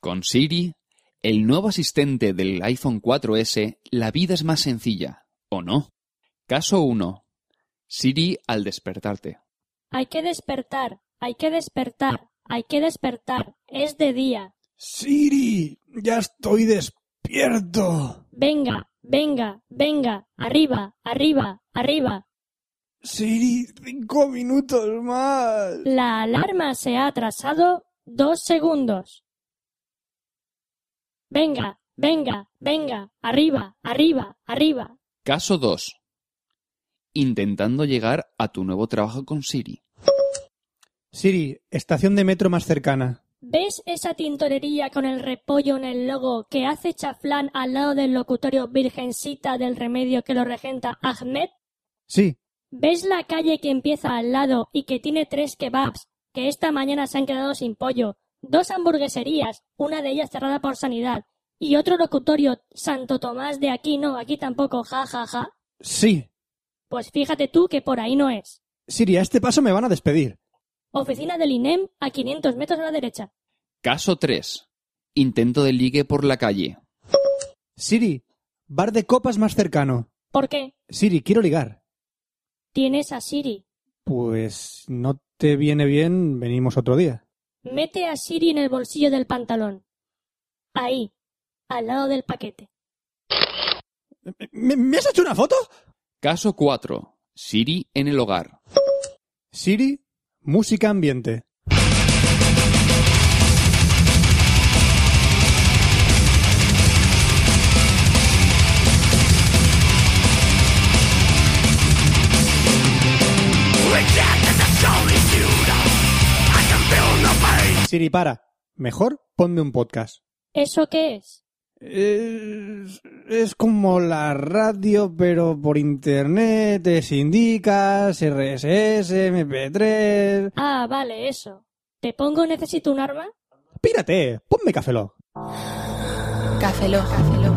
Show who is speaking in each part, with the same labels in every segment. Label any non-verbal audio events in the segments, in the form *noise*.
Speaker 1: Con Siri, el nuevo asistente del iPhone 4S, la vida es más sencilla, ¿o no? Caso 1. Siri al despertarte.
Speaker 2: Hay que despertar, hay que despertar, hay que despertar. Es de día.
Speaker 3: Siri, ya estoy despierto.
Speaker 2: Venga, venga, venga, arriba, arriba, arriba.
Speaker 3: Siri, cinco minutos más.
Speaker 2: La alarma se ha atrasado dos segundos. Venga, venga, venga, arriba, arriba, arriba.
Speaker 1: Caso 2. Intentando llegar a tu nuevo trabajo con Siri.
Speaker 4: Siri, estación de metro más cercana.
Speaker 2: ¿Ves esa tintorería con el repollo en el logo que hace chaflán al lado del locutorio Virgencita del remedio que lo regenta Ahmed?
Speaker 4: Sí,
Speaker 2: ¿Ves la calle que empieza al lado y que tiene tres kebabs que esta mañana se han quedado sin pollo? Dos hamburgueserías, una de ellas cerrada por sanidad, y otro locutorio Santo Tomás de aquí no, aquí tampoco, ja, ja, ja.
Speaker 4: sí.
Speaker 2: Pues fíjate tú que por ahí no es.
Speaker 4: Siri, a este paso me van a despedir.
Speaker 2: Oficina del INEM a 500 metros a la derecha.
Speaker 1: Caso 3. Intento de ligue por la calle.
Speaker 4: Siri, bar de copas más cercano.
Speaker 2: ¿Por qué?
Speaker 4: Siri, quiero ligar.
Speaker 2: Tienes a Siri.
Speaker 4: Pues no te viene bien, venimos otro día.
Speaker 2: Mete a Siri en el bolsillo del pantalón. Ahí, al lado del paquete.
Speaker 4: ¿Me, me has hecho una foto?
Speaker 1: Caso 4. Siri en el hogar.
Speaker 4: Siri, música ambiente. Siri, para. Mejor ponme un podcast.
Speaker 2: ¿Eso qué es?
Speaker 4: Es, es como la radio, pero por internet, es indicas, RSS, MP3.
Speaker 2: Ah, vale, eso. ¿Te pongo necesito un arma?
Speaker 4: Pírate, ponme cafeló.
Speaker 5: Café Lock. Café Lock.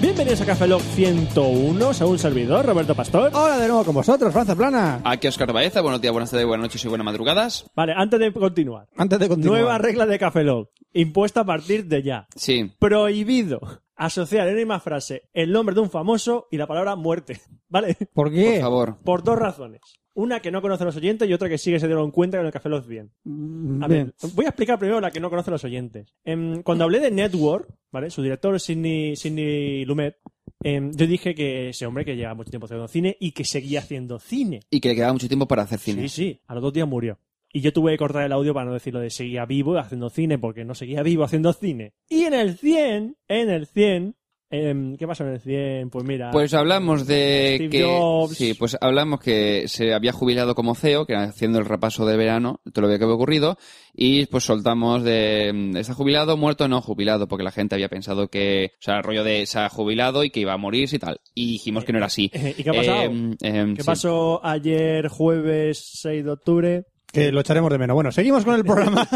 Speaker 6: Bienvenidos a Cafelog 101, según servidor, Roberto Pastor.
Speaker 4: Hola de nuevo con vosotros, Franza Plana.
Speaker 1: Aquí Oscar Baeza, buenos días, buenas tardes, buenas noches y buenas madrugadas.
Speaker 6: Vale, antes de continuar.
Speaker 4: Antes de continuar.
Speaker 6: Nueva regla de Cafelog, impuesta a partir de ya.
Speaker 1: Sí.
Speaker 6: Prohibido asociar en una misma frase el nombre de un famoso y la palabra muerte. *laughs* ¿Vale?
Speaker 4: ¿Por qué?
Speaker 1: Por favor.
Speaker 6: Por dos razones. Una que no conocen los oyentes y otra que sí que se dieron cuenta con el Café Lock bien.
Speaker 4: Mm,
Speaker 6: A
Speaker 4: bien.
Speaker 6: ver, voy a explicar primero la que no conocen los oyentes. Em, cuando hablé de Network, ¿vale? Su director, Sidney, Sidney Lumet, em, yo dije que ese hombre que lleva mucho tiempo haciendo cine y que seguía haciendo cine.
Speaker 1: Y que le quedaba mucho tiempo para hacer cine.
Speaker 6: Sí, sí, a los dos días murió. Y yo tuve que cortar el audio para no decirlo de seguía vivo haciendo cine, porque no seguía vivo haciendo cine. Y en el 100, en el 100, em, ¿qué pasó en el 100? Pues mira.
Speaker 1: Pues hablamos de
Speaker 6: Steve
Speaker 1: que
Speaker 6: Jobs.
Speaker 1: sí, pues hablamos que se había jubilado como CEO, que era haciendo el repaso de verano, todo lo que había ocurrido, y pues soltamos de mm, está jubilado, muerto, no jubilado, porque la gente había pensado que, o sea, el rollo de se ha jubilado y que iba a morirse y tal, y dijimos que no era así.
Speaker 6: *laughs* ¿Y Eh, qué ha pasado?
Speaker 1: Em, em,
Speaker 6: ¿Qué
Speaker 1: sí.
Speaker 6: pasó ayer jueves 6 de octubre?
Speaker 4: Que lo echaremos de menos. Bueno, seguimos con el
Speaker 6: *laughs*
Speaker 4: programa.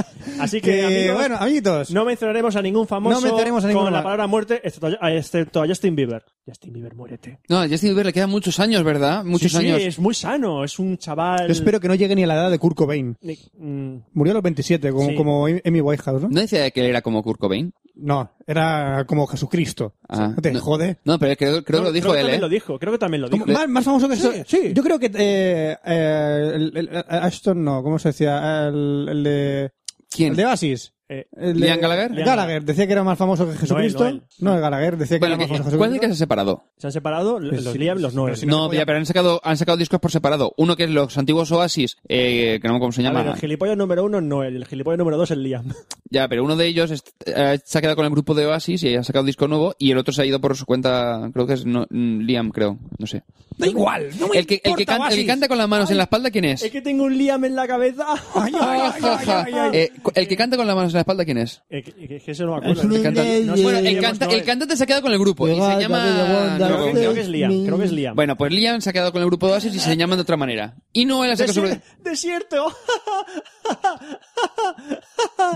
Speaker 4: *laughs*
Speaker 6: Así que, amigos,
Speaker 4: bueno, amiguitos.
Speaker 6: No mencionaremos a ningún famoso
Speaker 4: No mencionaremos a ninguno
Speaker 6: con la
Speaker 4: más.
Speaker 6: palabra muerte, excepto a, excepto a Justin Bieber. Justin Bieber, muérete.
Speaker 1: No, a Justin Bieber le quedan muchos años, ¿verdad? Muchos
Speaker 6: Sí, sí,
Speaker 1: años.
Speaker 6: es muy sano, es un chaval...
Speaker 4: Yo espero que no llegue ni a la edad de Kurt Cobain.
Speaker 6: Eh, mm,
Speaker 4: Murió a los 27, como,
Speaker 6: Sí.
Speaker 4: como Em-, Amy Whitehouse, ¿no?
Speaker 1: ¿No decía que él era como Kurt Cobain?
Speaker 4: No, era como Jesucristo.
Speaker 1: Ah,
Speaker 4: no te
Speaker 1: no.
Speaker 4: jode.
Speaker 1: No, pero creo, creo que lo dijo
Speaker 6: que
Speaker 1: él,
Speaker 6: también
Speaker 1: ¿eh?
Speaker 6: lo dijo, creo que también lo
Speaker 4: Como-
Speaker 6: dijo.
Speaker 4: Más, más famoso que
Speaker 6: Sí,
Speaker 4: eso.
Speaker 6: sí.
Speaker 4: Yo creo que eh, eh, el- el- Ashton no, ¿cómo se decía? El, el de,
Speaker 1: ¿Quién?
Speaker 4: el de Oasis.
Speaker 6: Eh,
Speaker 4: El de-
Speaker 1: ¿Liam Gallagher?
Speaker 6: Liam-
Speaker 4: Gallagher decía que era más famoso que Jesucristo.
Speaker 6: Noel.
Speaker 4: No, el Gallagher decía que
Speaker 1: Bueno,
Speaker 4: era más famoso que
Speaker 1: ¿cuál es el que se
Speaker 4: Jesucristo.
Speaker 1: ha separado?
Speaker 6: se han separado
Speaker 4: Pues
Speaker 6: los
Speaker 4: sí,
Speaker 6: Liam y los Noel.
Speaker 4: pero si
Speaker 1: No,
Speaker 4: voy a-
Speaker 1: ya, pero han sacado, han sacado discos por separado. Uno que es los antiguos Oasis, eh, que no me acuerdo cómo se
Speaker 6: A
Speaker 1: llama.
Speaker 6: ver, el gilipollas número uno es Noel, el gilipollas número dos es Liam.
Speaker 1: Ya, pero uno de ellos es- eh, se ha quedado con el grupo de Oasis y ha sacado disco nuevo y el otro se ha ido por su cuenta, creo que es no- mm, Liam, creo, no sé.
Speaker 3: Da igual, no me
Speaker 1: El que, el, que
Speaker 3: importa,
Speaker 1: canta, el que
Speaker 3: Basis.
Speaker 1: canta con las manos en la espalda, ¿quién es?
Speaker 6: Es que tengo un Liam en la cabeza.
Speaker 3: Ay, ay, ay, ay,
Speaker 1: *laughs*
Speaker 3: ay, ay.
Speaker 1: Eh, cu- el que canta con las manos en la espalda, ¿quién es?
Speaker 6: Es eh, que, es que eso no me acuerdo.
Speaker 4: Es un
Speaker 6: Es que
Speaker 1: canta-
Speaker 6: no sé
Speaker 1: Bueno,
Speaker 6: si
Speaker 1: el,
Speaker 6: Liam es
Speaker 1: canta,
Speaker 6: Noel.
Speaker 1: el cantante se ha quedado con el grupo y se
Speaker 4: Llegar,
Speaker 1: llama...
Speaker 4: David, Wonder,
Speaker 1: no,
Speaker 6: Creo que- Creo que es
Speaker 1: no.
Speaker 6: Liam, creo que es Liam.
Speaker 1: Bueno, pues Liam se ha quedado con el grupo de Oasis y se llaman de otra manera. Y no él ha sacado sobre...
Speaker 6: Desier- Desierto.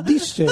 Speaker 4: Dice.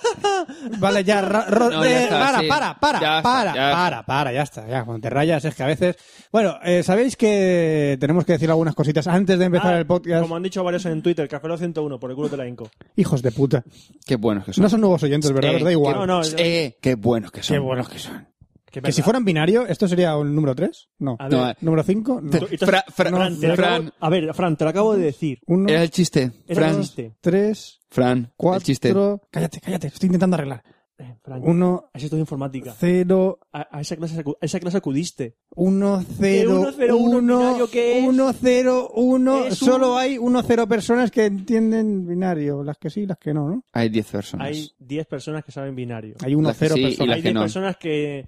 Speaker 4: *laughs* vale, ya. ra- ro-
Speaker 1: No, ya
Speaker 4: eh,
Speaker 1: está,
Speaker 4: para,
Speaker 1: sí.
Speaker 4: para, para,
Speaker 1: Ya está,
Speaker 4: para,
Speaker 1: ya está.
Speaker 4: para, para, ya está. Ya, cuando te rayas es que a veces. Bueno, eh, sabéis que tenemos que decir algunas cositas antes de empezar
Speaker 6: Ah,
Speaker 4: el podcast.
Speaker 6: Como han dicho varios en Twitter, Café Lock 101, por el culo de la Inco.
Speaker 4: Hijos de puta.
Speaker 1: Qué buenos que son.
Speaker 4: No son nuevos oyentes, ¿verdad?
Speaker 1: Eh,
Speaker 4: Os da igual.
Speaker 1: qué-
Speaker 6: No, no,
Speaker 1: eh, qué buenos que son.
Speaker 4: Qué buenos
Speaker 1: que son.
Speaker 6: Que,
Speaker 4: Que si fueran binario, ¿esto sería un número 3? No.
Speaker 6: A
Speaker 1: No,
Speaker 6: ver,
Speaker 1: eh,
Speaker 4: ¿Número 5? No.
Speaker 1: Tú-
Speaker 6: y tú-
Speaker 1: Fra- Fra-
Speaker 6: Fran, te lo acabo-
Speaker 1: Fran.
Speaker 6: a ver, Fran, te lo acabo de decir.
Speaker 4: 1,
Speaker 1: Era el chiste.
Speaker 6: Era
Speaker 1: Fran,
Speaker 6: el chiste.
Speaker 4: 3,
Speaker 1: Fran, el chiste.
Speaker 4: 4. Cállate, cállate, estoy intentando arreglar.
Speaker 6: Eh, Fran,
Speaker 4: 1,
Speaker 6: has estudiado informática.
Speaker 4: 0,
Speaker 6: A, a esa clase, acu- a esa clase acudiste.
Speaker 4: 1, 0,
Speaker 6: uno, cero, uno,
Speaker 4: 1,
Speaker 6: binario, ¿qué es?
Speaker 4: 1, 0, 1.
Speaker 6: Es
Speaker 4: Solo
Speaker 6: un-
Speaker 4: hay 1, 0 personas que entienden binario. Las que sí, las que no, ¿no?
Speaker 1: Hay 10 personas. *laughs*
Speaker 6: Hay 10 personas que saben binario.
Speaker 4: Hay 1,
Speaker 1: Las que
Speaker 4: 0
Speaker 1: sí y
Speaker 4: personas.
Speaker 1: las
Speaker 6: Hay
Speaker 1: que
Speaker 6: 10
Speaker 1: no.
Speaker 6: personas que...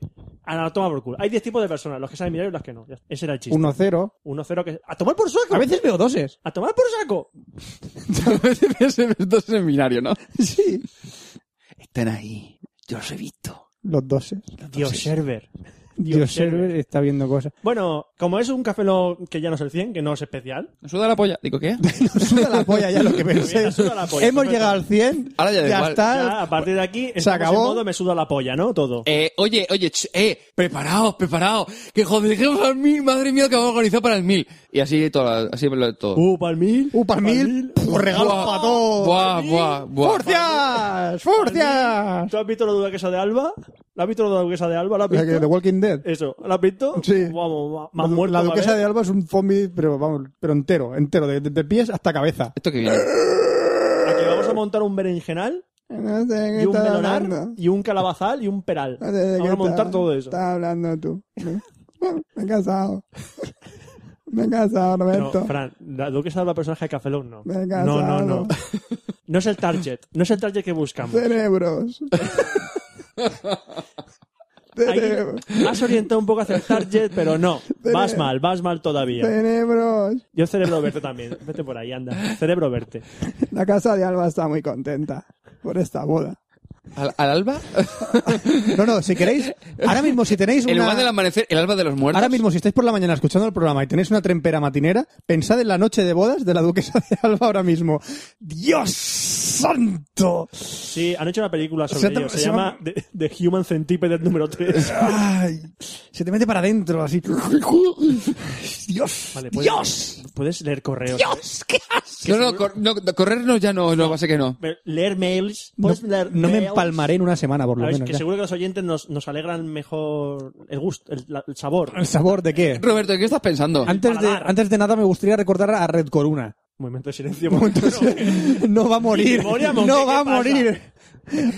Speaker 6: Ah, no, toma por culo. Hay 10 tipos de personas, los que saben binario y los que no. Ya está. Ese era el chiste.
Speaker 4: 1, 0.
Speaker 6: 1-0 que... ¡A tomar por saco!
Speaker 4: A veces veo doses.
Speaker 6: ¡A tomar por saco!
Speaker 1: Esto es en binario, ¿no?
Speaker 4: Sí.
Speaker 1: Están ahí. Yo los he visto.
Speaker 4: Los doses.
Speaker 6: Dios server.
Speaker 4: Dios
Speaker 6: server.
Speaker 4: server está viendo cosas.
Speaker 6: Bueno, como es un café Lock que ya no es el 100, que no es especial,
Speaker 1: Me suda la polla. Digo, ¿qué?
Speaker 4: *laughs* Nos suda la polla ya lo *laughs* que
Speaker 6: Bien,
Speaker 4: pensé.
Speaker 6: nos suda la polla,
Speaker 4: Hemos
Speaker 6: perfecto.
Speaker 4: llegado al 100.
Speaker 1: Ahora ya da igual.
Speaker 6: ya
Speaker 4: está.
Speaker 6: a partir de aquí estamos
Speaker 4: Ah, acabó.
Speaker 6: en modo me suda la polla, ¿no? Todo.
Speaker 1: *laughs* Eh, oye, oye, ch- eh, preparaos, preparaos. Que joder, dejemos al mil, madre mía, que vamos a organizar para el mil. Y así todo, así lo- todo.
Speaker 6: Uh, pa'l mil.
Speaker 4: Uh, para mil. Puf, Regalo
Speaker 1: Buah,
Speaker 4: para todos.
Speaker 1: Buah, buah, buah.
Speaker 4: ¡Forcias! ¡Forcias!
Speaker 6: ¿Tú has visto la duquesa de Alba? ¿La has visto la duquesa de Alba? ¿La has
Speaker 4: uh, La
Speaker 6: visto?
Speaker 4: que- The Walking Dead.
Speaker 6: Eso, ¿la has visto?
Speaker 4: Sí.
Speaker 6: Vamos, ma-
Speaker 4: La,
Speaker 6: más muerto.
Speaker 4: la
Speaker 6: que
Speaker 4: duquesa
Speaker 6: ver.
Speaker 4: de Alba es un zombie, pero vamos, pero entero, entero, de, de- de pies hasta cabeza.
Speaker 1: Esto que viene.
Speaker 6: Aquí vamos a montar un berenjenal
Speaker 4: No sé de
Speaker 6: y un melonar y un calabazal y un peral.
Speaker 4: Ah,
Speaker 6: Vamos a montar todo eso.
Speaker 4: hablando tú. Me he casado. Me he casado,
Speaker 6: No, Fran, la duquesa de Alba personaje de Café Lock, no.
Speaker 4: Venga,
Speaker 6: No, no,
Speaker 4: Salo.
Speaker 6: no. No es el target. No es el target que
Speaker 4: *laughs*
Speaker 6: buscamos.
Speaker 4: Cerebros.
Speaker 6: Ahí has orientado un poco hacia el target, pero no. Vas mal, vas mal todavía.
Speaker 4: Cerebros.
Speaker 6: Yo cerebro verte también. Vete por ahí, anda. Cerebro verte.
Speaker 4: La casa de Alba está muy contenta por esta boda.
Speaker 1: ¿Al, al *laughs* alba?
Speaker 4: No, no, si queréis, ahora mismo si tenéis
Speaker 1: En
Speaker 4: una...
Speaker 1: lugar del amanecer, el alba de los muertos.
Speaker 6: pues-
Speaker 4: Ahora mismo, si estáis por la mañana escuchando el programa y tenéis una trempera matinera, pensad en la noche de bodas de la duquesa de *laughs* Alba ahora mismo.
Speaker 3: ¡Dios santo!
Speaker 6: Sí, han hecho una película sobre
Speaker 4: Se ha-
Speaker 6: ello. Se,
Speaker 4: se
Speaker 6: llama The, The Human Centipede
Speaker 4: *laughs*
Speaker 6: número 3.
Speaker 4: Ay, se te mete para adentro así.
Speaker 3: ¡Dios!
Speaker 6: Vale, pues-
Speaker 3: ¡Dios!
Speaker 6: Puedes leer correos.
Speaker 3: ¡Dios! ¡Qué asco!
Speaker 1: No, no, cor- no, corrernos ya no, no, va a ser que no.
Speaker 6: Pero Leer mails.
Speaker 4: No,
Speaker 6: Puedes leer
Speaker 4: no me
Speaker 6: mails.
Speaker 4: empalmaré en una semana, por
Speaker 6: A
Speaker 4: lo
Speaker 6: ver, es
Speaker 4: menos.
Speaker 6: que
Speaker 4: ya.
Speaker 6: seguro que los oyentes nos, nos alegran mejor el gusto, el, la- el sabor.
Speaker 4: ¿El sabor de qué?
Speaker 1: Roberto, ¿qué estás pensando?
Speaker 4: Antes de,
Speaker 6: paladar.
Speaker 4: antes de nada, me gustaría recordar a Red Corona.
Speaker 6: Momento de silencio. Momento de
Speaker 4: *laughs* No va a morir.
Speaker 6: Memoria, monje,
Speaker 4: No
Speaker 6: ¿qué
Speaker 4: va a
Speaker 6: pasa?
Speaker 4: morir. A
Speaker 1: Fran,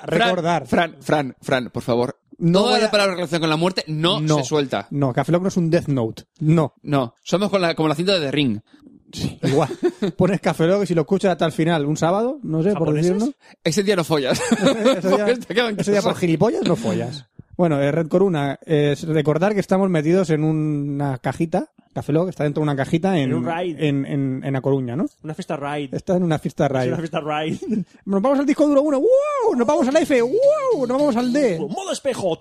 Speaker 1: Fran,
Speaker 4: recordar.
Speaker 1: Fran, Fran, Fran, por favor.
Speaker 4: No
Speaker 1: Toda
Speaker 4: voy
Speaker 1: la
Speaker 4: a-
Speaker 1: palabra relacionada con la muerte no,
Speaker 4: No.
Speaker 1: se suelta.
Speaker 4: No, Café Lock no es un Death Note. No.
Speaker 1: No. Somos con la, como la cinta de The Ring.
Speaker 4: Sí,
Speaker 1: *laughs*
Speaker 4: igual. Pones Café Lock y si lo escuchas hasta el final, un sábado, no sé, por
Speaker 6: ¿Japoneses?
Speaker 1: *laughs*
Speaker 4: decirlo. Eh,
Speaker 1: Ese día no follas.
Speaker 4: *laughs* Ese día,
Speaker 1: Porque te quedan
Speaker 4: ese día por
Speaker 1: cosas.
Speaker 4: gilipollas no follas. Bueno, eh, Red Corona, es recordar que estamos metidos en una cajita. Café Lock está dentro de una cajita en,
Speaker 6: En un raid.
Speaker 4: en, en, en A Coruña, ¿no?
Speaker 6: Una fiesta ride.
Speaker 4: Está en una fiesta
Speaker 6: Es
Speaker 4: raid.
Speaker 6: una fiesta ride.
Speaker 4: Nos vamos al disco duro 1, ¡wow! Nos vamos al F, ¡wow! Nos vamos al D.
Speaker 6: Modo espejo.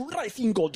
Speaker 6: Un ride 5.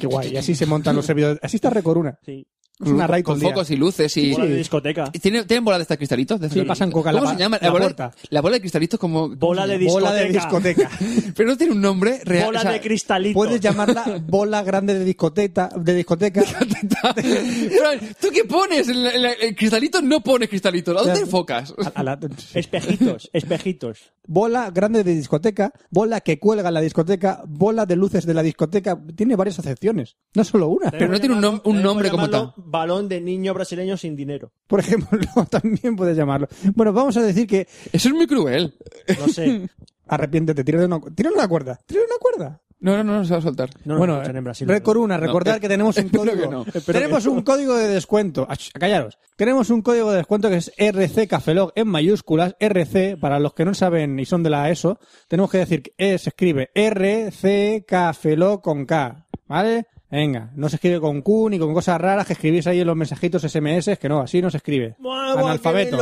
Speaker 4: Qué guay, y así se montan los servidores. Así está Red Corona.
Speaker 6: Sí.
Speaker 4: Es una raid
Speaker 1: con
Speaker 4: todo el día.
Speaker 1: focos y luces y...
Speaker 6: Bola de discoteca.
Speaker 1: ¿Tienen, ¿Tienen bola de estas cristalitos? De
Speaker 4: Sí,
Speaker 1: estas-
Speaker 4: pasan coca en
Speaker 1: ¿Cómo
Speaker 4: la
Speaker 1: se
Speaker 4: pa-
Speaker 1: llama?
Speaker 4: en la
Speaker 1: bola,
Speaker 4: puerta.
Speaker 1: la bola de cristalitos como...
Speaker 6: Bola de discoteca.
Speaker 4: Bola de discoteca.
Speaker 1: *laughs* Pero no tiene un nombre real.
Speaker 6: Bola
Speaker 1: o sea,
Speaker 6: de cristalito.
Speaker 4: Puedes llamarla bola grande de discoteca, de
Speaker 1: *laughs*
Speaker 4: discoteca.
Speaker 1: Fran, ¿Tú qué pones? En la- en la- en cristalitos no pones cristalitos. ¿A dónde enfocas?
Speaker 4: A- a la- *laughs*
Speaker 6: Espejitos, espejitos.
Speaker 4: bola grande de discoteca, bola que cuelga en la discoteca, bola de luces de la discoteca. Tiene varias acepciones, no solo una.
Speaker 1: Pero no tiene un nom- un
Speaker 6: Podemos
Speaker 1: nombre como
Speaker 6: llamarlo Balón de niño brasileño sin dinero.
Speaker 4: Por ejemplo, *laughs* también puedes llamarlo. Bueno, vamos a decir que
Speaker 1: Eso es muy cruel.
Speaker 6: No sé.
Speaker 4: arrepiéntete, tira de una, tira de una cuerda, tira de una cuerda.
Speaker 1: No, no, no, no se va a soltar.
Speaker 6: No nos
Speaker 4: bueno, eh,
Speaker 6: escuchan en Brasil.
Speaker 4: Red Coruna, recordad que tenemos
Speaker 6: *laughs*
Speaker 4: un
Speaker 1: Espero
Speaker 4: código.
Speaker 1: que no.
Speaker 6: Espero
Speaker 4: Tenemos
Speaker 6: que no.
Speaker 4: un código de descuento. Ach, callaros. Tenemos un código de descuento que es RC Cafelog en mayúsculas. RC, para los que no saben y son de la ESO, tenemos que decir que eh, se escribe RC Cafelog con K. ¿Vale? Venga, no se escribe con Q ni con cosas raras que escribís ahí en los mensajitos SMS, que no, así no se escribe. Analfabetos.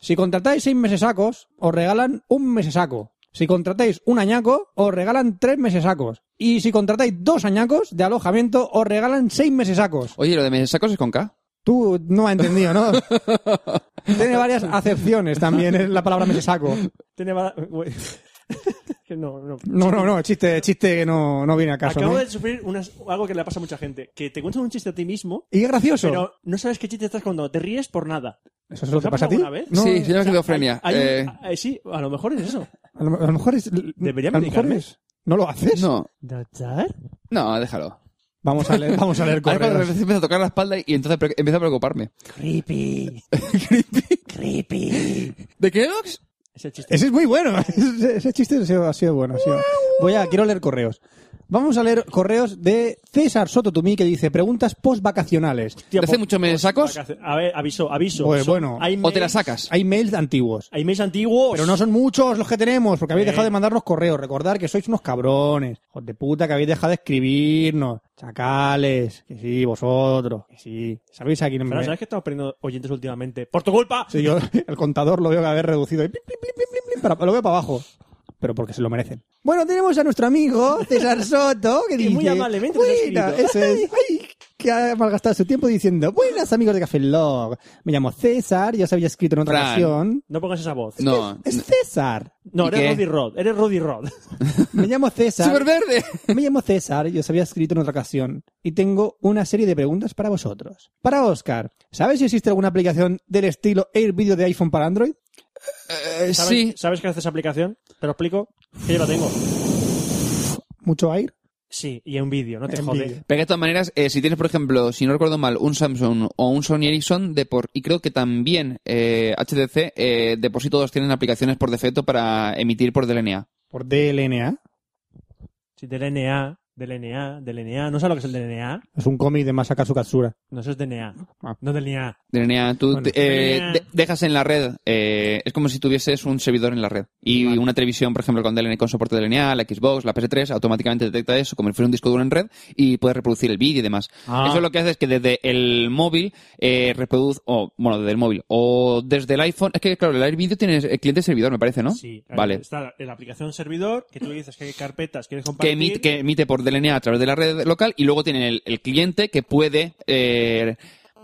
Speaker 4: Si contratáis seis meses sacos, os regalan un mesesaco. Si contratáis un añaco, os regalan tres mesesacos. Y si contratáis dos añacos de alojamiento, os regalan seis mesesacos.
Speaker 1: Oye, lo de mis sacos es con K.
Speaker 4: Tú no has entendido,
Speaker 1: *laughs*
Speaker 4: ¿no? Tiene varias acepciones también es la palabra mesesaco.
Speaker 6: Tiene bala- *laughs* Uy. Que no, no.
Speaker 4: No, no, no, chiste, chiste que no, no viene a caso. ¿eh?
Speaker 6: Acabo
Speaker 4: ¿no?
Speaker 6: de sufrir unas- algo que le pasa a mucha gente. Que te cuentan un chiste a ti mismo,
Speaker 4: Y es gracioso.
Speaker 6: pero no sabes qué chiste estás contando. Te ríes por nada.
Speaker 4: ¿Eso es lo
Speaker 6: ¿Os
Speaker 4: que
Speaker 6: ha
Speaker 4: pasa a ti?
Speaker 6: pasado alguna vez?
Speaker 4: No,
Speaker 1: sí, se llama
Speaker 6: O sea,
Speaker 1: esquizofrenia.
Speaker 6: hay- hay un-
Speaker 1: Eh,
Speaker 6: ah, eh, sí, a lo mejor es eso.
Speaker 4: a, lo, a lo mejor es...
Speaker 6: ¿Debería
Speaker 4: a lo mejor
Speaker 6: medicarme?
Speaker 4: es- ¿No lo haces?
Speaker 1: no,
Speaker 6: ¿Datar?
Speaker 1: no, déjalo.
Speaker 4: Vamos a leer, vamos
Speaker 1: *laughs*
Speaker 4: a leer
Speaker 1: Ahora cuando
Speaker 4: correos.
Speaker 1: empiezo a tocar la espalda y entonces pre- empiezo a preocuparme.
Speaker 6: Creepy. Creepy.
Speaker 1: ¿De Kellogg's?
Speaker 6: Ese chiste.
Speaker 4: Ese es muy bueno. *laughs* Ese, ese chiste ha sido, ha sido bueno. ha sido- Voy a, quiero leer correos. Vamos a leer correos de César Soto Tumí que dice preguntas post-vacacionales.
Speaker 6: Tío,
Speaker 1: ¿Hace
Speaker 6: po-
Speaker 1: mucho me sacos?
Speaker 6: vacaciones. A ver, aviso, aviso.
Speaker 4: Pues
Speaker 6: Son-
Speaker 4: bueno,
Speaker 6: hay
Speaker 1: ¿O te la
Speaker 6: mails-
Speaker 1: sacas?
Speaker 4: Hay mails antiguos.
Speaker 6: Hay mails antiguos.
Speaker 4: Pero no son muchos los que tenemos, porque habéis
Speaker 6: Eh.
Speaker 4: dejado de mandarnos correos. Recordad que sois unos cabrones. Hijos de puta que habéis dejado de escribirnos. Chacales. Que sí, vosotros. Que sí. Sabéis aquí
Speaker 6: Fran, ¿sabes que estamos perdiendo oyentes últimamente? ¡Por tu culpa!
Speaker 4: eh. Sí, yo *laughs* el contador lo veo que haber reducido. y plim, plim, plim, plim, plim, para- lo veo para abajo. Pero porque se lo merecen. Bueno, tenemos a nuestro amigo *laughs* César Soto, que dice...
Speaker 6: muy amablemente nos ha
Speaker 4: "Buena",
Speaker 6: escrito.
Speaker 4: *laughs* eso es. Ay, que ha malgastado su tiempo diciendo, buenas amigos de Café Log. Me llamo César, ya os había escrito en otra
Speaker 1: Fran.
Speaker 4: ocasión.
Speaker 6: No pongas esa voz.
Speaker 1: No.
Speaker 4: Es César.
Speaker 6: No,
Speaker 1: ¿Y
Speaker 6: eres
Speaker 1: qué?
Speaker 6: Roddy Rod. Eres Roddy Rod.
Speaker 4: Me llamo César.
Speaker 1: ¡Superverde!
Speaker 6: Eh,
Speaker 4: Me llamo César y os había escrito en otra ocasión. Y tengo una serie de preguntas para vosotros. Para Oscar, ¿sabes si existe alguna aplicación del estilo Air Video de iPhone para Android?
Speaker 1: Eh,
Speaker 6: ¿Sabes,
Speaker 1: sí.
Speaker 6: ¿Sabes qué hace esa aplicación? ¿Te lo explico? Que yo la tengo.
Speaker 4: Mucho aire.
Speaker 6: Sí, y en vídeo, no te
Speaker 4: En
Speaker 6: jodes.
Speaker 4: vídeo.
Speaker 1: Pero que de todas maneras, eh, si tienes, por ejemplo, si no recuerdo mal, un Samsung o un Sony Ericsson, de por, y creo que también eh, HTC, eh, de por sí todos tienen aplicaciones por defecto para emitir por DLNA.
Speaker 4: Por DLNA.
Speaker 6: Sí, del NA, del NA, del NA. ¿No sabes lo que es el DNA?
Speaker 4: Es un cómic de Masakazu Katsura.
Speaker 6: No, eso es DNA.
Speaker 4: Ah.
Speaker 6: No del NA.
Speaker 1: DLNA, tú
Speaker 4: Bueno.
Speaker 1: eh,
Speaker 6: DLNA.
Speaker 1: de- dejas en la red, eh, es como si tuvieses un servidor en la red. Y una televisión, por ejemplo, con DLNA, con soporte DLNA, la Xbox, la PS3, automáticamente detecta eso como si fuera un disco duro en red y puedes reproducir el vídeo y demás. Eso lo que hace es que desde el móvil eh, reproduce, o bueno, desde el móvil, o desde el iPhone, es que claro, el AirVideo tiene eh, cliente servidor, me parece, ¿no?
Speaker 6: Sí.
Speaker 1: Vale.
Speaker 6: Está la aplicación servidor, que tú dices qué carpetas quieres
Speaker 1: que
Speaker 6: compartir.
Speaker 1: emite, que emite por DLNA a través de la red local y luego tienen el, el cliente que puede eh,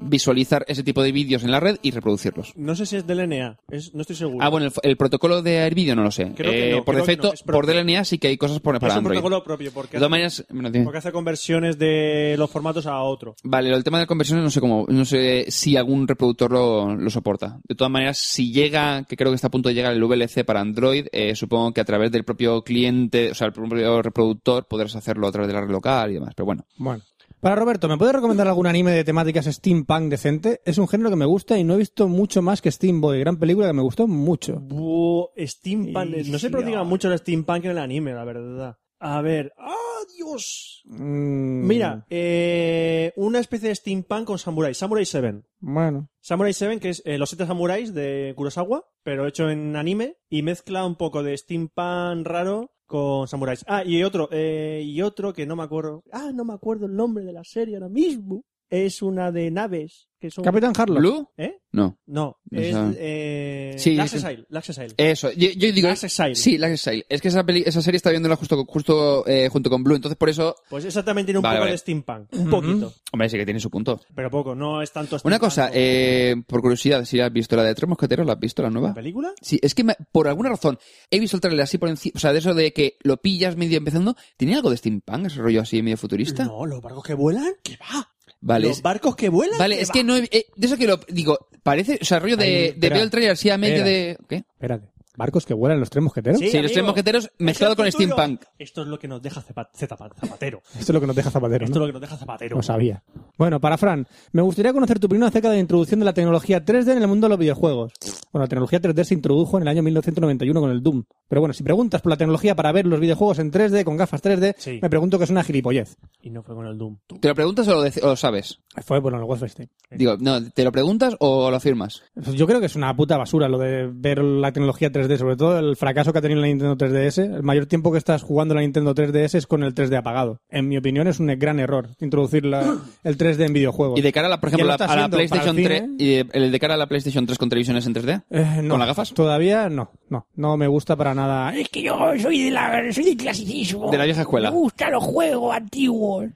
Speaker 1: visualizar ese tipo de vídeos en la red y reproducirlos.
Speaker 6: No sé si es del NA. Es, no estoy seguro.
Speaker 1: Ah, bueno, el, el protocolo de AirVideo no lo sé.
Speaker 6: Creo que
Speaker 1: Eh,
Speaker 6: no,
Speaker 1: por
Speaker 6: creo que
Speaker 1: defecto,
Speaker 6: no, es
Speaker 1: por
Speaker 6: propio.
Speaker 1: DLNA sí que hay cosas por- para
Speaker 6: es un
Speaker 1: Android.
Speaker 6: protocolo propio, porque
Speaker 1: De todas maneras, bueno, tiene-
Speaker 6: Porque hace conversiones de los formatos a otro.
Speaker 1: Vale, el tema de las conversiones no sé cómo, no sé si algún reproductor lo, lo soporta. De todas maneras, si llega, que creo que está a punto de llegar el VLC para Android, eh, supongo que a través del propio cliente, o sea, el propio reproductor, podrás hacerlo a través de la red local y demás. Pero bueno,
Speaker 4: Bueno. Para Roberto, ¿me puedes recomendar algún anime de temáticas steampunk decente? Es un género que me gusta y no he visto mucho más que Steam Boy, gran película que me gustó mucho.
Speaker 6: Buh, steampunk.
Speaker 4: Y-
Speaker 6: No se practica mucho el steampunk en el anime, la verdad. A ver. ¡Ah, Dios!
Speaker 4: Mm,
Speaker 6: Mira, eh, una especie de steampunk con samuráis. Samurai 7.
Speaker 4: Bueno.
Speaker 6: Samurai 7, que es eh, los siete samuráis de Kurosawa, pero hecho en anime, y mezcla un poco de steampunk raro con samuráis. Ah, y otro, eh, y otro que no me acuerdo. Ah, no me acuerdo el nombre de la serie ahora mismo. Es una de naves que son.
Speaker 4: Capitán Harlow.
Speaker 1: ¿Blue?
Speaker 6: ¿Eh?
Speaker 1: No.
Speaker 6: No,
Speaker 1: No
Speaker 6: es
Speaker 1: sabe.
Speaker 6: eh,
Speaker 1: Sí,
Speaker 6: Last
Speaker 1: sí.
Speaker 6: Exile, Last Exile.
Speaker 1: Eso, yo, yo digo...
Speaker 6: Last Exile.
Speaker 1: Sí, Last Exile. Es que esa, peli- esa serie está viéndola justo, justo eh, junto con Blue, entonces por eso...
Speaker 6: Pues exactamente tiene un
Speaker 1: Vale,
Speaker 6: poco
Speaker 1: vale.
Speaker 6: de steampunk, un poquito,
Speaker 1: Hombre, sí que tiene su punto.
Speaker 6: pero poco, no es tanto steampunk.
Speaker 1: Una cosa,
Speaker 6: como-
Speaker 1: eh, por curiosidad, si has visto la de Tres Mosqueteros, ¿la has visto la nueva?
Speaker 6: ¿La película?
Speaker 1: Sí, es que me- por alguna razón he visto el trailer así por encima, o sea, de eso de que lo pillas medio empezando, ¿tiene algo de steampunk, ese rollo así medio futurista?
Speaker 6: No, los barcos que vuelan, ¿qué va?
Speaker 1: Vale.
Speaker 6: Los
Speaker 1: es-
Speaker 6: barcos que vuelan.
Speaker 1: Vale,
Speaker 6: ¿qué
Speaker 1: es
Speaker 6: va?
Speaker 1: que no he- eh, de eso que lo digo, parece, o sea, rollo de,
Speaker 4: Ahí,
Speaker 1: de
Speaker 4: espera.
Speaker 1: veo el trailer así a medio
Speaker 4: Espera.
Speaker 1: de ¿qué?
Speaker 4: Espérate. ¿Barcos que vuelan los tres mosqueteros?
Speaker 1: Sí, los
Speaker 6: amigo.
Speaker 1: tres mosqueteros
Speaker 6: Es
Speaker 1: mezclado
Speaker 6: el
Speaker 1: con
Speaker 6: futuro.
Speaker 1: steampunk.
Speaker 6: Esto es lo que nos deja Zepa- Zapa- Zapatero.
Speaker 4: Esto es lo que nos deja Zapatero,
Speaker 6: Esto
Speaker 4: ¿no?
Speaker 6: es lo que nos deja Zapatero.
Speaker 4: No sabía. Bueno, para Fran, me gustaría conocer tu opinión acerca de la introducción de la tecnología 3D en el mundo de los videojuegos. Bueno, la tecnología 3D se introdujo en el año 1991 con el Doom. Pero bueno, si preguntas por la tecnología para ver los videojuegos en 3D con gafas 3D,
Speaker 6: Sí.
Speaker 4: me pregunto que es una gilipollez.
Speaker 6: Y no fue con el Doom.
Speaker 1: ¿Te lo preguntas o lo, dec- o lo sabes?
Speaker 4: Fue, bueno, el Wolfenstein.
Speaker 1: Digo, no, ¿te lo preguntas o lo afirmas?
Speaker 4: Yo creo que es una puta basura lo de ver la tecnología 3D, sobre todo el fracaso que ha tenido la Nintendo 3DS. El mayor tiempo que estás jugando la Nintendo 3DS es con el 3D apagado. En mi opinión es un gran error introducir la- el 3D en videojuegos.
Speaker 1: Y de cara a, la, por ejemplo,
Speaker 4: lo
Speaker 1: la-
Speaker 4: está
Speaker 1: a la
Speaker 4: haciendo para
Speaker 1: PlayStation
Speaker 4: el
Speaker 1: 3
Speaker 4: cine.
Speaker 1: y de, el de cara a la PlayStation 3 con televisiones en
Speaker 4: *laughs*
Speaker 1: 3D?
Speaker 4: Eh, no,
Speaker 1: ¿Con las gafas?
Speaker 4: Todavía no, no, no me gusta para nada.
Speaker 3: Es que yo soy de la soy del clasicismo.
Speaker 1: De la vieja escuela.
Speaker 3: Me gustan los juegos antiguos.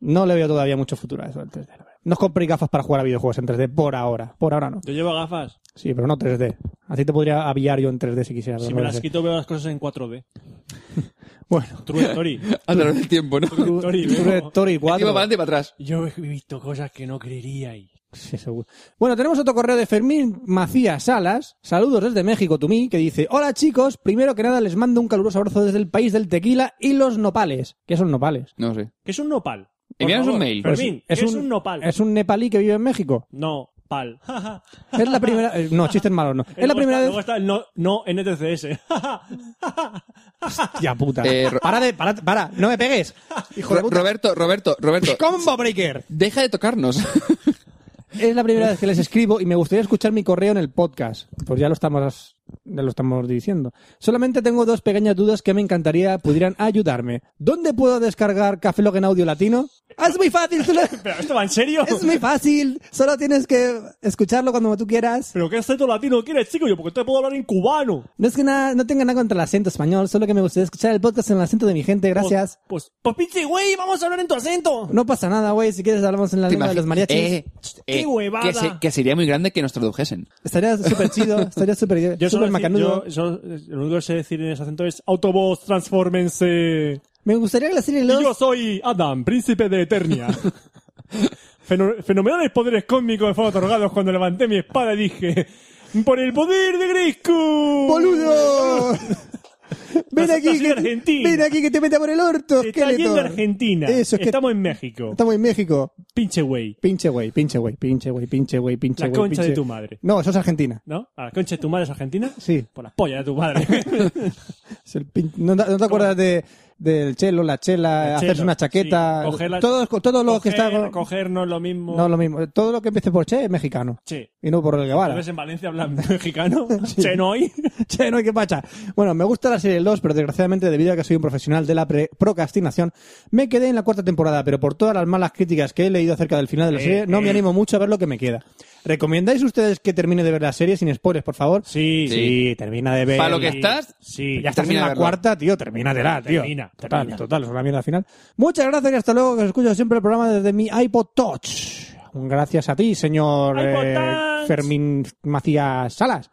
Speaker 4: No le veo todavía mucho futuro a eso del 3D. la verdad. No os compréis gafas para jugar a videojuegos en 3D por ahora, por ahora no.
Speaker 6: Yo llevo gafas.
Speaker 4: Sí, pero no 3D. Así te podría aviar yo en 3D si quisiera. pero
Speaker 6: Si
Speaker 4: no
Speaker 6: me
Speaker 4: lo
Speaker 6: las
Speaker 4: sé.
Speaker 6: quito veo las cosas en 4D.
Speaker 4: Bueno,
Speaker 6: True story.
Speaker 1: A través del tiempo, ¿no?
Speaker 4: tú-
Speaker 6: Story,
Speaker 4: tú eres
Speaker 6: luego.
Speaker 4: Tori cuatro.
Speaker 1: Encima para adelante y para atrás.
Speaker 6: Yo he visto cosas que no creeríais.
Speaker 4: Sí, seguro. Bueno, tenemos otro correo de Fermín Macías Salas. Saludos desde México, Tumí, que dice: Hola chicos, primero que nada les mando un caluroso abrazo desde el país del tequila y los nopales. ¿Qué son nopales?
Speaker 1: No sé.
Speaker 6: ¿Qué es un nopal? Por
Speaker 1: Envíanos un
Speaker 6: favor,
Speaker 1: mail.
Speaker 6: Fermín,
Speaker 4: Pues
Speaker 6: ¿qué es un nopal?
Speaker 4: Es un nepalí que vive en México.
Speaker 6: No, *laughs* pal. Ja, ja.
Speaker 4: Es la primera.
Speaker 6: *laughs*
Speaker 4: eh, No, chistes malos no. Es la
Speaker 6: Luego
Speaker 4: primera vez.
Speaker 6: está- Luego está el no, no *laughs* NTCS. Ja, ja.
Speaker 4: Ya puta.
Speaker 1: Eh, Ro-
Speaker 4: Para de. Para, para, no me pegues. Hijo de
Speaker 1: Ro-
Speaker 4: puta.
Speaker 1: Roberto, Roberto, Roberto.
Speaker 4: Combo Breaker.
Speaker 1: Deja de tocarnos.
Speaker 4: Es la primera vez que les escribo y me gustaría escuchar mi correo en el podcast. Pues ya lo estamos, ya lo estamos diciendo. Solamente tengo dos pequeñas dudas que me encantaría pudieran ayudarme. ¿Dónde puedo descargar Café Lock en audio latino? ¡Ah, Es muy fácil, solo-
Speaker 6: ¿Pero esto va en serio?
Speaker 4: es muy fácil. Solo tienes que escucharlo cuando tú quieras.
Speaker 6: *laughs* ¿Pero qué acento latino quieres, chico? Yo porque te puedo hablar en cubano.
Speaker 4: No es que nada, no tenga nada contra el acento español, solo que me gustaría escuchar el podcast en el acento de mi gente. Gracias.
Speaker 6: Pues, pues, pues pinche güey, vamos a hablar en tu acento.
Speaker 4: No pasa nada, güey. Si quieres hablamos en la
Speaker 1: ¿Te
Speaker 4: lengua de los
Speaker 1: imagi-
Speaker 4: mariachis.
Speaker 1: Eh,
Speaker 6: ¡Qué
Speaker 1: eh,
Speaker 6: huevada!
Speaker 1: que, se- que sería muy grande que nos tradujesen.
Speaker 4: Estaría súper chido, estaría súper
Speaker 6: Yo solo
Speaker 4: súper
Speaker 6: decir-
Speaker 4: macanudo.
Speaker 6: yo- yo- lo único que sé decir en ese acento es Autobots, transfórmense.
Speaker 4: Me gustaría que la serie
Speaker 6: Y
Speaker 4: Lost
Speaker 6: yo soy Adam, príncipe de
Speaker 4: *laughs*
Speaker 6: Eternia. Feno- Fenomenales poderes cósmicos me fueron otorgados cuando levanté mi espada y dije ¡Por el poder de Grayskull! *laughs*
Speaker 4: ¡Boludo! ven
Speaker 6: Nosotros
Speaker 4: aquí,
Speaker 6: soy
Speaker 4: que,
Speaker 6: argentino.
Speaker 4: ven aquí que te meta por el orto,
Speaker 6: Está
Speaker 4: esqueleto.
Speaker 6: yendo a Argentina.
Speaker 4: Eso, es que-
Speaker 6: Estamos en México.
Speaker 4: Estamos en México.
Speaker 6: Pinche güey.
Speaker 4: Pinche güey, pinche güey, pinche güey, pinche güey, pinche
Speaker 6: La
Speaker 4: güey.
Speaker 6: concha
Speaker 4: pinche-
Speaker 6: de tu madre.
Speaker 4: No, eso es Argentina.
Speaker 6: ¿No? ¿A la concha de tu madre es argentina?
Speaker 4: Sí.
Speaker 6: Por las pollas de
Speaker 4: *laughs*
Speaker 6: tu madre.
Speaker 4: Es el pin- ¿No, te- no te acuerdas de, del chelo, la chela,
Speaker 6: El
Speaker 4: hacerse
Speaker 6: chelo,
Speaker 4: una chaqueta?
Speaker 6: sí. Coger la-
Speaker 4: Todo, todo lo que
Speaker 6: Coger-
Speaker 4: está...
Speaker 6: Coger no es lo mismo.
Speaker 4: No, lo mismo. Todo lo que empiece por che es mexicano.
Speaker 6: Che.
Speaker 4: Y no por el Guevara.
Speaker 6: ¿Tal vez en Valencia hablan *laughs* mexicano?
Speaker 4: *laughs*
Speaker 6: Che, no hay.
Speaker 4: Che, no hay que pacha. Bueno, me gusta la serie 2, pero desgraciadamente, debido a que soy un profesional de la pre- procrastinación, me quedé en la cuarta temporada, pero por todas las malas críticas que he leído acerca del final de la
Speaker 6: Eh,
Speaker 4: serie, no me
Speaker 6: eh.
Speaker 4: animo mucho a ver lo que me queda. ¿Recomendáis ustedes que termine de ver la serie sin spoilers, por favor?
Speaker 6: Sí,
Speaker 4: Sí, termina de ver.
Speaker 1: Para lo que estás,
Speaker 6: Sí.
Speaker 4: Ya estás
Speaker 1: Termina de
Speaker 4: en la
Speaker 1: verlo.
Speaker 4: cuarta, tío, termínatela, tío.
Speaker 6: Termina,
Speaker 4: total,
Speaker 6: termina.
Speaker 4: total, es una mierda al final. Muchas gracias y hasta luego, que os escucho siempre el programa desde mi iPod Touch. Gracias a ti, señor
Speaker 6: iPod
Speaker 4: eh,
Speaker 6: Touch.
Speaker 4: Fermín Macías Salas.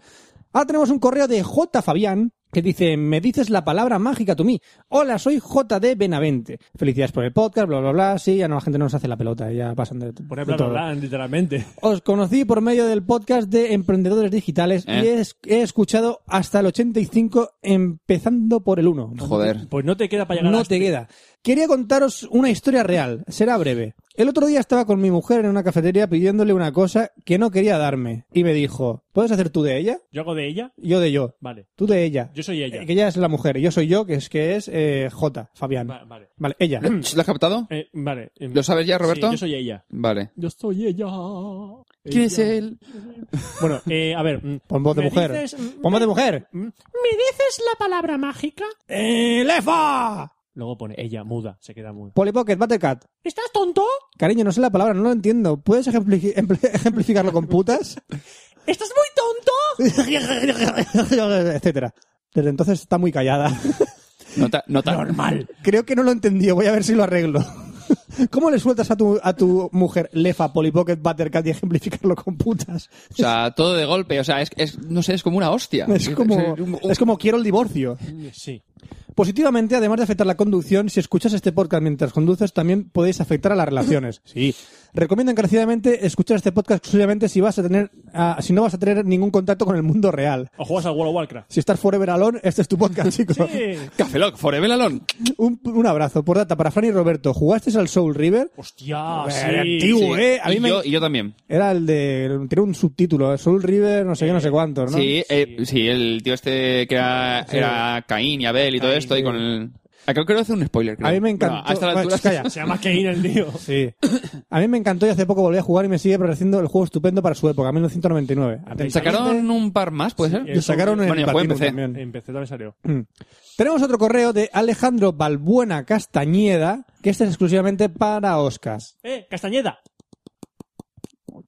Speaker 4: Ahora tenemos un correo de J. Fabián que dice, me dices la palabra mágica to mí. Hola, soy J. de Benavente. Felicidades por el podcast, bla, bla, bla. Sí, ya no, la gente no nos hace la pelota, ya pasan de, de
Speaker 6: Poner bla, bla,
Speaker 4: todo.
Speaker 6: bla, literalmente. *laughs*
Speaker 4: Os conocí por medio del podcast de Emprendedores Digitales
Speaker 1: ¿Eh?
Speaker 4: y he, es- he escuchado hasta el 85 empezando por el 1.
Speaker 1: Joder.
Speaker 6: Pues no te queda para llegar
Speaker 4: No
Speaker 6: hasta-
Speaker 4: te queda. Quería contaros una historia real, será breve. El otro día estaba con mi mujer en una cafetería pidiéndole una cosa que no quería darme y me dijo, ¿puedes hacer tú de ella?
Speaker 6: Yo hago de ella.
Speaker 4: Yo de yo,
Speaker 6: Vale.
Speaker 4: tú de ella.
Speaker 6: Yo soy ella.
Speaker 4: Eh, Que ella es la mujer, y yo soy yo, que es que es eh, J, Fabián.
Speaker 6: Va- vale.
Speaker 4: Vale, ella. *clears throat*
Speaker 1: ¿Lo has captado?
Speaker 6: Eh, vale. Em,
Speaker 1: ¿Lo sabes ya, Roberto?
Speaker 6: sí, yo soy ella.
Speaker 1: Vale.
Speaker 6: Yo soy ella.
Speaker 4: Eh,
Speaker 1: ¿Quién
Speaker 6: Ella.
Speaker 1: es él?
Speaker 6: Bueno, eh, a ver. mm,
Speaker 4: Pon voz de
Speaker 6: ¿me
Speaker 4: mujer.
Speaker 6: dices- mm,
Speaker 4: Ponme de Pues, mujer.
Speaker 6: mm, ¿Me dices la palabra mágica?
Speaker 4: ¡Eh, ¡Lefa!
Speaker 6: Luego pone ella, muda. Se queda muda.
Speaker 4: Polly Pocket, Buttercat.
Speaker 6: ¿Estás tonto?
Speaker 4: Cariño, no sé la palabra, no lo entiendo. ¿Puedes ejempli- emple- *laughs* ejemplificarlo con putas?
Speaker 6: ¿Estás muy tonto?
Speaker 4: *laughs* Etcétera. Desde entonces está muy callada. *laughs*
Speaker 1: Nota, nota.
Speaker 3: Normal.
Speaker 4: Creo que no lo entendió, voy a ver si lo arreglo. *laughs* ¿Cómo le sueltas a tu, a tu mujer lefa, polipocket, buttercat y ejemplificarlo con putas?
Speaker 1: O sea, todo de golpe. O sea, es, es- no sé, es como una hostia.
Speaker 4: Es como,
Speaker 1: un- un-
Speaker 4: es como quiero el divorcio.
Speaker 6: Sí.
Speaker 4: Positivamente, además de afectar la conducción, si escuchas este podcast mientras conduces, también podéis afectar a las relaciones. Sí. Recomiendo encarecidamente escuchar este podcast exclusivamente si vas a tener, ah, si no vas a tener ningún contacto con el mundo real.
Speaker 6: O juegas al World of Warcraft.
Speaker 4: Si estás forever alone, este es tu podcast, chicos.
Speaker 6: Sí.
Speaker 1: Café Lock, Forever Alone.
Speaker 4: Un, un abrazo. Por data, para Fran y Roberto, ¿jugasteis al Soul River?
Speaker 6: Hostia,
Speaker 4: Era
Speaker 6: sí.
Speaker 4: antiguo, ¿eh? A mí
Speaker 1: y,
Speaker 4: me-
Speaker 1: yo, y yo también.
Speaker 4: Era el de... Tiene un subtítulo, ¿eh? Soul River, no sé qué, no sé cuántos, ¿no?
Speaker 1: Sí, eh, sí, el tío este que era, era Caín y Abel y todo
Speaker 6: Caín,
Speaker 1: esto, y
Speaker 6: sí.
Speaker 1: con el... Ah, Creo que voy a hacer un spoiler. creo.
Speaker 4: A mí me
Speaker 1: Bueno,
Speaker 4: encantó.
Speaker 1: a esta
Speaker 4: Bueno,
Speaker 1: altura-
Speaker 4: calla.
Speaker 6: Se llama Kane el tío.
Speaker 4: Sí. A mí me encantó y hace poco volví a jugar y me sigue pareciendo el juego estupendo para su época, 1999.
Speaker 1: ¿Sacaron un par más, puede ser?
Speaker 4: Lo sacaron en
Speaker 1: Bueno, yo jugué en
Speaker 4: Platinum
Speaker 1: PC.
Speaker 4: también.
Speaker 6: Empecé, también salió.
Speaker 4: Tenemos otro correo de Alejandro Balbuena Castañeda, que este es exclusivamente para Oscar.
Speaker 6: ¡Eh, Castañeda!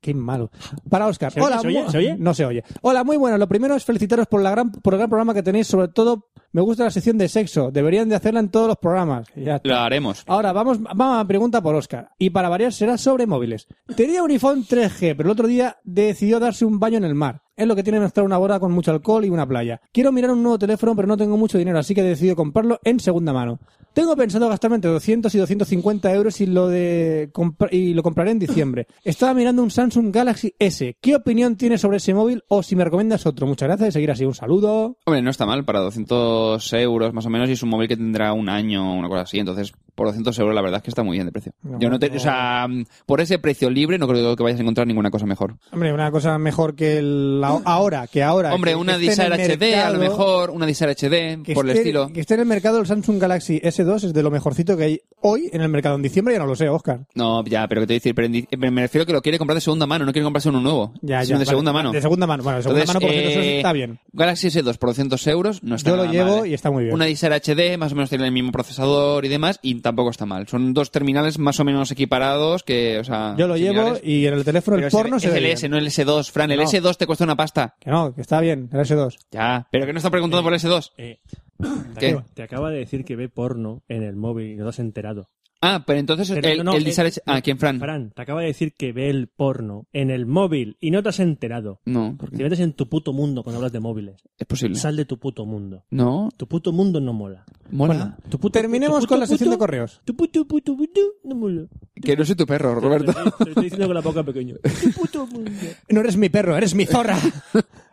Speaker 4: Qué malo. Para Oscar.
Speaker 6: ¿Se oye?
Speaker 4: Hola,
Speaker 6: ¿Se oye?
Speaker 4: mu-
Speaker 6: ¿Se oye?
Speaker 4: No se oye. Hola, muy bueno. Lo primero es felicitaros por, la gran, por el gran programa que tenéis. Sobre todo, me gusta la sección de sexo. Deberían de hacerla en todos los programas. Ya está.
Speaker 1: La haremos.
Speaker 4: Ahora, vamos, vamos a la pregunta por Oscar. Y para variar, será sobre móviles. Tenía un iPhone 3G, pero el otro día decidió darse un baño en el mar. Es lo que tiene mezclar una boda con mucho alcohol y una playa. Quiero mirar un nuevo teléfono, pero no tengo mucho dinero, así que he decidido comprarlo en segunda mano. Tengo pensado gastarme entre 200 y 250 euros y lo, de compra- y lo compraré en diciembre. Estaba mirando un Samsung Galaxy S. ¿Qué opinión tienes sobre ese móvil o si me recomiendas otro? Muchas gracias y seguir así. Un saludo.
Speaker 1: Hombre, no está mal, para 200 euros más o menos, y es un móvil que tendrá un año o una cosa así. Entonces, por 200 euros, la verdad es que está muy bien de precio.
Speaker 4: No,
Speaker 1: Yo no te,
Speaker 4: no.
Speaker 1: o sea, mm, por ese precio libre, no creo que vayas a encontrar ninguna cosa mejor.
Speaker 4: Hombre, una cosa mejor que el- la- ahora, que ahora.
Speaker 1: Hombre,
Speaker 4: que- que
Speaker 1: una
Speaker 4: esté en
Speaker 1: Desire
Speaker 4: el
Speaker 1: HD, a lo
Speaker 4: mercado.
Speaker 1: mejor, una Desire HD,
Speaker 4: que
Speaker 1: por el
Speaker 4: esté,
Speaker 1: estilo.
Speaker 4: que esté Este en el mercado el Samsung Galaxy S2 es de lo mejorcito que hay hoy en el mercado. En diciembre ya no lo sé, Oscar.
Speaker 1: No, ya, pero que te voy a decir, pero en di- me me refiero que lo quiere comprar de segunda mano, no quiere comprarse uno nuevo,
Speaker 4: Ya,
Speaker 1: sino de
Speaker 4: ya, vale.
Speaker 1: segunda mano.
Speaker 4: De segunda mano. Bueno, de segunda
Speaker 1: Entonces,
Speaker 4: mano por
Speaker 1: eh,
Speaker 4: 200 está bien.
Speaker 1: Galaxy S2 por 200 euros no está
Speaker 4: Yo lo
Speaker 1: nada
Speaker 4: llevo
Speaker 1: mal, ¿eh?
Speaker 4: y está muy bien.
Speaker 1: Una Desire HD, más o menos tiene el mismo procesador y demás, y tampoco está mal. Son dos terminales más o menos equiparados que, o sea...
Speaker 4: Yo lo llevo
Speaker 1: similares.
Speaker 4: y en el
Speaker 1: ah,
Speaker 4: teléfono
Speaker 1: Pero
Speaker 4: el
Speaker 1: es el-
Speaker 4: porno se
Speaker 1: es
Speaker 4: ve
Speaker 1: el
Speaker 4: bien.
Speaker 1: S, no el S2, Fran. El
Speaker 4: No.
Speaker 1: S2 te cuesta una pasta.
Speaker 4: Que no, que está bien, el S2.
Speaker 1: Ya, pero que no está preguntando por el S2.
Speaker 6: Eh,
Speaker 1: ¿Qué?
Speaker 6: te, acaba, te acaba de decir que ve porno en el móvil y no te has enterado.
Speaker 1: Ah, pero entonces
Speaker 6: Pero
Speaker 1: el,
Speaker 6: no,
Speaker 1: el
Speaker 6: eh,
Speaker 1: Desire H- Ah, ¿quién, Fran?
Speaker 6: Fran, te acaba de decir que ve el porno en el móvil y no te has enterado.
Speaker 1: No, porque
Speaker 6: Te metes en tu puto mundo cuando hablas de móviles.
Speaker 1: es posible.
Speaker 6: Sal de tu puto mundo.
Speaker 1: No,
Speaker 6: Tu puto mundo no mola.
Speaker 1: mola.
Speaker 6: Tu puto-
Speaker 4: Terminemos
Speaker 6: tu puto
Speaker 4: con la sección de
Speaker 6: puto-
Speaker 4: correos.
Speaker 6: Tu puto puto puto no mola.
Speaker 1: Que no soy tu perro, Roberto.
Speaker 6: Te, te- te estoy diciendo con la boca pequeña. Tu puto mundo.
Speaker 4: No eres mi perro, eres mi
Speaker 6: *laughs*
Speaker 4: zorra.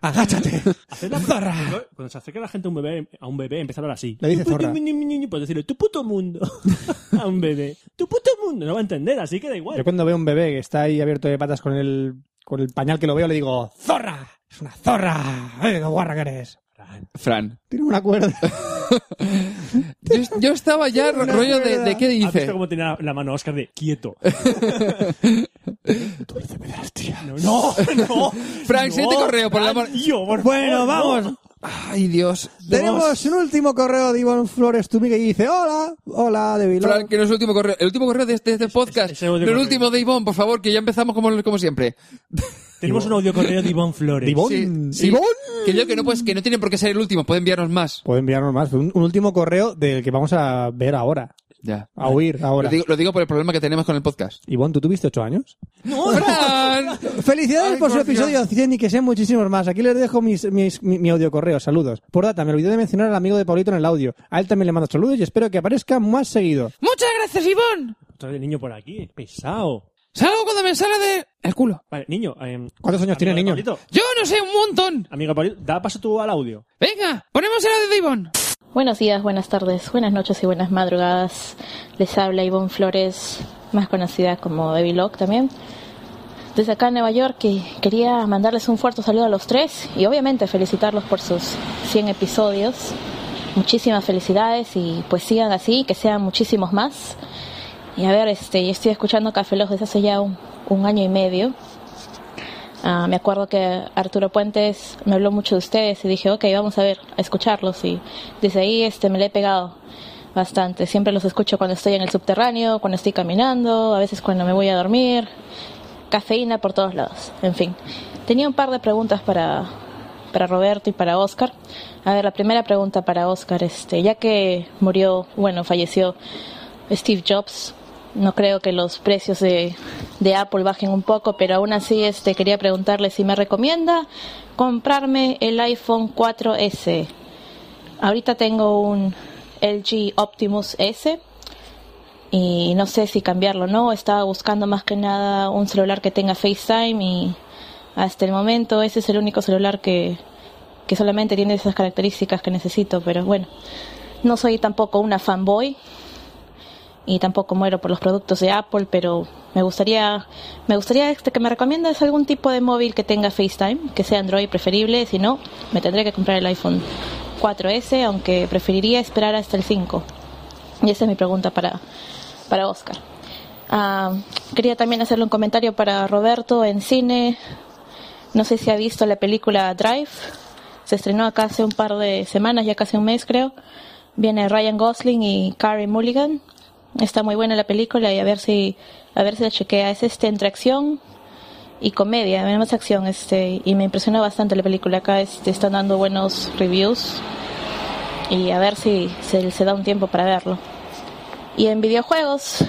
Speaker 4: Agáchate.
Speaker 6: Hacer *laughs* la-
Speaker 4: zorra.
Speaker 6: Cuando se acerca la gente a un bebé, a un bebé empieza a hablar así.
Speaker 4: Le dice
Speaker 6: Tu puto
Speaker 4: zorra.
Speaker 6: mi- mi- mi- mi- Puedes pues decirle, tu puto mundo. *laughs* a un bebé. Tu puto mundo. No va a entender, así que da igual.
Speaker 4: Yo cuando veo un bebé que está ahí abierto de patas con el, con el pañal que lo veo, le digo, zorra. Es una zorra. ¡Ay, qué guarra que eres!
Speaker 1: Fran.
Speaker 4: Tiene una cuerda.
Speaker 1: Yo, yo estaba ya ro-
Speaker 4: Una
Speaker 1: rollo de,
Speaker 4: cuerda.
Speaker 1: de qué
Speaker 6: ¿Has
Speaker 1: dice.
Speaker 6: visto cómo tenía la- la mano Oscar de quieto?
Speaker 4: Tú eres de pedastía.
Speaker 6: No, no, no.
Speaker 1: Frank, siguiente correo, por el amor-
Speaker 6: Tío, por
Speaker 4: Bueno,
Speaker 6: favor,
Speaker 4: vamos.
Speaker 6: no.
Speaker 1: Ay, Dios.
Speaker 4: Tenemos un último correo de Iván Flores Tumi que dice Hola, hola de Bilbao.
Speaker 1: Fran, que no es el último correo. El último correo de este, de este podcast.
Speaker 6: es el
Speaker 1: No el
Speaker 6: último correo.
Speaker 1: último de Ivonne, por favor, que ya empezamos como, como siempre.
Speaker 6: Tenemos un audio correo de Iván Flores.
Speaker 4: Divón.
Speaker 1: Sí, sí.
Speaker 4: Divón.
Speaker 1: Que yo que no, pues, que no tienen por qué ser el último, pueden enviarnos más.
Speaker 4: Puede enviarnos más. Un, un último correo del que vamos a ver ahora.
Speaker 1: Ya.
Speaker 4: A oír ahora.
Speaker 1: Lo digo, lo digo por el problema que tenemos con el podcast.
Speaker 4: Ivonne, ¿tú tuviste ocho años?
Speaker 1: ¡Fran!
Speaker 4: Felicidades
Speaker 1: Ay,
Speaker 4: por su
Speaker 1: por Dios.
Speaker 4: episodio 100 y que sean muchísimos más. Aquí les dejo mis, mis- mi, mi audio correo. Saludos. Por data, me olvidé de mencionar al amigo de Paulito en el audio. A él también le mando saludos y espero que aparezca más seguido.
Speaker 1: ¡Muchas gracias, Ivonne!
Speaker 6: Otra vez el niño por aquí, pesado.
Speaker 1: Salgo cuando me sale de... El culo.
Speaker 6: Vale, niño. em,
Speaker 4: ¿Cuántos años
Speaker 6: amigo
Speaker 4: tiene
Speaker 6: de
Speaker 4: niño?
Speaker 6: Pablito,
Speaker 1: Yo no sé un montón.
Speaker 6: Amigo de Pablito, da paso tú al audio.
Speaker 1: Venga, ponemos el audio de Ivonne.
Speaker 7: Buenos días, buenas tardes, buenas noches y buenas madrugadas. Les habla Ivonne Flores, más conocida como Debbie Locke también. Desde acá en Nueva York y quería mandarles un fuerte saludo a los tres y obviamente felicitarlos por sus 100 episodios. Muchísimas felicidades y pues sigan así, que sean muchísimos más. Y a ver, este, yo estoy escuchando Café Lock desde hace ya un, un año y medio. Ah, me acuerdo que Arturo Puentes me habló mucho de ustedes y dije, ok, vamos a ver, a escucharlos. Y desde ahí este, me le he pegado bastante. Siempre los escucho cuando estoy en el subterráneo, cuando estoy caminando, a veces cuando me voy a dormir. Cafeína por todos lados, en fin. Tenía un par de preguntas para, para Roberto y para Oscar. A ver, la primera pregunta para Oscar, este, ya que murió, bueno, falleció Steve Jobs. No creo que los precios de, de Apple bajen un poco, pero aún así este, quería preguntarle si me recomienda comprarme el iPhone 4S. Ahorita tengo un LG Optimus S y no sé si cambiarlo o no. Estaba buscando más que nada un celular que tenga FaceTime y hasta el momento ese es el único celular que, que solamente tiene esas características que necesito, pero bueno, no soy tampoco una fanboy y tampoco muero por los productos de Apple, pero me gustaría me gustaría este, que me recomiendas algún tipo de móvil que tenga FaceTime, que sea Android preferible, si no, me tendré que comprar el iPhone 4S, aunque preferiría esperar hasta el 5. Y esa es mi pregunta para, para Oscar. Ah, quería también hacerle un comentario para Roberto en cine. No sé si ha visto la película Drive. Se estrenó acá hace un par de semanas, ya casi un mes creo. Viene Ryan Gosling y Carrie Mulligan. Está muy buena la película y a ver si a ver si la chequea. Es este entre acción y comedia, menos acción este y me impresionó bastante la película. Acá este, están dando buenos reviews y a ver si se, se da un tiempo para verlo. Y en videojuegos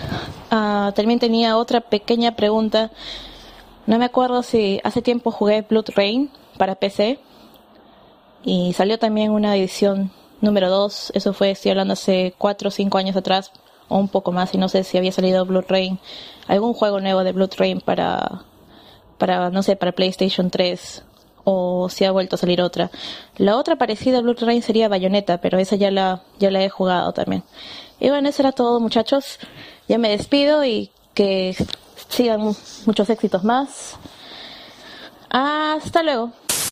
Speaker 7: ah, también tenía otra pequeña pregunta. No me acuerdo si hace tiempo jugué Blood Rain para PC y salió también una edición número 2. Eso fue, estoy hablando hace 4 o 5 años atrás o un poco más y no sé si había salido Blood Rain, algún juego nuevo de Blood Rain para, para no sé, para PlayStation 3 o si ha vuelto a salir otra. La otra parecida a Blood Rain sería Bayonetta, pero esa ya la, ya la he jugado también. Y bueno, eso era todo muchachos. Ya me despido y que sigan muchos éxitos más. Hasta luego.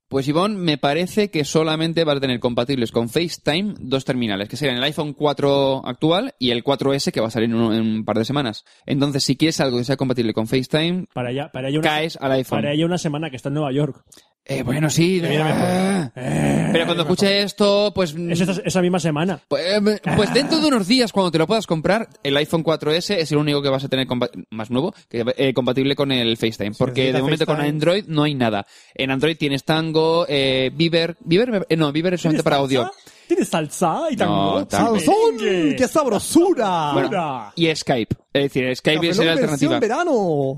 Speaker 1: Pues Ivonne, me parece que solamente va a tener compatibles con FaceTime dos terminales, que serían el iPhone 4 actual y el 4S que va a salir en un, en un par de semanas. Entonces, si quieres algo que sea compatible con FaceTime,
Speaker 6: Para ella, para ella una,
Speaker 1: caes al iPhone.
Speaker 6: para ella una semana que está en Nueva York.
Speaker 1: Eh, bueno, sí.
Speaker 6: Eh,
Speaker 1: ah. Pero cuando escuche esto, pues... mm,
Speaker 6: Es Ah. esa, esa misma semana.
Speaker 1: Pues, eh, pues dentro de unos días, cuando te lo puedas comprar, el iPhone 4S es el único que vas a tener compa- más nuevo, que eh, compatible con el FaceTime. Porque
Speaker 4: necesita
Speaker 1: de momento con
Speaker 4: FaceTime.
Speaker 1: Android no hay nada. En Android tienes Tango, eh, Viber. Viber, me- eh, no, Viber es solamente
Speaker 6: ¿Tienes
Speaker 1: para
Speaker 6: salsa?
Speaker 1: audio.
Speaker 6: ¿Tienes salsa y tango?
Speaker 1: No, tango.
Speaker 6: ¡Salsón! ¡Qué
Speaker 4: sabrosura!
Speaker 1: Bueno, y Skype. Es decir, Skype es
Speaker 8: Cafelón
Speaker 1: la
Speaker 8: versión
Speaker 1: alternativa.
Speaker 8: verano.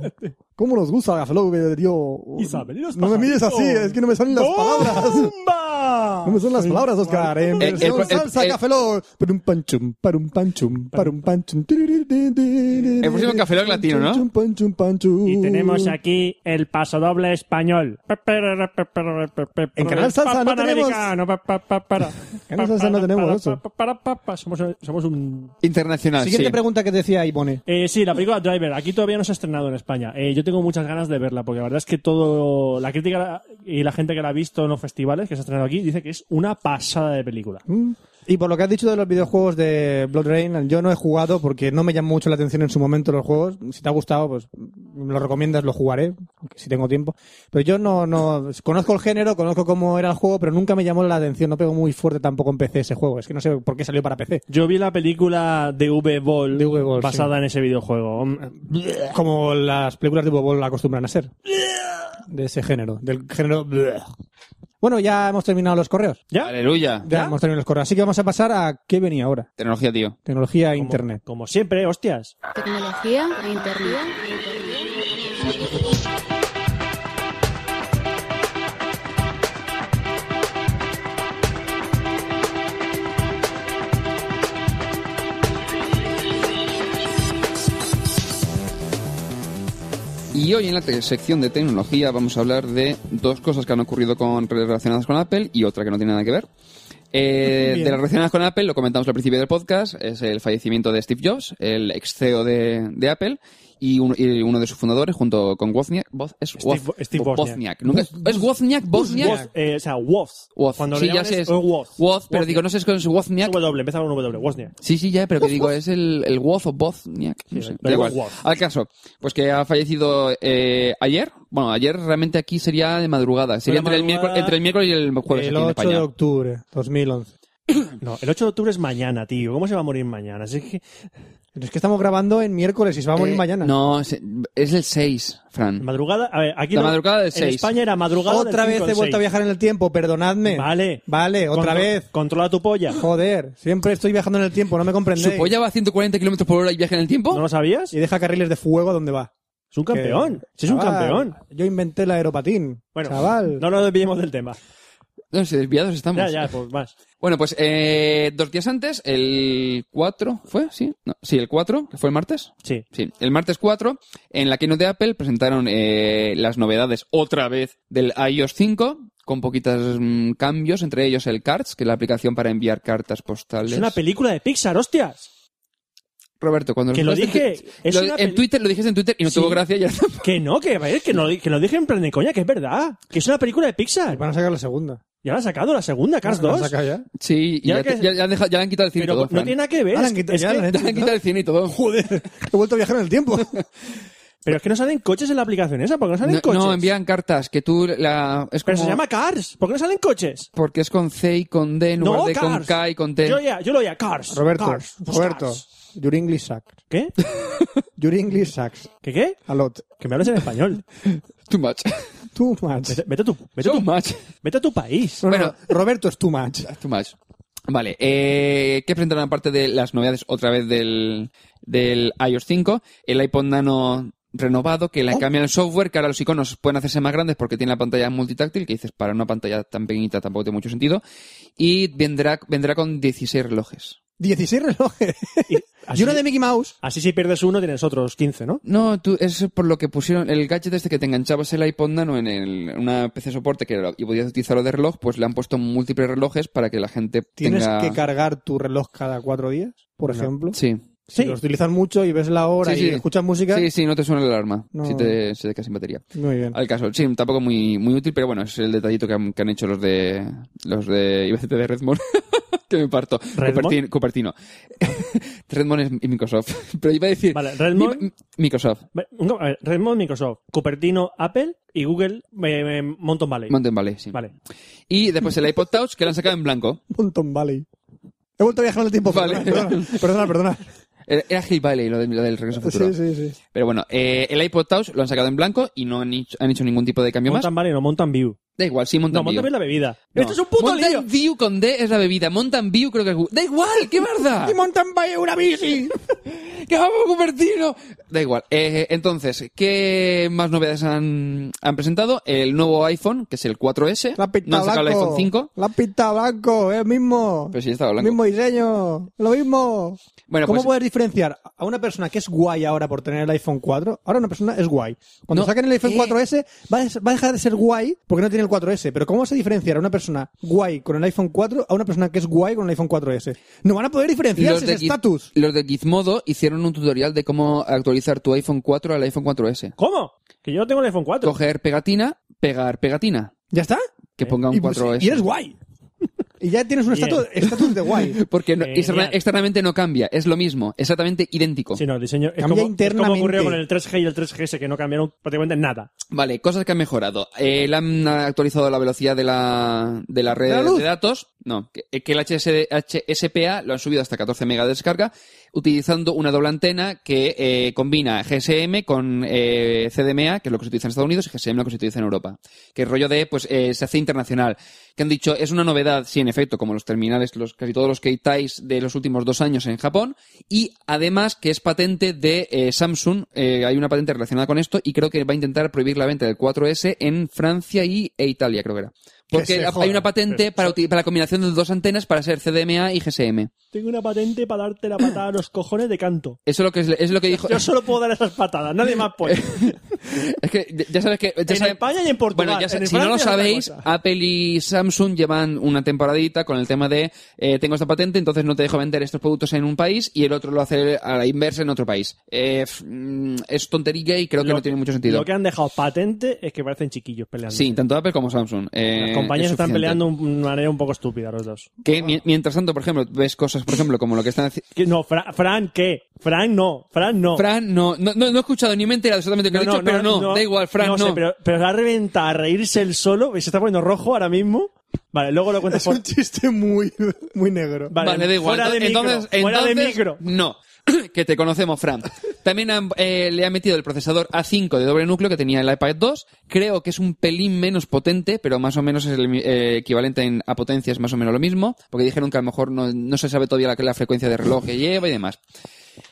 Speaker 8: ¿Cómo nos gusta Gafeló, tío?
Speaker 6: Isabel, ¿y los
Speaker 8: No me mires así,
Speaker 6: pajaritos?
Speaker 8: es que no me salen las palabras.
Speaker 6: ¡Bomba!
Speaker 8: No me son las palabras, Oscar. En
Speaker 1: el-
Speaker 8: versión
Speaker 1: el-
Speaker 8: salsa,
Speaker 1: el-
Speaker 8: Cafeló. Para un panchum, para un panchum, para un panchum.
Speaker 1: El próximo Café Lock latino, ¿no? Ah,
Speaker 8: Panchum, panchum, panchum.
Speaker 6: Y tenemos aquí el pasodoble español.
Speaker 8: En
Speaker 6: En
Speaker 8: Canal Salsa no tenemos. *laughs* Canal Salsa no tenemos eso.
Speaker 6: Somos, somos un...
Speaker 1: Internacional,
Speaker 4: Siguiente
Speaker 1: sí.
Speaker 4: pregunta que te decía Ivone.
Speaker 6: Eh, sí, la película Driver. Aquí todavía no se ha estrenado en España. Eh, yo tengo muchas ganas de verla porque la verdad es que todo... La crítica y la gente que la ha visto en los festivales que se ha estrenado aquí dice que es una pasada de película.
Speaker 4: Y por lo que has dicho de los videojuegos de Blood Rain, yo no he jugado porque no me llamó mucho la atención en su momento los juegos. Si te ha gustado, pues me lo recomiendas, lo jugaré, aunque si tengo tiempo. Pero yo no, no, conozco el género, conozco cómo era el juego, pero nunca me llamó la atención. No pegó muy fuerte tampoco en PC ese juego. Es que no sé por qué salió para PC.
Speaker 6: Yo vi la película de V-Ball
Speaker 4: DV Ball,
Speaker 6: basada en ese videojuego. Mm,
Speaker 4: Como las películas de Bobol acostumbran a ser. De ese género, del género. Bueno, ya hemos terminado los correos.
Speaker 6: ¿Ya?
Speaker 1: Aleluya.
Speaker 4: Ya, hemos terminado los correos. Así que vamos a pasar a qué venía ahora.
Speaker 1: Tecnología, tío.
Speaker 4: Tecnología e
Speaker 6: Como-
Speaker 4: Internet.
Speaker 6: Como siempre, hostias.
Speaker 5: Tecnología e internet.
Speaker 1: Y hoy en la te- sección de tecnología vamos a hablar de dos cosas que han ocurrido con, relacionadas con Apple y otra que no tiene nada que ver.
Speaker 6: *laughs*
Speaker 1: Eh, de las relacionadas con Apple, lo comentamos al principio del podcast, es el fallecimiento de Steve Jobs, el ex CEO de, de Apple, y, un- y uno de sus fundadores, junto con Wozniak. Woz- es
Speaker 6: Steve Wo- Steve Wozniak.
Speaker 1: Nunca es, es Wozniak,
Speaker 6: Woz,
Speaker 1: Wozniak.
Speaker 6: eh, o sea, Woz.
Speaker 1: Woz.
Speaker 6: Cuando
Speaker 1: Sí,
Speaker 6: le
Speaker 1: ya
Speaker 6: llaman
Speaker 1: sé.
Speaker 6: es
Speaker 1: es
Speaker 6: eh, Woz.
Speaker 1: Woz, pero
Speaker 6: Wozniak.
Speaker 1: digo, no sé, es con Wozniak.
Speaker 6: W, empieza con W, Wozniak.
Speaker 1: Sí, sí, ya, pero que digo, es el, el Woz o Bozniak. No
Speaker 6: Sí,
Speaker 1: sé,
Speaker 6: da
Speaker 1: da
Speaker 6: igual,
Speaker 1: igual.
Speaker 6: Woz.
Speaker 1: Al caso, pues que ha fallecido eh, ayer. Bueno, ayer realmente aquí sería de madrugada. Sería
Speaker 6: Por
Speaker 1: entre,
Speaker 6: la
Speaker 1: El miércoles,
Speaker 6: madrugada.
Speaker 1: entre el miércoles y el jueves aquí en
Speaker 4: El 8 de
Speaker 1: España.
Speaker 4: octubre, 2011.
Speaker 6: No, el 8 de octubre es mañana, tío. ¿Cómo se va a morir mañana? Así que,
Speaker 4: Pero es que estamos grabando en miércoles y se va a morir
Speaker 1: Eh,
Speaker 4: mañana.
Speaker 1: No, es, es el 6, Fran.
Speaker 6: madrugada, a ver, aquí
Speaker 1: La
Speaker 6: no-
Speaker 1: madrugada del
Speaker 6: en
Speaker 1: 6.
Speaker 6: España era madrugada del
Speaker 4: Otra vez
Speaker 6: 5
Speaker 4: he
Speaker 6: al
Speaker 4: vuelto a
Speaker 6: 6.
Speaker 4: viajar en el tiempo, perdonadme.
Speaker 6: Vale.
Speaker 4: Vale, otra
Speaker 6: Contro-
Speaker 4: vez.
Speaker 6: Controla tu polla.
Speaker 4: Joder, siempre estoy viajando en el tiempo, no me comprendéis.
Speaker 1: ¿Su polla va a 140 kilómetros por hora y viaja en el tiempo?
Speaker 6: ¿No lo sabías?
Speaker 4: Y deja carriles de fuego donde va.
Speaker 6: Es un campeón.
Speaker 4: Que-
Speaker 6: Sí, es un
Speaker 4: Chaval,
Speaker 6: campeón.
Speaker 4: Yo inventé el aeropatín.
Speaker 6: Bueno,
Speaker 4: chaval.
Speaker 6: no nos desviemos del tema.
Speaker 1: No sé, desviados estamos.
Speaker 6: Ya, ya, pues más.
Speaker 1: Bueno, pues eh, dos días antes, el 4, ¿fue? ¿Sí? No, sí, el 4, que fue el martes.
Speaker 6: Sí.
Speaker 1: Sí, el martes 4, en la keynote de Apple presentaron eh, las novedades otra vez del iOS 5, con poquitos mm, cambios, entre ellos el Cards, que es la aplicación para enviar cartas postales.
Speaker 6: Es una película de Pixar, hostias.
Speaker 1: Roberto, cuando
Speaker 6: Que lo
Speaker 1: presentaste
Speaker 6: dije,
Speaker 1: en tu-
Speaker 6: es
Speaker 1: lo-
Speaker 6: una
Speaker 1: en
Speaker 6: peli-
Speaker 1: Twitter lo dijiste en Twitter y no
Speaker 6: Sí.
Speaker 1: tuvo gracia ya.
Speaker 6: *laughs* Que no, que, a ver, que, no, que lo dije en plan de coña, que es verdad. Que es una película de Pixar.
Speaker 4: Van a sacar la segunda.
Speaker 6: Ya la han sacado, la segunda, Cars
Speaker 4: ¿La han
Speaker 6: 2.
Speaker 4: sacado ya?
Speaker 1: Sí, y
Speaker 6: Ya
Speaker 1: ya,
Speaker 6: que-
Speaker 1: te- ya- ya han dejado- ya le han quitado el cine y
Speaker 6: Pero
Speaker 1: todo.
Speaker 6: no
Speaker 1: Fran.
Speaker 6: tiene nada que ver.
Speaker 4: Ah, la han
Speaker 6: es-
Speaker 4: quitado
Speaker 6: es
Speaker 4: ya,
Speaker 6: que-
Speaker 4: la
Speaker 1: *laughs*
Speaker 4: han
Speaker 1: Ya le han quitado el cine y todo.
Speaker 4: Joder, he vuelto a viajar en el
Speaker 6: *laughs*
Speaker 4: tiempo.
Speaker 6: pero es que no salen coches en la aplicación esa. ¿Por qué no salen
Speaker 1: No,
Speaker 6: coches?
Speaker 1: no, envían cartas que tú la es
Speaker 6: Pero
Speaker 1: como-
Speaker 6: se llama Cars. ¿Por qué no salen coches?
Speaker 1: porque es con C y con D en lugar
Speaker 6: No,
Speaker 1: de con
Speaker 6: Cars.
Speaker 1: K y con T.
Speaker 6: Yo, ya, yo lo oía, Cars.
Speaker 4: Roberto,
Speaker 6: Cars, pues
Speaker 4: Roberto,
Speaker 6: Cars.
Speaker 4: your English sucks.
Speaker 6: ¿Qué?
Speaker 4: Your English sucks.
Speaker 6: ¿Qué qué?
Speaker 4: A lot.
Speaker 6: Que me hables en
Speaker 4: *laughs*
Speaker 6: español.
Speaker 1: Too much.
Speaker 4: Too much.
Speaker 6: Vete, vete a tu, vete
Speaker 1: *laughs*
Speaker 6: a
Speaker 1: Too
Speaker 6: tu,
Speaker 1: much.
Speaker 6: vete a tu país.
Speaker 4: No, no,
Speaker 1: Bueno.
Speaker 4: no, Roberto es too much.
Speaker 1: Too much. Vale, eh, ¿qué presentaron aparte de las novedades otra vez del, del iOS 5? El iPod Nano renovado, que le cambian el software, que ahora los iconos pueden hacerse más grandes porque tiene la pantalla multitáctil, que dices, para una pantalla tan pequeñita tampoco tiene mucho sentido, y vendrá, vendrá con 16 relojes.
Speaker 4: 16 relojes.
Speaker 6: Y
Speaker 4: *laughs* Y
Speaker 6: así,
Speaker 4: uno de Mickey Mouse.
Speaker 6: así si pierdes uno, tienes otros 15, ¿no?
Speaker 1: No, tú, es por lo que pusieron el gadget este que te enganchabas el iPod Nano en, el, en una PC soporte que lo- y podías utilizarlo de reloj, pues le han puesto múltiples relojes para que la gente
Speaker 4: Tienes
Speaker 1: tenga...
Speaker 4: que cargar tu reloj cada cuatro días, por ejemplo.
Speaker 1: Sí.
Speaker 4: Si
Speaker 6: Sí.
Speaker 4: lo utilizas mucho y ves la hora
Speaker 1: Sí,
Speaker 4: y
Speaker 1: sí.
Speaker 4: escuchas música.
Speaker 1: Sí, sí, no te suena la alarma.
Speaker 4: No.
Speaker 1: Si te, se te queda sin batería.
Speaker 4: Muy bien.
Speaker 1: Al caso, sí, tampoco muy, muy útil, pero bueno, es el detallito que han, que han hecho los de. Los de. Iba a decir de Redmond. *laughs* que me parto.
Speaker 6: ¿Redmond?
Speaker 1: Cupertino. Cupertino. *laughs* Redmond es y Microsoft. *laughs* pero iba a decir.
Speaker 6: Vale, Redmond.
Speaker 1: Mi- Microsoft.
Speaker 6: No, a ver, Redmond, Microsoft, Cupertino, Apple y Google, eh, eh, Mountain Valley.
Speaker 1: Mountain Valley, sí.
Speaker 6: Vale.
Speaker 1: Y después el iPod Touch, que lo han sacado en blanco.
Speaker 4: Mountain Valley. He vuelto a viajar en el tiempo.
Speaker 1: Vale.
Speaker 4: Perdona,
Speaker 1: *laughs*
Speaker 4: perdona. perdona.
Speaker 1: Era era Hill Valley, lo, de- lo del regreso al futuro.
Speaker 4: Sí, sí, sí.
Speaker 1: Pero bueno, eh, el iPod Touch lo han sacado en blanco y no han hecho, han hecho ningún tipo de cambio más.
Speaker 6: Mountain Valley, no, Mountain View.
Speaker 1: Da igual, sí, Mountain
Speaker 6: no, Mountain
Speaker 1: View.
Speaker 6: View es la bebida.
Speaker 1: No.
Speaker 6: Esto es un puto
Speaker 1: Mountain
Speaker 6: lío.
Speaker 1: View con D es la bebida. Mountain View creo que es... Gu- Da igual, qué *laughs* verdad.
Speaker 4: Y Mountain Valley una bici.
Speaker 1: ¡Que vamos a convertirlo! Da igual. Eh, entonces, ¿qué más novedades han, han presentado? El nuevo iPhone, que es el 4S.
Speaker 4: La pista
Speaker 1: no han sacado el
Speaker 4: blanco.
Speaker 1: iPhone 5.
Speaker 4: La pista blanco, es el mismo.
Speaker 1: Pero sí, estaba
Speaker 4: el
Speaker 1: blanco.
Speaker 4: mismo diseño, lo mismo.
Speaker 1: Bueno,
Speaker 4: ¿Cómo
Speaker 1: pues-
Speaker 4: puedes diferenciar a una persona que es guay ahora por tener el iPhone 4? Ahora una persona es guay. Cuando
Speaker 1: No,
Speaker 4: saquen el iPhone
Speaker 1: eh.
Speaker 4: 4S va a, des- va a dejar de ser guay porque no tiene el 4S. Pero ¿cómo vas a diferenciar a una persona guay con el iPhone 4 a una persona que es guay con el iPhone 4S? No van a poder diferenciar ese
Speaker 1: Giz-
Speaker 4: estatus.
Speaker 1: los de Gizmodo hicieron un tutorial de cómo actualizar tu iPhone 4 al iPhone 4S.
Speaker 6: ¿Cómo? Que yo no tengo el iPhone 4.
Speaker 1: Coger pegatina, pegar pegatina.
Speaker 4: ¿Ya está?
Speaker 1: Que ponga un
Speaker 4: Y, pues,
Speaker 1: 4S.
Speaker 4: y eres guay. Y ya
Speaker 1: *laughs*
Speaker 4: tienes un
Speaker 6: Bien.
Speaker 4: estatus estatus de guay.
Speaker 1: Porque no-
Speaker 6: Genial.
Speaker 1: externa- externamente no cambia, es lo mismo, exactamente idéntico.
Speaker 6: Sí, no, el diseño es
Speaker 4: Cambia
Speaker 6: como, es como
Speaker 4: internamente.
Speaker 6: ocurrió con el 3G y el 3GS, que no cambiaron prácticamente nada.
Speaker 1: Vale, cosas que han mejorado. Eh, le han actualizado la velocidad de la, de la red
Speaker 4: ¿De la
Speaker 1: de,
Speaker 4: luz?
Speaker 1: datos. No, que, que el HS HSPA lo han subido hasta 14 megas de descarga utilizando una doble antena que eh, combina GSM con eh, CDMA, que es lo que se utiliza en Estados Unidos, y GSM lo que se utiliza en Europa. Que el rollo de, pues, eh, se hace internacional. Que han dicho, es una novedad, sí, en efecto, como los terminales, los, casi todos los Keitais de los últimos dos años en Japón. Y además que es patente de eh, Samsung, eh, hay una patente relacionada con esto, y creo que va a intentar prohibir la venta del 4S en Francia y, e Italia, creo que era.
Speaker 4: se
Speaker 1: Porque
Speaker 4: joda.
Speaker 1: hay una patente para, uti- para la combinación de dos antenas para ser CDMA y GSM.
Speaker 6: Tengo una patente para darte la patada a los cojones de canto.
Speaker 1: Eso es lo que, es- es lo que dijo.
Speaker 6: Yo solo puedo dar esas patadas, nadie más puede.
Speaker 1: *laughs* Es que ya- ya sabes que. Ya
Speaker 6: en
Speaker 1: sabe-
Speaker 6: España y en Portugal.
Speaker 1: Bueno, ya sa-
Speaker 6: en
Speaker 1: si no lo
Speaker 6: Francia es otra
Speaker 1: sabéis,
Speaker 6: cosa.
Speaker 1: Apple y Samsung llevan una temporadita con el tema de eh, tengo esta patente, entonces no te dejo vender estos productos en un país y el otro lo hace a la inversa en otro país. Eh, f- mm, es tontería y creo que
Speaker 6: Lo-
Speaker 1: no tiene mucho sentido.
Speaker 6: Lo que han dejado patente es que parecen chiquillos peleando.
Speaker 1: Sí, tanto Apple como Samsung. Eh,
Speaker 6: Las compañías
Speaker 1: es
Speaker 6: están
Speaker 1: suficiente.
Speaker 6: peleando de una manera un poco estúpida los dos.
Speaker 1: Que mi- mientras tanto, por ejemplo, ves cosas, por ejemplo, como lo que están haci-
Speaker 6: Que No, Fra- Fran, ¿qué? Fran no, Fran no.
Speaker 1: Fran, no, no, no, no he escuchado ni me he enterado exactamente lo que has dicho, pero no, da igual, Fran, no.
Speaker 6: sé, pero, pero se va a reventar a reírse el solo. Se está poniendo rojo ahora mismo. Vale, luego lo cuentas
Speaker 4: Es
Speaker 6: por...
Speaker 4: un chiste muy, muy negro.
Speaker 1: Vale, da igual.
Speaker 6: Fuera de micro.
Speaker 1: entonces,
Speaker 6: fuera de
Speaker 1: entonces,
Speaker 6: micro.
Speaker 1: No, *clears throat* que te conocemos, Fran. También han- eh, le ha metido el procesador A5 de doble núcleo que tenía el iPad 2. Creo que es un pelín menos potente, pero más o menos es el mi- eh, equivalente en, a potencia, es más o menos lo mismo. Porque dijeron que a lo mejor no, no se sabe todavía la, la frecuencia de reloj que lleva y demás.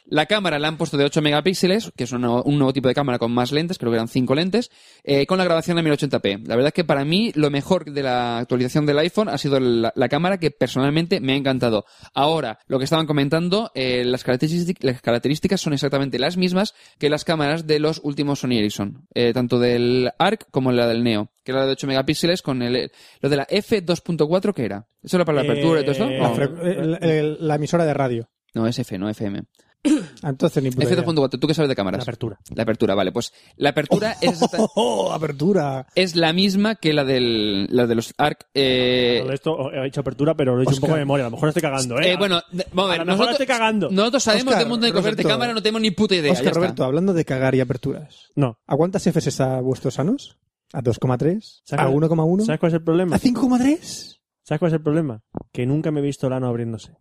Speaker 1: La cámara la han puesto de 8 megapíxeles, que es una- un nuevo tipo de cámara con más lentes, creo que eran 5 lentes, eh, con la grabación a 1080p. La verdad es que para mí lo mejor de la actualización del iPhone ha sido la, la cámara que personalmente me ha encantado. Ahora, lo que estaban comentando, eh, las, característic- las características son exactamente las mismas que las cámaras de los últimos Sony Ericsson, eh, tanto del ARC como la del Neo, que era la de 8 megapíxeles con el... Lo de la F2.4, ¿qué era? ¿Eso era para la
Speaker 6: Eh,
Speaker 1: apertura y todo esto?
Speaker 4: La,
Speaker 1: No,
Speaker 4: fre- el- el- la emisora de radio.
Speaker 1: no, es F, no FM.
Speaker 4: Entonces ni puta idea.
Speaker 1: F2.4, ¿tú qué sabes de
Speaker 6: La
Speaker 1: cámaras?
Speaker 6: apertura.
Speaker 1: La apertura, vale. Pues la
Speaker 6: *laughs*
Speaker 1: apertura es, exacta-
Speaker 4: ¡Oh, apertura!
Speaker 1: es la misma que la, del, la de los ARC. eh, Pues
Speaker 6: Todo esto oh, he hecho apertura, pero lo he hecho un poco de memoria. A lo mejor estoy cagando, ¿eh?
Speaker 1: eh, bueno, de- vamos a
Speaker 6: a
Speaker 1: ver,
Speaker 6: lo mejor estoy cagando.
Speaker 1: nosotros sabemos
Speaker 4: Oscar,
Speaker 1: del mundo de cosas de
Speaker 4: Roberto.
Speaker 1: cámara, no tenemos ni puta idea. ya
Speaker 4: Oscar
Speaker 1: está.
Speaker 4: Roberto, hablando de cagar y aperturas,
Speaker 6: No.
Speaker 4: ¿a cuántas Fs está vuestros sanos? ¿A 2,3?
Speaker 6: ¿Sabes
Speaker 4: ¿A
Speaker 6: cuál-
Speaker 4: 1,1?
Speaker 6: ¿Sabes cuál es el problema?
Speaker 4: ¿A 5,3?
Speaker 6: ¿Sabes cuál es el problema? Que nunca me he visto el ano abriéndose.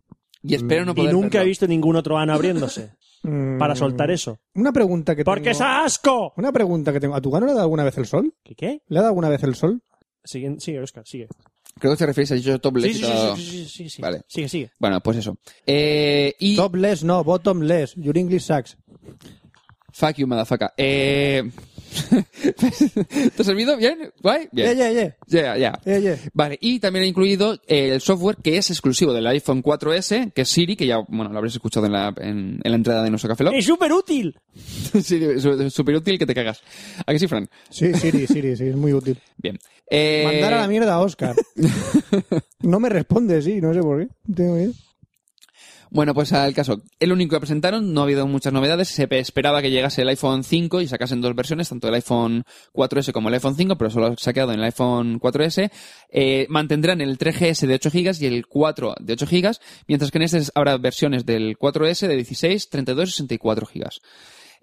Speaker 1: Y espero no
Speaker 6: y
Speaker 1: poder.
Speaker 6: nunca he
Speaker 1: verlo.
Speaker 6: visto ningún otro
Speaker 1: *laughs*
Speaker 6: ano abriéndose
Speaker 4: Mm,
Speaker 6: para soltar eso.
Speaker 4: Una pregunta que
Speaker 6: ¡Porque
Speaker 4: tengo.
Speaker 6: es asco!
Speaker 4: Una pregunta que tengo. ¿A tu gano le ha dado alguna vez el sol?
Speaker 6: ¿Qué? qué?
Speaker 4: ¿Le ha dado alguna vez el sol?
Speaker 6: Sigue, sigue, Oscar, sigue.
Speaker 1: Creo que te refieres a yo top
Speaker 6: Sí,
Speaker 1: left
Speaker 6: sí,
Speaker 1: y todo.
Speaker 6: sí, sí, sí, sí, sí.
Speaker 1: Vale.
Speaker 6: Sigue, sigue.
Speaker 1: Bueno, pues eso. Eh, y.
Speaker 4: Topless, no, bottomless. Your English sucks.
Speaker 1: Fuck you, motherfucker. Eh... *laughs* ¿Te ha servido? ¿Bien? ¿Guay?
Speaker 4: Yeah,
Speaker 1: Bien.
Speaker 4: yeah, yeah.
Speaker 1: Ya, ya.
Speaker 4: Yeah, yeah.
Speaker 1: Vale, y también he incluido eh, el software que es exclusivo del iPhone 4S, que es Siri, que ya, bueno, lo habréis escuchado en la, en, en la entrada de nuestro café. Lock.
Speaker 6: ¡Es súper útil!
Speaker 1: *laughs* Siri, es súper útil que te cagas. ¿A que sí, Fran? *laughs*
Speaker 4: Sí, Siri, Siri, sí, es muy útil.
Speaker 1: Bien. Eh,
Speaker 4: Mandar a la mierda a
Speaker 1: *laughs*
Speaker 4: Oscar. No me responde, sí, no sé por qué. No Tengo idea.
Speaker 1: Bueno, pues al caso. El único que presentaron, no ha habido muchas novedades. Se pe- esperaba que llegase el iPhone 5 y sacasen dos versiones, tanto el iPhone 4S como el iPhone 5, pero solo se ha quedado en el iPhone 4S. Eh, mantendrán el 3GS de 8 GB y el 4 de 8 GB, mientras que en este habrá versiones del 4S de 16, 32 y 64 GB.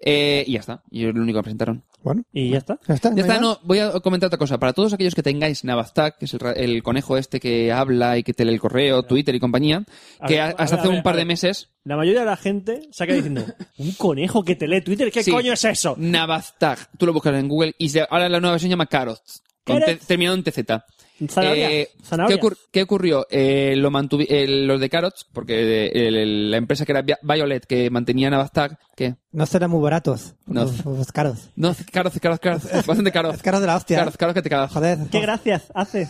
Speaker 1: Eh, y ya está. Y es lo único que presentaron.
Speaker 4: Bueno,
Speaker 6: Y ya está.
Speaker 4: ya está.
Speaker 1: Ya
Speaker 4: hay
Speaker 1: está,
Speaker 4: más.
Speaker 1: no, voy a comentar otra cosa. Para todos aquellos que tengáis Navaztac, que es el, ra- el conejo este que habla y que te lee el correo, Twitter y compañía,
Speaker 6: A
Speaker 1: que
Speaker 6: ver,
Speaker 1: a-
Speaker 6: a
Speaker 1: hasta
Speaker 6: ver,
Speaker 1: hace
Speaker 6: a ver,
Speaker 1: un par
Speaker 6: a
Speaker 1: de
Speaker 6: ver.
Speaker 1: meses...
Speaker 6: La mayoría de la gente
Speaker 1: *laughs*
Speaker 6: saca diciendo, un conejo que te lee Twitter, ¿qué
Speaker 1: Sí.
Speaker 6: coño es eso?
Speaker 1: Navaztac. Tú lo buscas en Google y se- ahora la nueva versión se llama Carot. con te-
Speaker 6: Carrot.
Speaker 1: terminado en TZ.
Speaker 6: Zanahoria.
Speaker 1: Eh, ¿qué,
Speaker 6: zanahoria.
Speaker 1: ocur- qué ocurrió? Eh, lo mantuvi- eh, los de Carot, porque eh, el- el- la empresa que era Vi- Violet, que mantenía Navaztac, ¿qué?
Speaker 4: No serán muy baratos.
Speaker 1: No.
Speaker 4: Los, los caros.
Speaker 1: No, Carot, Carot, Carot. eh, Bastante Carot.
Speaker 4: *laughs* Los caros de la hostia.
Speaker 1: Carot, Carot, que te cagas.
Speaker 4: Joder.
Speaker 6: ¿Qué gracias
Speaker 1: *laughs*
Speaker 6: haces?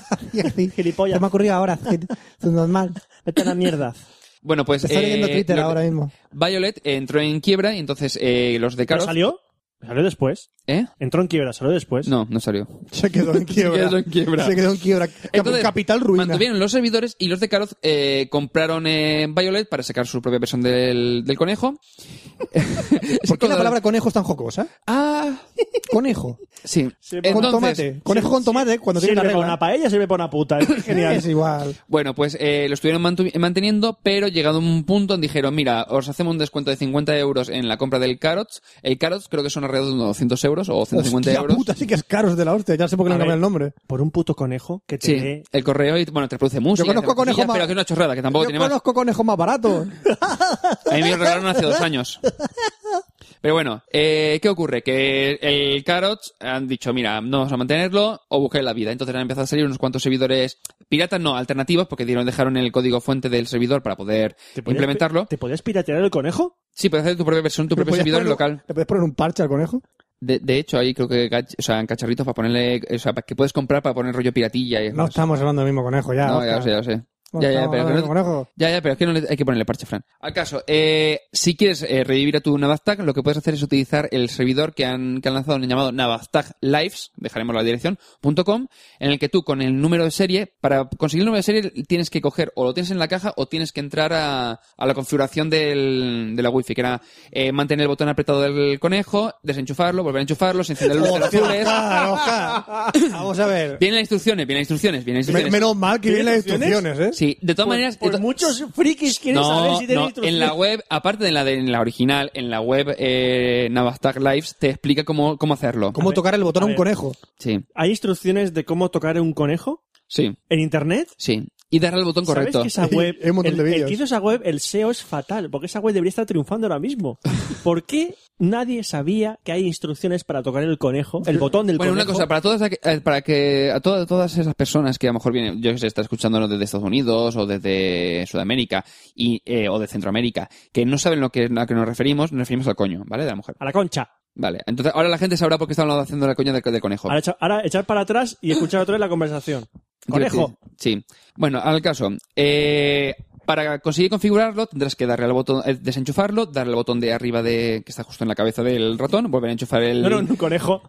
Speaker 6: Gilipollas.
Speaker 4: Se me ha ocurrido ahora. Es normal.
Speaker 6: Vete a la mierda.
Speaker 1: Bueno, pues...
Speaker 4: Te estoy leyendo
Speaker 1: eh,
Speaker 4: Twitter
Speaker 1: lo-
Speaker 4: ahora mismo.
Speaker 1: Violet entró en quiebra y entonces eh, los de
Speaker 6: ¿Pero
Speaker 1: Carot...
Speaker 6: salió? Salió después.
Speaker 1: ¿Eh?
Speaker 6: Entró en quiebra, salió después.
Speaker 1: No, no salió.
Speaker 4: Se quedó en
Speaker 1: *laughs*
Speaker 4: quiebra.
Speaker 1: Se quedó en quiebra.
Speaker 4: Se quedó en quiebra. Cap-
Speaker 1: Entonces,
Speaker 4: Capital ruina.
Speaker 1: Mantuvieron los servidores y los de Carot eh, compraron eh, Violet para sacar su propia versión del, del conejo.
Speaker 4: ¿Por qué la palabra conejo es tan jocosa?
Speaker 1: Ah, *laughs*
Speaker 4: Conejo.
Speaker 1: sí.
Speaker 6: Sí,
Speaker 1: Entonces,
Speaker 4: con tomate. Conejo con tomate cuando tiene una
Speaker 6: Sirve para
Speaker 4: regla.
Speaker 6: ¿eh? una paella, sirve para una puta. *laughs* Es genial.
Speaker 4: Es igual.
Speaker 1: Bueno, pues eh, lo estuvieron mantu- manteniendo, pero llegado a un punto en dijeron, mira, os hacemos un descuento de 50 euros en la compra del Carrots. El Carrots creo que son alrededor de unos 200 euros o 150
Speaker 4: Hostia
Speaker 1: euros.
Speaker 4: puta, sí que es caros de la hostia. Ya sé por qué le
Speaker 6: A
Speaker 4: han cambiado
Speaker 6: ver.
Speaker 4: el nombre.
Speaker 6: Por un puto conejo que te
Speaker 1: Sí,
Speaker 6: lee.
Speaker 1: el correo y bueno, te produce música.
Speaker 4: Yo conozco
Speaker 1: te produce
Speaker 4: conejos más-
Speaker 1: Pero que es una chorrada, que tampoco
Speaker 4: Yo
Speaker 1: tiene más.
Speaker 4: conozco conejos
Speaker 1: *laughs*
Speaker 4: más baratos.
Speaker 1: A mí me lo regalaron hace dos años. Pero bueno, eh, ¿qué ocurre? Que el Carrots han dicho, mira, no vamos a mantenerlo o busqué la vida. Entonces han empezado a salir unos cuantos servidores piratas, no, alternativos, porque dieron, dejaron el código fuente del servidor para poder
Speaker 6: ¿Te podías-
Speaker 1: implementarlo.
Speaker 6: ¿Te podías piratear el conejo?
Speaker 1: Sí, puedes hacer tu propia versión, tu propio
Speaker 4: ¿Le podías
Speaker 1: servidor
Speaker 4: poner-
Speaker 1: local.
Speaker 4: ¿Le puedes poner un parche al conejo?
Speaker 1: De, de hecho, ahí creo que gach- o sea, en cacharritos para ponerle, o sea, para- que puedes comprar para poner rollo piratilla y
Speaker 4: No
Speaker 1: demás.
Speaker 4: estamos hablando del mismo conejo ya.
Speaker 1: No,
Speaker 4: Oscar.
Speaker 1: ya lo sé, ya lo sé.
Speaker 4: No
Speaker 1: Ya, ya,
Speaker 4: estamos
Speaker 1: pero que
Speaker 4: hablando
Speaker 1: no
Speaker 4: del
Speaker 1: te-
Speaker 4: conejo.
Speaker 1: Ya, ya, pero es que no le- hay que ponerle parche, Fran. Al caso, eh, si quieres eh, revivir a tu Navastag, lo que puedes hacer es utilizar el servidor que han, que han lanzado llamado Navastag Lives, dejaremos la dirección, punto .com, en el que tú con el número de serie, para conseguir el número de serie tienes que coger, o lo tienes en la caja, o tienes que entrar a, a la configuración del, de la wifi, que era eh, mantener el botón apretado del conejo, desenchufarlo, volver a enchufarlo, se enciende la luz de los
Speaker 4: *laughs*
Speaker 1: azules.
Speaker 4: Oscar, Oscar.
Speaker 1: *laughs*
Speaker 4: Vamos a ver.
Speaker 1: Vienen las instrucciones, vienen las instrucciones, vienen las
Speaker 4: Me-
Speaker 1: instrucciones.
Speaker 4: menos mal que vienen las instrucciones, ¿eh?
Speaker 1: Sí, de todas maneras...
Speaker 6: Pues
Speaker 1: de to-
Speaker 6: muchos frikis quieren saber si tienen
Speaker 1: no, en la web, aparte de la de en la original, en la web eh, Navastag Lives te explica cómo, cómo hacerlo.
Speaker 4: ¿Cómo
Speaker 6: ver,
Speaker 4: tocar el botón
Speaker 6: a
Speaker 4: a un
Speaker 6: ver.
Speaker 4: conejo?
Speaker 1: Sí,
Speaker 6: ¿Hay instrucciones de cómo tocar un conejo
Speaker 1: sí,
Speaker 6: en internet?
Speaker 1: sí. y darle al botón
Speaker 6: ¿Sabes
Speaker 1: correcto.
Speaker 6: que esa web,
Speaker 9: *laughs* Hay un montón
Speaker 6: el,
Speaker 9: de
Speaker 6: el
Speaker 9: vídeos.
Speaker 6: que hizo esa web, el SEO es fatal, porque esa web debería estar triunfando
Speaker 9: *laughs*
Speaker 6: ahora mismo. ¿Por qué nadie sabía que hay instrucciones para tocar el conejo, el botón del
Speaker 1: Bueno, una
Speaker 6: conejo?
Speaker 1: cosa, para todas aqu- eh, para que a todas, todas esas personas que a lo mejor vienen, yo que sé, está escuchándonos desde Estados Unidos o desde Sudamérica y, eh, o de Centroamérica, que no saben lo que, a que nos referimos, nos referimos al coño, ¿vale? De la mujer.
Speaker 6: A la concha.
Speaker 1: Vale. Entonces, ahora la gente sabrá por qué estamos haciendo la coña del, del conejo.
Speaker 6: Ahora, echa- ahora echar para atrás y escuchar otra vez la conversación. Conejo.
Speaker 1: Sí. Bueno, al caso. eh, para conseguir configurarlo, tendrás que darle al botón, eh, desenchufarlo, darle al botón de arriba de, que está justo en la cabeza del ratón, volver a enchufar el,
Speaker 6: No, no, no,
Speaker 9: *laughs*
Speaker 6: conejo.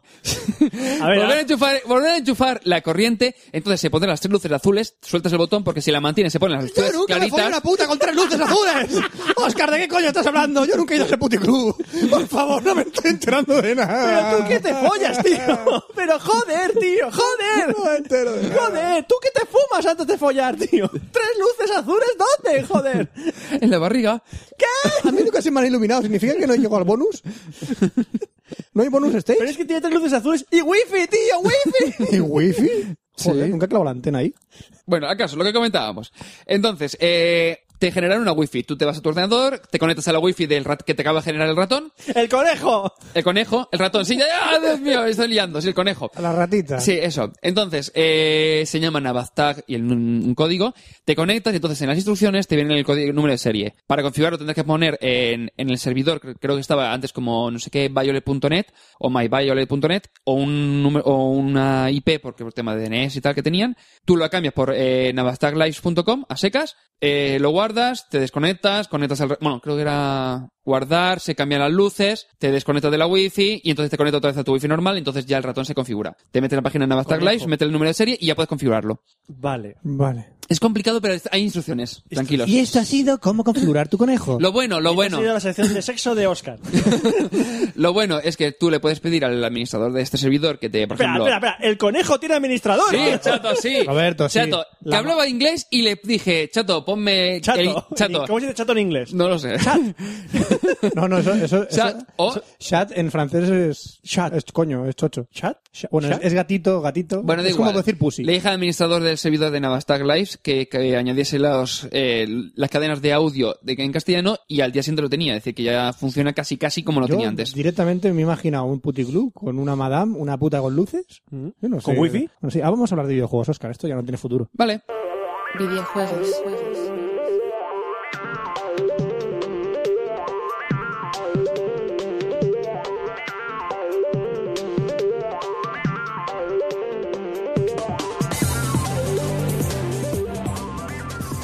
Speaker 6: A
Speaker 1: volver,
Speaker 6: ver,
Speaker 1: a
Speaker 6: ahora-
Speaker 1: enchufar, volver a enchufar la corriente, entonces se ponen las tres luces azules, sueltas el botón porque si la mantienes se ponen las
Speaker 9: Yo
Speaker 4: Pues,
Speaker 1: luces
Speaker 9: nunca me follé
Speaker 1: claritas.
Speaker 9: una puta con tres luces azules. Oscar, ¿de qué coño estás hablando? Yo nunca he ido a ese puticlub. Por favor, no me estoy enterando de nada.
Speaker 6: Pero tú que te follas, tío. Pero joder, tío, joder.
Speaker 9: *laughs* No me entero de nada.
Speaker 6: Joder, tú que te fumas antes de follar,
Speaker 9: *laughs*
Speaker 6: tío. Tres luces azules, ¿dónde? Joder.
Speaker 1: En la barriga.
Speaker 9: *laughs* A mí nunca se me han iluminado. ¿Significa que no llego al bonus? ¿No hay bonus
Speaker 6: Pero
Speaker 9: stage?
Speaker 6: es que tiene tres luces azules y wifi, tío,
Speaker 9: *laughs*
Speaker 6: wifi.
Speaker 9: ¿Y wifi? Joder,
Speaker 4: Sí.
Speaker 9: nunca clavo la antena ahí.
Speaker 1: Bueno, acaso, lo que comentábamos. Entonces, eh, te generaron una wifi. Tú te vas a tu ordenador, te conectas a la wifi del rat que te acaba de generar el ratón,
Speaker 6: *laughs* El conejo.
Speaker 1: el conejo, el ratón. Sí, ya, ya, Dios mío, estoy liando, sí, el conejo.
Speaker 4: A la ratita.
Speaker 1: Sí, eso. Entonces, eh, se llama Navastag y el, un, un código. Te conectas y entonces en las instrucciones te viene el, código, el número de serie. Para configurarlo tendrás que poner en, en el servidor, cre- creo que estaba antes como no sé qué, violet.net o myviolet.net o un número, o una IP porque por tema de DNS ¿eh? y tal que tenían. Tú lo cambias por eh, navastaglives.com a secas, eh, lo guardas, te desconectas, conectas al... re- Bueno, creo que era guardar, se cambian las luces, te desconectas de la wifi y entonces te conecta otra vez a tu wifi normal y entonces ya el ratón se configura. Te metes en la página de Navastar
Speaker 6: Correcto.
Speaker 1: Lives, metes el número de serie y ya puedes configurarlo.
Speaker 6: Vale.
Speaker 4: Vale.
Speaker 1: Es complicado, pero es- hay instrucciones. Tranquilos.
Speaker 4: Y esto ha sido cómo configurar tu conejo.
Speaker 1: Lo bueno, lo bueno,
Speaker 6: Bueno. Ha sido la sección de sexo de Oscar.
Speaker 1: lo bueno es que tú le puedes pedir al administrador de este servidor que te, por
Speaker 6: espera,
Speaker 1: ejemplo...
Speaker 6: espera, espera. El conejo tiene administrador.
Speaker 1: Sí,
Speaker 6: *laughs* tío.
Speaker 1: chato, sí.
Speaker 4: Roberto, sí.
Speaker 1: Chato, que
Speaker 4: La-
Speaker 1: hablaba inglés y le dije, chato, ponme...
Speaker 6: Chato.
Speaker 1: el-
Speaker 6: *laughs*
Speaker 1: chato.
Speaker 6: ¿Cómo se dice chato en inglés?
Speaker 1: No lo sé.
Speaker 4: No, no, eso. eso, eso-
Speaker 1: Chat o-
Speaker 4: chat en francés es. Chat. Es coño, es chocho. Chat. Bueno, es-
Speaker 6: Chat.
Speaker 4: Es, gatito,
Speaker 1: *laughs*
Speaker 4: gatito.
Speaker 1: Bueno, da
Speaker 4: es
Speaker 1: igual.
Speaker 4: como decir pussy.
Speaker 1: Le dije al administrador del servidor de Navastag Lives que, que añadiese los, eh, las cadenas de audio de, en castellano y al día siguiente lo tenía. Es decir, que ya funciona casi casi como lo
Speaker 4: Yo
Speaker 1: tenía antes.
Speaker 4: directamente me he imaginado un puticlub con una madame, una puta con luces. Yo no sé.
Speaker 6: ¿Con wifi?
Speaker 4: No sé. Ah, vamos a hablar de videojuegos, Oscar. Esto ya no tiene futuro.
Speaker 1: Vale.
Speaker 5: videojuegos,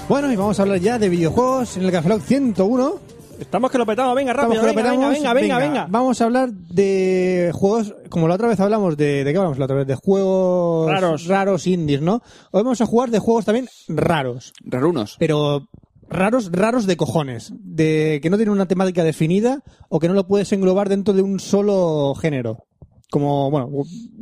Speaker 4: Bueno, y vamos a hablar ya de videojuegos en el Café Lock 101.
Speaker 6: Estamos que lo petamos. Venga,
Speaker 4: Estamos
Speaker 6: rápido.
Speaker 4: que lo
Speaker 6: venga,
Speaker 4: petamos.
Speaker 6: venga, venga, venga, venga.
Speaker 4: Vamos a hablar de juegos, como la otra vez hablamos de, ¿de qué hablamos la otra vez? De juegos
Speaker 6: Raros.
Speaker 4: raros indies, ¿no? Hoy vamos a jugar de juegos también raros,
Speaker 1: Rarunos.
Speaker 4: pero raros, raros de cojones, de que no tienen una temática definida o que no lo puedes englobar dentro de un solo género. Como, bueno,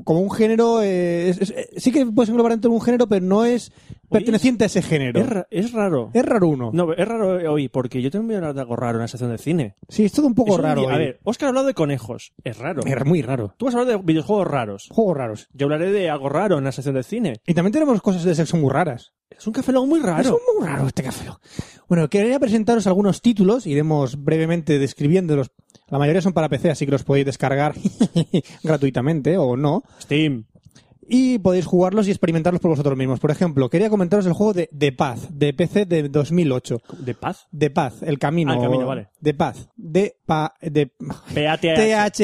Speaker 4: como un género, eh, es- es- eh, sí que puedes englobar dentro de un género, pero no es perteneciente a ese género.
Speaker 6: Es, ra- es raro.
Speaker 4: Es raro uno.
Speaker 6: No, es raro hoy, porque yo también voy a hablar de algo raro en la sección de cine.
Speaker 4: Sí, es todo un poco
Speaker 6: Es un
Speaker 4: raro.
Speaker 6: día- A
Speaker 4: hoy.
Speaker 6: ver, Oscar ha hablado de conejos. Es raro.
Speaker 4: Es muy raro.
Speaker 6: Tú vas a hablar de videojuegos raros.
Speaker 4: Juegos raros.
Speaker 6: Yo hablaré de algo raro en la sección de cine.
Speaker 4: Y también tenemos cosas de sexo muy raras.
Speaker 6: Es un café Lock muy raro.
Speaker 4: Es un muy raro este café. Lock. Bueno, quería presentaros algunos títulos, iremos brevemente describiéndolos. La mayoría son para PC, así que los podéis descargar *laughs* gratuitamente o no.
Speaker 6: Steam.
Speaker 4: Y podéis jugarlos y experimentarlos por vosotros mismos. Por ejemplo, quería comentaros el juego de The Path, de PC de 2008.
Speaker 6: ¿De paz?
Speaker 4: The Path, el camino.
Speaker 6: Ah, el camino, vale.
Speaker 4: The Path. De pa, de E
Speaker 6: PATH.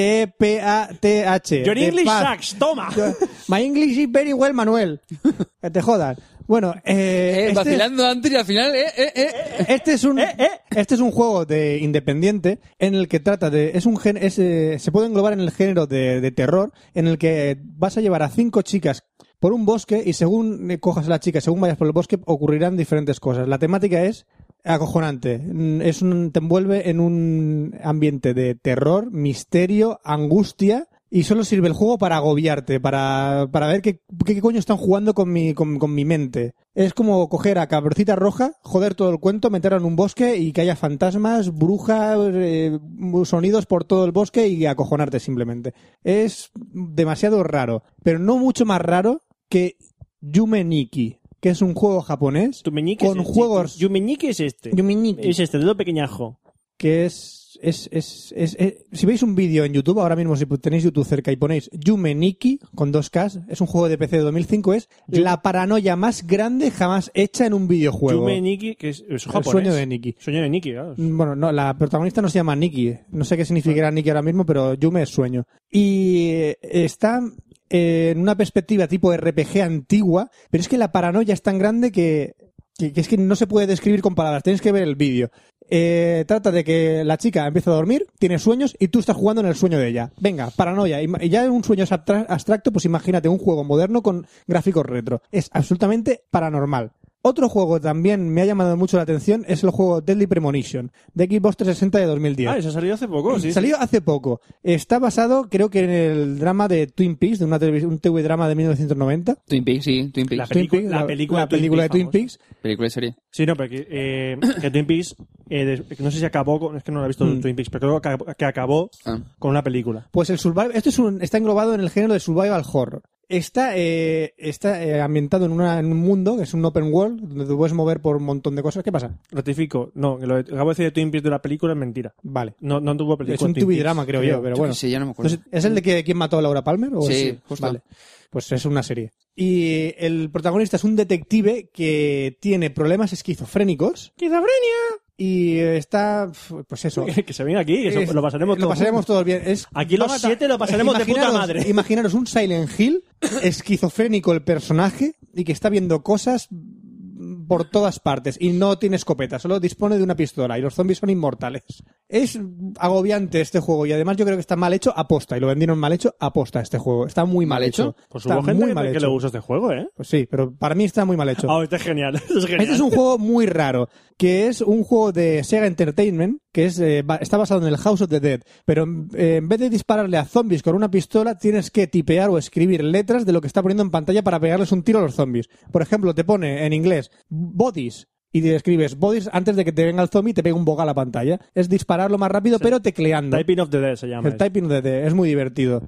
Speaker 4: T-H-E-P-A-T-H.
Speaker 6: Your
Speaker 4: The
Speaker 6: English
Speaker 4: Path.
Speaker 6: sucks. Toma.
Speaker 4: Yo- My English is very well, Manuel. *laughs* Que te jodas. Bueno, eh,
Speaker 1: Eh,
Speaker 4: este,
Speaker 1: Vacilando antes y al final, eh, eh, eh.
Speaker 4: este es un este es un juego de independiente en el que trata de es un gen, es, eh, se puede englobar en el género de, de terror en el que vas a llevar a cinco chicas por un bosque y según eh, cojas a la chica, según vayas por el bosque ocurrirán diferentes cosas. La temática es acojonante. Mm, Es un, te envuelve en un ambiente de terror, misterio, angustia y solo sirve el juego para agobiarte, para, para ver qué, qué coño están jugando con mi, con, con mi mente. Es como coger a Cabrocita Roja, joder todo el cuento, meterla en un bosque y que haya fantasmas, brujas, eh, sonidos por todo el bosque y acojonarte simplemente. Es demasiado raro, pero no mucho más raro que Yume Nikki, que es un juego japonés
Speaker 6: Tu meñique
Speaker 4: con
Speaker 6: es este.
Speaker 4: juegos
Speaker 6: Tu meñique es este. Es este, dedo pequeñajo.
Speaker 4: que es es, es, es- es- si veis un vídeo en YouTube ahora mismo si tenéis YouTube cerca y ponéis Yume Nikki con dos K es un juego de PC de 2005 es la paranoia más grande jamás hecha en un videojuego
Speaker 6: Yume Nikki, que es, es
Speaker 4: el
Speaker 6: japonés.
Speaker 4: sueño de Mm, Nikki
Speaker 6: Sueño de Nikki, claro.
Speaker 4: bueno, no, la protagonista no se llama Nikki. No sé qué significará
Speaker 6: Ah.
Speaker 4: Nikki ahora mismo, pero Yume es sueño. Y eh, está eh, en una perspectiva tipo RPG antigua, pero es que la paranoia es tan grande que, que, que es que no se puede describir con palabras. Tienes que ver el vídeo. Eh, trata de que la chica empieza a dormir, tiene sueños y tú estás jugando en el sueño de ella. Venga, paranoia. Ima- Y ya un sueño es abtra- abstracto, pues imagínate un juego moderno con gráficos retro. Es absolutamente paranormal. Otro juego que también me ha llamado mucho la atención es el juego Deadly Premonition de Xbox 360 de 2010.
Speaker 6: Ah, eso ha salido hace poco, sí.
Speaker 4: Salió hace poco. Está basado, creo que en el drama de Twin Peaks, de una televis- un TV drama de 1990.
Speaker 1: Twin Peaks, sí, Twin Peaks.
Speaker 6: La
Speaker 4: Twin
Speaker 6: pelicu-
Speaker 4: Peaks,
Speaker 6: la película
Speaker 4: la
Speaker 6: de Twin
Speaker 4: película de Twin
Speaker 6: Peaks
Speaker 4: Peaks.
Speaker 1: Película y serie.
Speaker 6: Sí, no, pero que, eh, que Twin Peaks, eh, des- que no sé si acabó, con- es que no lo he visto
Speaker 4: Mm.
Speaker 6: Twin Peaks, pero creo que acabó- que acabó
Speaker 1: Ah.
Speaker 6: con una película.
Speaker 4: Pues el survival, esto es un- está englobado en el género de survival horror. Está, eh, está eh, ambientado en, una- en un mundo que es un open world donde te puedes mover por un montón de cosas. ¿Qué pasa?
Speaker 6: Ratifico, no, que lo que acabo de decir de Twin Peaks de la película es mentira.
Speaker 4: Vale.
Speaker 6: No, no tuvo película.
Speaker 4: Es un
Speaker 6: Twin
Speaker 4: TV
Speaker 6: Peaks.
Speaker 4: drama, creo yo, pero bueno.
Speaker 1: Sí, ya no me acuerdo.
Speaker 4: Entonces, ¿Es el de que, quién mató a Laura Palmer? ¿O
Speaker 1: Pues Sí,
Speaker 4: es-
Speaker 1: justo.
Speaker 4: Vale. Pues es una serie. Y el protagonista es un detective que tiene problemas esquizofrénicos y está, pf, pues eso.
Speaker 6: *laughs* que se venga aquí, que eso
Speaker 4: Es-
Speaker 6: lo pasaremos
Speaker 4: Lo
Speaker 6: todo.
Speaker 4: pasaremos todos bien. Es-
Speaker 6: Aquí los
Speaker 4: va a matar-
Speaker 6: siete lo pasaremos de puta
Speaker 4: Imaginaros-
Speaker 6: madre.
Speaker 4: Imaginaros un Silent Hill, *coughs* esquizofrénico el personaje y que está viendo cosas por todas partes y no tiene escopeta, solo dispone de una pistola y los zombies son inmortales. Es agobiante este juego y además yo creo que está mal hecho aposta y lo vendieron mal hecho aposta este juego. Está muy mal,
Speaker 1: ¿Mal
Speaker 4: hecho.
Speaker 6: Pues
Speaker 4: está
Speaker 6: hubo gente
Speaker 4: muy
Speaker 6: que-
Speaker 4: mal
Speaker 6: que
Speaker 4: hecho.
Speaker 6: le gusta este juego, ¿eh?
Speaker 4: Pues sí, pero para mí está muy mal hecho.
Speaker 6: Ah, este es genial. *laughs* Este es genial.
Speaker 4: Este es un juego muy raro, que es un juego de Sega Entertainment, que es, eh, ba- está basado en el House of the Dead, pero eh, en vez de dispararle a zombies con una pistola, tienes que tipear o escribir letras de lo que está poniendo en pantalla para pegarles un tiro a los zombies. Por ejemplo, te pone en inglés bodies. Y te escribes bodies antes de que te venga el zombie y te pegue un boga a la pantalla. Es dispararlo más rápido, pero tecleando.
Speaker 6: Typing of the Dead se llama. este.
Speaker 4: el typing de, de- es muy divertido.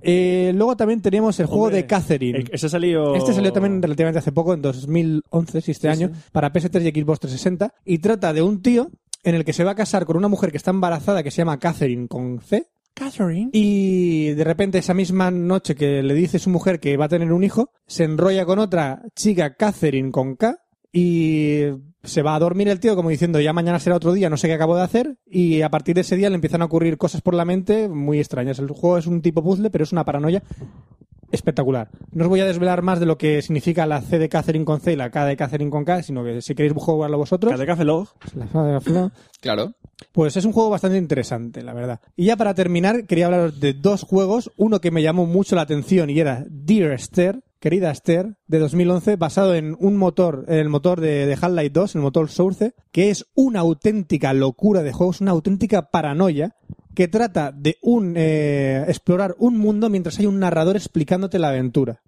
Speaker 4: Eh, luego también teníamos el juego
Speaker 6: Hombre,
Speaker 4: de Catherine.
Speaker 6: Eh, Ese salió...
Speaker 4: Este salió también relativamente hace poco, en 2011, si este año, para PS3 y Xbox 360, y trata de un tío en el que se va a casar con una mujer que está embarazada que se llama Catherine con C,
Speaker 8: Catherine.
Speaker 4: y de repente esa misma noche que le dice su mujer que va a tener un hijo, se enrolla con otra chica Catherine con K, y se va a dormir el tío como diciendo ya mañana será otro día, no sé qué acabo de hacer, y a partir de ese día le empiezan a ocurrir cosas por la mente muy extrañas. El juego es un tipo puzzle, pero es una paranoia espectacular. No os voy a desvelar más de lo que significa la C de Catherine con C y la K de Catherine con K, sino que si queréis jugarlo vosotros,
Speaker 6: Café Café Log.
Speaker 4: la K de Catherine-
Speaker 1: Claro.
Speaker 4: pues es un juego bastante interesante, la verdad. Y ya para terminar, quería hablaros de dos juegos. Uno que me llamó mucho la atención y era Dear Esther, querida Esther, de 2011, basado en un motor, en el motor de, de Half-Life 2, el motor Source, que es una auténtica locura de juegos, una auténtica paranoia que trata de un eh, explorar un mundo mientras hay un narrador explicándote la aventura.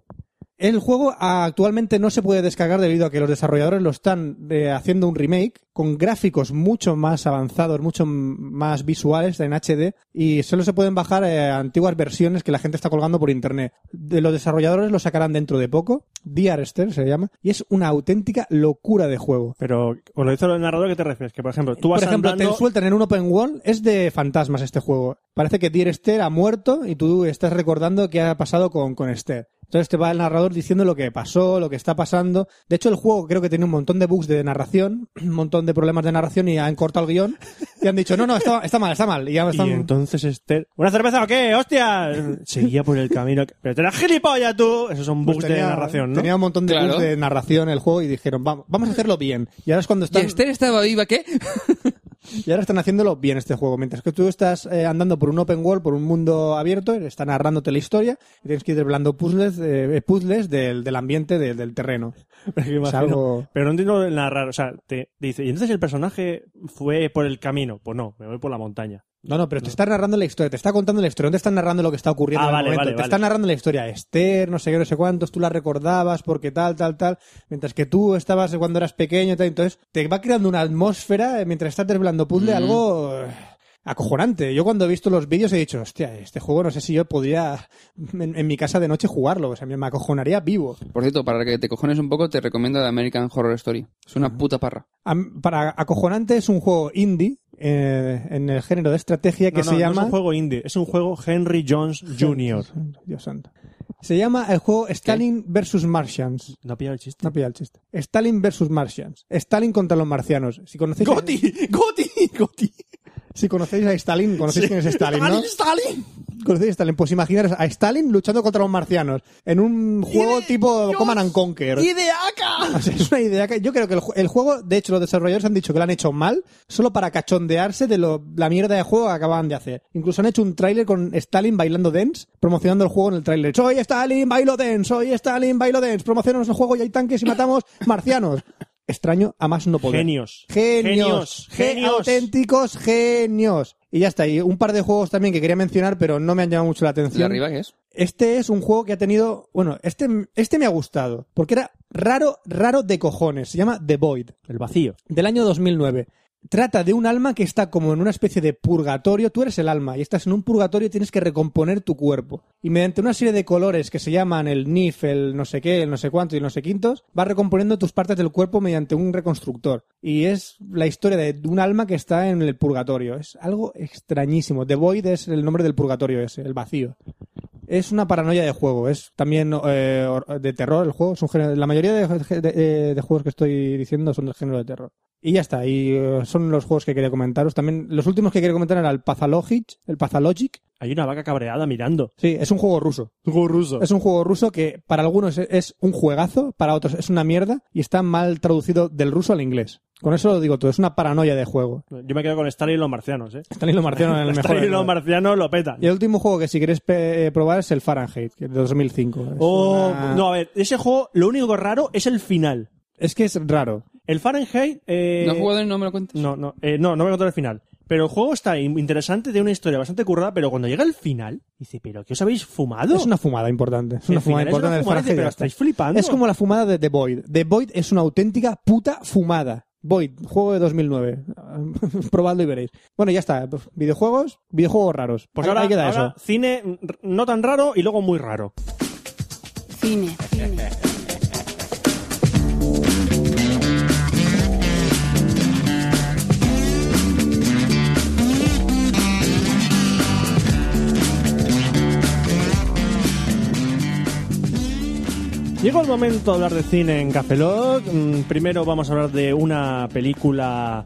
Speaker 4: El juego ah, actualmente no se puede descargar debido a que los desarrolladores lo están eh, haciendo un remake con gráficos mucho más avanzados, mucho m- más visuales en HD y solo se pueden bajar eh, antiguas versiones que la gente está colgando por internet. De los desarrolladores lo sacarán dentro de poco, Dear Esther se llama, y es una auténtica locura de juego.
Speaker 6: Pero, ¿os lo hizo el narrador que te refieres? Que, por ejemplo, tú vas
Speaker 4: Por ejemplo,
Speaker 6: andando...
Speaker 4: te sueltan en un open world, es de fantasmas este juego. Parece que Dear Esther ha muerto y tú estás recordando qué ha pasado con, con Esther. Entonces te va el narrador diciendo lo que pasó, lo que está pasando. De hecho, el juego creo que tiene un montón de bugs de narración, *clears throat* un montón de problemas de narración y han cortado el guión y han dicho, no, no, está, está mal, está mal. Y ya
Speaker 6: Y
Speaker 4: están-
Speaker 6: entonces Esther... ¿Una cerveza o qué?
Speaker 4: *laughs*
Speaker 6: ¡Hostia! Seguía por el camino... que- ¡Pero te eras gilipollas tú! Esos son
Speaker 4: pues
Speaker 6: bugs de
Speaker 4: tenía-
Speaker 6: narración, ¿no? *laughs*
Speaker 4: Tenía un montón de
Speaker 1: Claro.
Speaker 4: bugs de narración el juego y dijeron, vamos, vamos a hacerlo bien. Y ahora es cuando están...
Speaker 1: estaba viva qué?
Speaker 4: Y ahora están haciéndolo bien este juego. Mientras que tú estás eh, andando por un open world, por un mundo abierto, está narrándote la historia y tienes que ir desvelando puzzles, eh, puzzles del, del ambiente, del- del terreno.
Speaker 6: Pero que
Speaker 4: Es
Speaker 6: imagino-
Speaker 4: algo-
Speaker 6: Pero no entiendo el narrar, o sea, te te dice, y entonces el personaje fue por el camino. Pues no, me voy por la montaña.
Speaker 4: No, no, pero te está narrando la historia, te está contando la historia, no te está narrando lo que está ocurriendo en
Speaker 6: Ah,
Speaker 4: el
Speaker 6: vale,
Speaker 4: momento.
Speaker 6: vale,
Speaker 4: te
Speaker 6: vale.
Speaker 4: está narrando la historia, Esther, no sé qué, no sé cuántos, tú la recordabas porque tal, tal, tal, mientras que tú estabas cuando eras pequeño, tal, entonces te va creando una atmósfera eh, mientras estás desvelando puzzle,
Speaker 1: Mm.
Speaker 4: algo... eh, acojonante. Yo cuando he visto los vídeos he dicho, hostia, este juego no sé si yo podría en, en mi casa de noche jugarlo. O sea, me me acojonaría vivo.
Speaker 1: Por cierto, para que te cojones un poco, te recomiendo The American Horror Story. Es una puta parra.
Speaker 4: Am- Para acojonante es un juego indie eh, en el género de estrategia que
Speaker 6: No, no,
Speaker 4: se
Speaker 6: no
Speaker 4: llama...
Speaker 6: es un juego indie, es un juego Henry
Speaker 4: *laughs*
Speaker 6: Jones Jr.
Speaker 4: Dios santo. Se llama el juego Stalin vs. Martians.
Speaker 6: No ha pillado el chiste.
Speaker 4: No pilla el chiste. Stalin versus Martians. Stalin contra los marcianos. Si conocéis,
Speaker 9: Goti, Goti, Goti.
Speaker 4: si conocéis a Stalin, conocéis quién es Stalin, ¿no?
Speaker 9: Stalin.
Speaker 4: Conocéis a Stalin. Pues imaginaros a Stalin luchando contra los marcianos en un juego tipo Command and Conquer.
Speaker 9: Ideaca.
Speaker 4: *laughs* O sea, es una idea que yo creo que el, ju- el juego, de hecho, los desarrolladores han dicho que lo han hecho mal, solo para cachondearse de lo- la mierda de juego que acababan de hacer. Incluso han hecho un tráiler con Stalin bailando dance, promocionando el juego en el tráiler. Soy Stalin, bailo dance, soy Stalin, bailo dance, promocionamos el juego y hay tanques y matamos marcianos. Extraño, a más no poder.
Speaker 6: Genios.
Speaker 4: Genios.
Speaker 6: Genios.
Speaker 4: Ge-
Speaker 6: Genios.
Speaker 4: auténticos genios. Y ya está. Y un par de juegos también que quería mencionar, pero no me han llamado mucho
Speaker 1: ¿Y
Speaker 4: la atención.
Speaker 1: arriba qué es?
Speaker 4: Este es un juego que ha tenido. Bueno, este, este me ha gustado. Porque era raro, raro de cojones. Se llama The Void,
Speaker 6: El vacío.
Speaker 4: del año 2009. Trata de un alma que está como en una especie de purgatorio. Tú eres el alma y estás en un purgatorio y tienes que recomponer tu cuerpo. Y mediante una serie de colores que se llaman el NIF, el no sé qué, el no sé cuánto y el no sé quintos, vas recomponiendo tus partes del cuerpo mediante un reconstructor. Y es la historia de un alma que está en el purgatorio. Es algo extrañísimo. The Void es el nombre del purgatorio ese, el vacío. Es una paranoia de juego, es también eh, hor- de terror el juego. Es un género- la mayoría de, de- eh, de juegos que estoy diciendo son del género de terror. Y ya está, y eh, son los juegos que quería comentaros. También los últimos que quería comentar eran el Pathologic, el Pathologic.
Speaker 6: Hay una vaca cabreada mirando.
Speaker 4: Sí, es un juego ruso.
Speaker 6: Un juego ruso.
Speaker 4: Es un juego ruso que para algunos es- es un juegazo, para otros es una mierda y está mal traducido del ruso al inglés. Con eso lo digo todo, es una paranoia de juego.
Speaker 6: Yo me quedo con Stalin y los marcianos, ¿eh?
Speaker 4: Están los marcianos
Speaker 6: *laughs*
Speaker 4: en el mejor.
Speaker 6: Stalin y los
Speaker 4: ángulo.
Speaker 6: marcianos lo petan.
Speaker 4: Y el último juego que si queréis pe- eh, probar es el Fahrenheit, que es de 2005. Es
Speaker 6: Oh,
Speaker 4: una-
Speaker 6: No, a ver, ese juego, lo único raro es el final.
Speaker 4: Es que es raro.
Speaker 6: El Fahrenheit. Eh,
Speaker 1: ¿No has jugado y no me lo cuentes?
Speaker 6: No, no, eh, no, no voy a contar el final. Pero el juego está in- interesante, tiene una historia bastante currada, pero cuando llega el final, dice, ¿pero qué os habéis fumado?
Speaker 4: Es una fumada importante. Es
Speaker 6: El
Speaker 4: una fumada
Speaker 6: final es
Speaker 4: importante
Speaker 6: una
Speaker 4: del
Speaker 6: fumada,
Speaker 4: Fahrenheit.
Speaker 6: pero
Speaker 4: ya está.
Speaker 6: estáis flipando.
Speaker 4: este. Es como la fumada de The Void. The Void es una auténtica puta fumada. Void, juego de 2009. *laughs* Probadlo y veréis. Bueno, ya está. Pues, Videojuegos, videojuegos raros.
Speaker 6: Pues
Speaker 4: Ahí-
Speaker 6: ahora,
Speaker 4: ahí queda
Speaker 6: ahora
Speaker 4: eso.
Speaker 6: cine mm, r- no tan raro y luego muy raro.
Speaker 5: Cine. Cine.
Speaker 6: Llegó el momento de hablar de cine en Café Lock. Mm, Primero vamos a hablar de una película...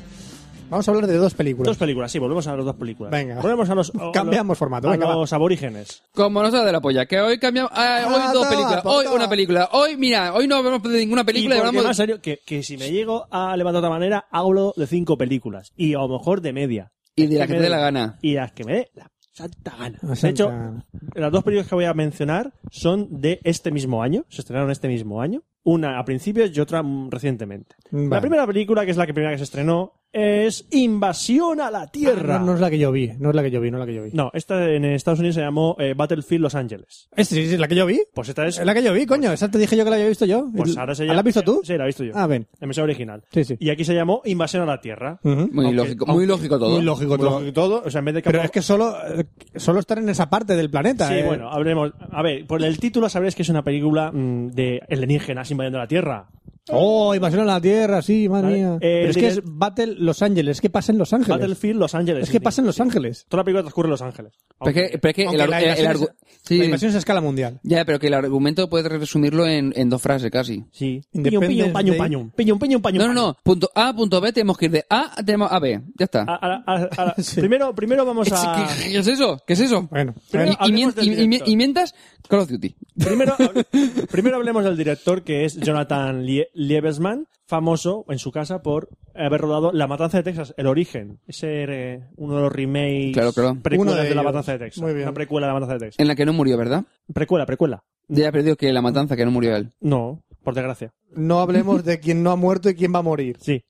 Speaker 4: Vamos a hablar de dos películas.
Speaker 6: Dos películas, sí, volvemos a las dos películas.
Speaker 4: Venga.
Speaker 6: Volvemos a los... a
Speaker 4: Cambiamos
Speaker 6: los-
Speaker 4: formato,
Speaker 6: A
Speaker 4: venga, va.
Speaker 6: los aborígenes.
Speaker 1: Como nos da de la polla, que hoy cambiamos... ah, hoy
Speaker 4: Ah,
Speaker 1: dos
Speaker 4: toma,
Speaker 1: películas,
Speaker 4: toma.
Speaker 1: hoy una película, hoy mira, hoy no hablamos de ninguna película
Speaker 6: y
Speaker 1: y
Speaker 6: porque
Speaker 1: hablamos...
Speaker 6: más serio, que, que si me llego a levantar de otra manera, hablo de cinco películas. Y a lo mejor de media.
Speaker 1: Y de la que
Speaker 6: me
Speaker 1: te dé
Speaker 6: dé-
Speaker 1: la gana.
Speaker 6: Y las que me dé la santa gana.
Speaker 4: La santa
Speaker 6: De hecho,
Speaker 4: gana.
Speaker 6: las dos películas que voy a mencionar son de este mismo año. Se estrenaron este mismo año. Una a principios y otra mm, recientemente.
Speaker 4: Vale.
Speaker 6: La primera película, que es la que primera que se estrenó, es Invasión a la Tierra.
Speaker 4: Ah, No, no es la que yo vi. No es la que yo vi. No es la que yo vi.
Speaker 6: No, esta en Estados Unidos se llamó eh, Battlefield Los Ángeles.
Speaker 4: ¿Es, es- es la que yo vi?
Speaker 6: Pues esta es...
Speaker 4: Es la que yo vi, coño. Esa te dije yo que la había visto yo.
Speaker 6: Pues ahora se
Speaker 4: ¿La has visto tú?
Speaker 6: Sí, la he visto yo.
Speaker 4: Ah, ven.
Speaker 6: En versión original.
Speaker 4: Sí, Mm, sí.
Speaker 6: Y aquí se llamó Invasión a la Tierra.
Speaker 4: Ujú.
Speaker 1: Muy
Speaker 6: Aunque-
Speaker 1: lógico,
Speaker 6: aunque-
Speaker 1: muy lógico todo.
Speaker 4: Muy lógico
Speaker 6: Como
Speaker 4: todo.
Speaker 6: lo- todo, o sea, en vez de
Speaker 4: Pero
Speaker 6: campo-
Speaker 4: es que solo, eh, solo estar en esa parte del planeta.
Speaker 6: Sí,
Speaker 4: eh.
Speaker 6: bueno, hablemos. A ver, por el título sabréis que es una película mm, de alienígenas invadiendo la Tierra.
Speaker 4: Oh, invasión a la Tierra, sí, madre
Speaker 6: Vale.
Speaker 4: mía.
Speaker 6: Eh,
Speaker 4: Pero es que es
Speaker 6: direct-
Speaker 4: Battle Los Ángeles. Es que pasa en Los Ángeles.
Speaker 6: Battlefield Los Ángeles.
Speaker 4: Es que
Speaker 6: sí.
Speaker 4: pasa en Los Ángeles.
Speaker 6: Toda la película transcurre en Los Ángeles.
Speaker 1: Pero es que, pero es que
Speaker 4: Aunque
Speaker 1: el, ar-
Speaker 4: la
Speaker 1: el- el
Speaker 4: invasión
Speaker 1: argu-
Speaker 4: es-
Speaker 1: sí,
Speaker 4: La invasión es a escala mundial.
Speaker 1: ya, pero que el argumento puedes resumirlo en, en dos frases casi.
Speaker 6: Sí. Piñón,
Speaker 4: Independence
Speaker 6: piñón, pañón,
Speaker 4: Day.
Speaker 6: pañón. Piñón, piñón, pañón.
Speaker 1: No, no, no. Punto A, punto B, tenemos que ir de A, tenemos a B. Ya está.
Speaker 6: A- a- a- a-
Speaker 4: *laughs* Sí.
Speaker 6: Primero, primero vamos a.
Speaker 1: ¿Qué, qué es eso? ¿Qué es eso?
Speaker 4: Bueno,
Speaker 1: Y-
Speaker 6: Primero
Speaker 1: y, mien-
Speaker 6: hablemos del
Speaker 1: y- y-
Speaker 6: director.
Speaker 1: y mientras, Call of Duty.
Speaker 6: Primero, hable- primero hablemos del director, que es Jonathan Lie- Liebesman, famoso en su casa por haber rodado La Matanza de Texas, El Origen. Ese eh, uno de los remakes
Speaker 1: Claro, claro.
Speaker 6: precuelas
Speaker 4: Uno
Speaker 6: de,
Speaker 4: de
Speaker 6: La
Speaker 4: ellos.
Speaker 6: Matanza de Texas.
Speaker 4: Muy bien.
Speaker 6: Una precuela de La Matanza de Texas.
Speaker 1: En la que no murió, ¿verdad?
Speaker 6: Precuela, precuela.
Speaker 1: Ya perdió que la matanza, que no murió él.
Speaker 6: No, por desgracia.
Speaker 4: no hablemos de quién no ha muerto y quién va a *laughs* morir.
Speaker 6: Sí.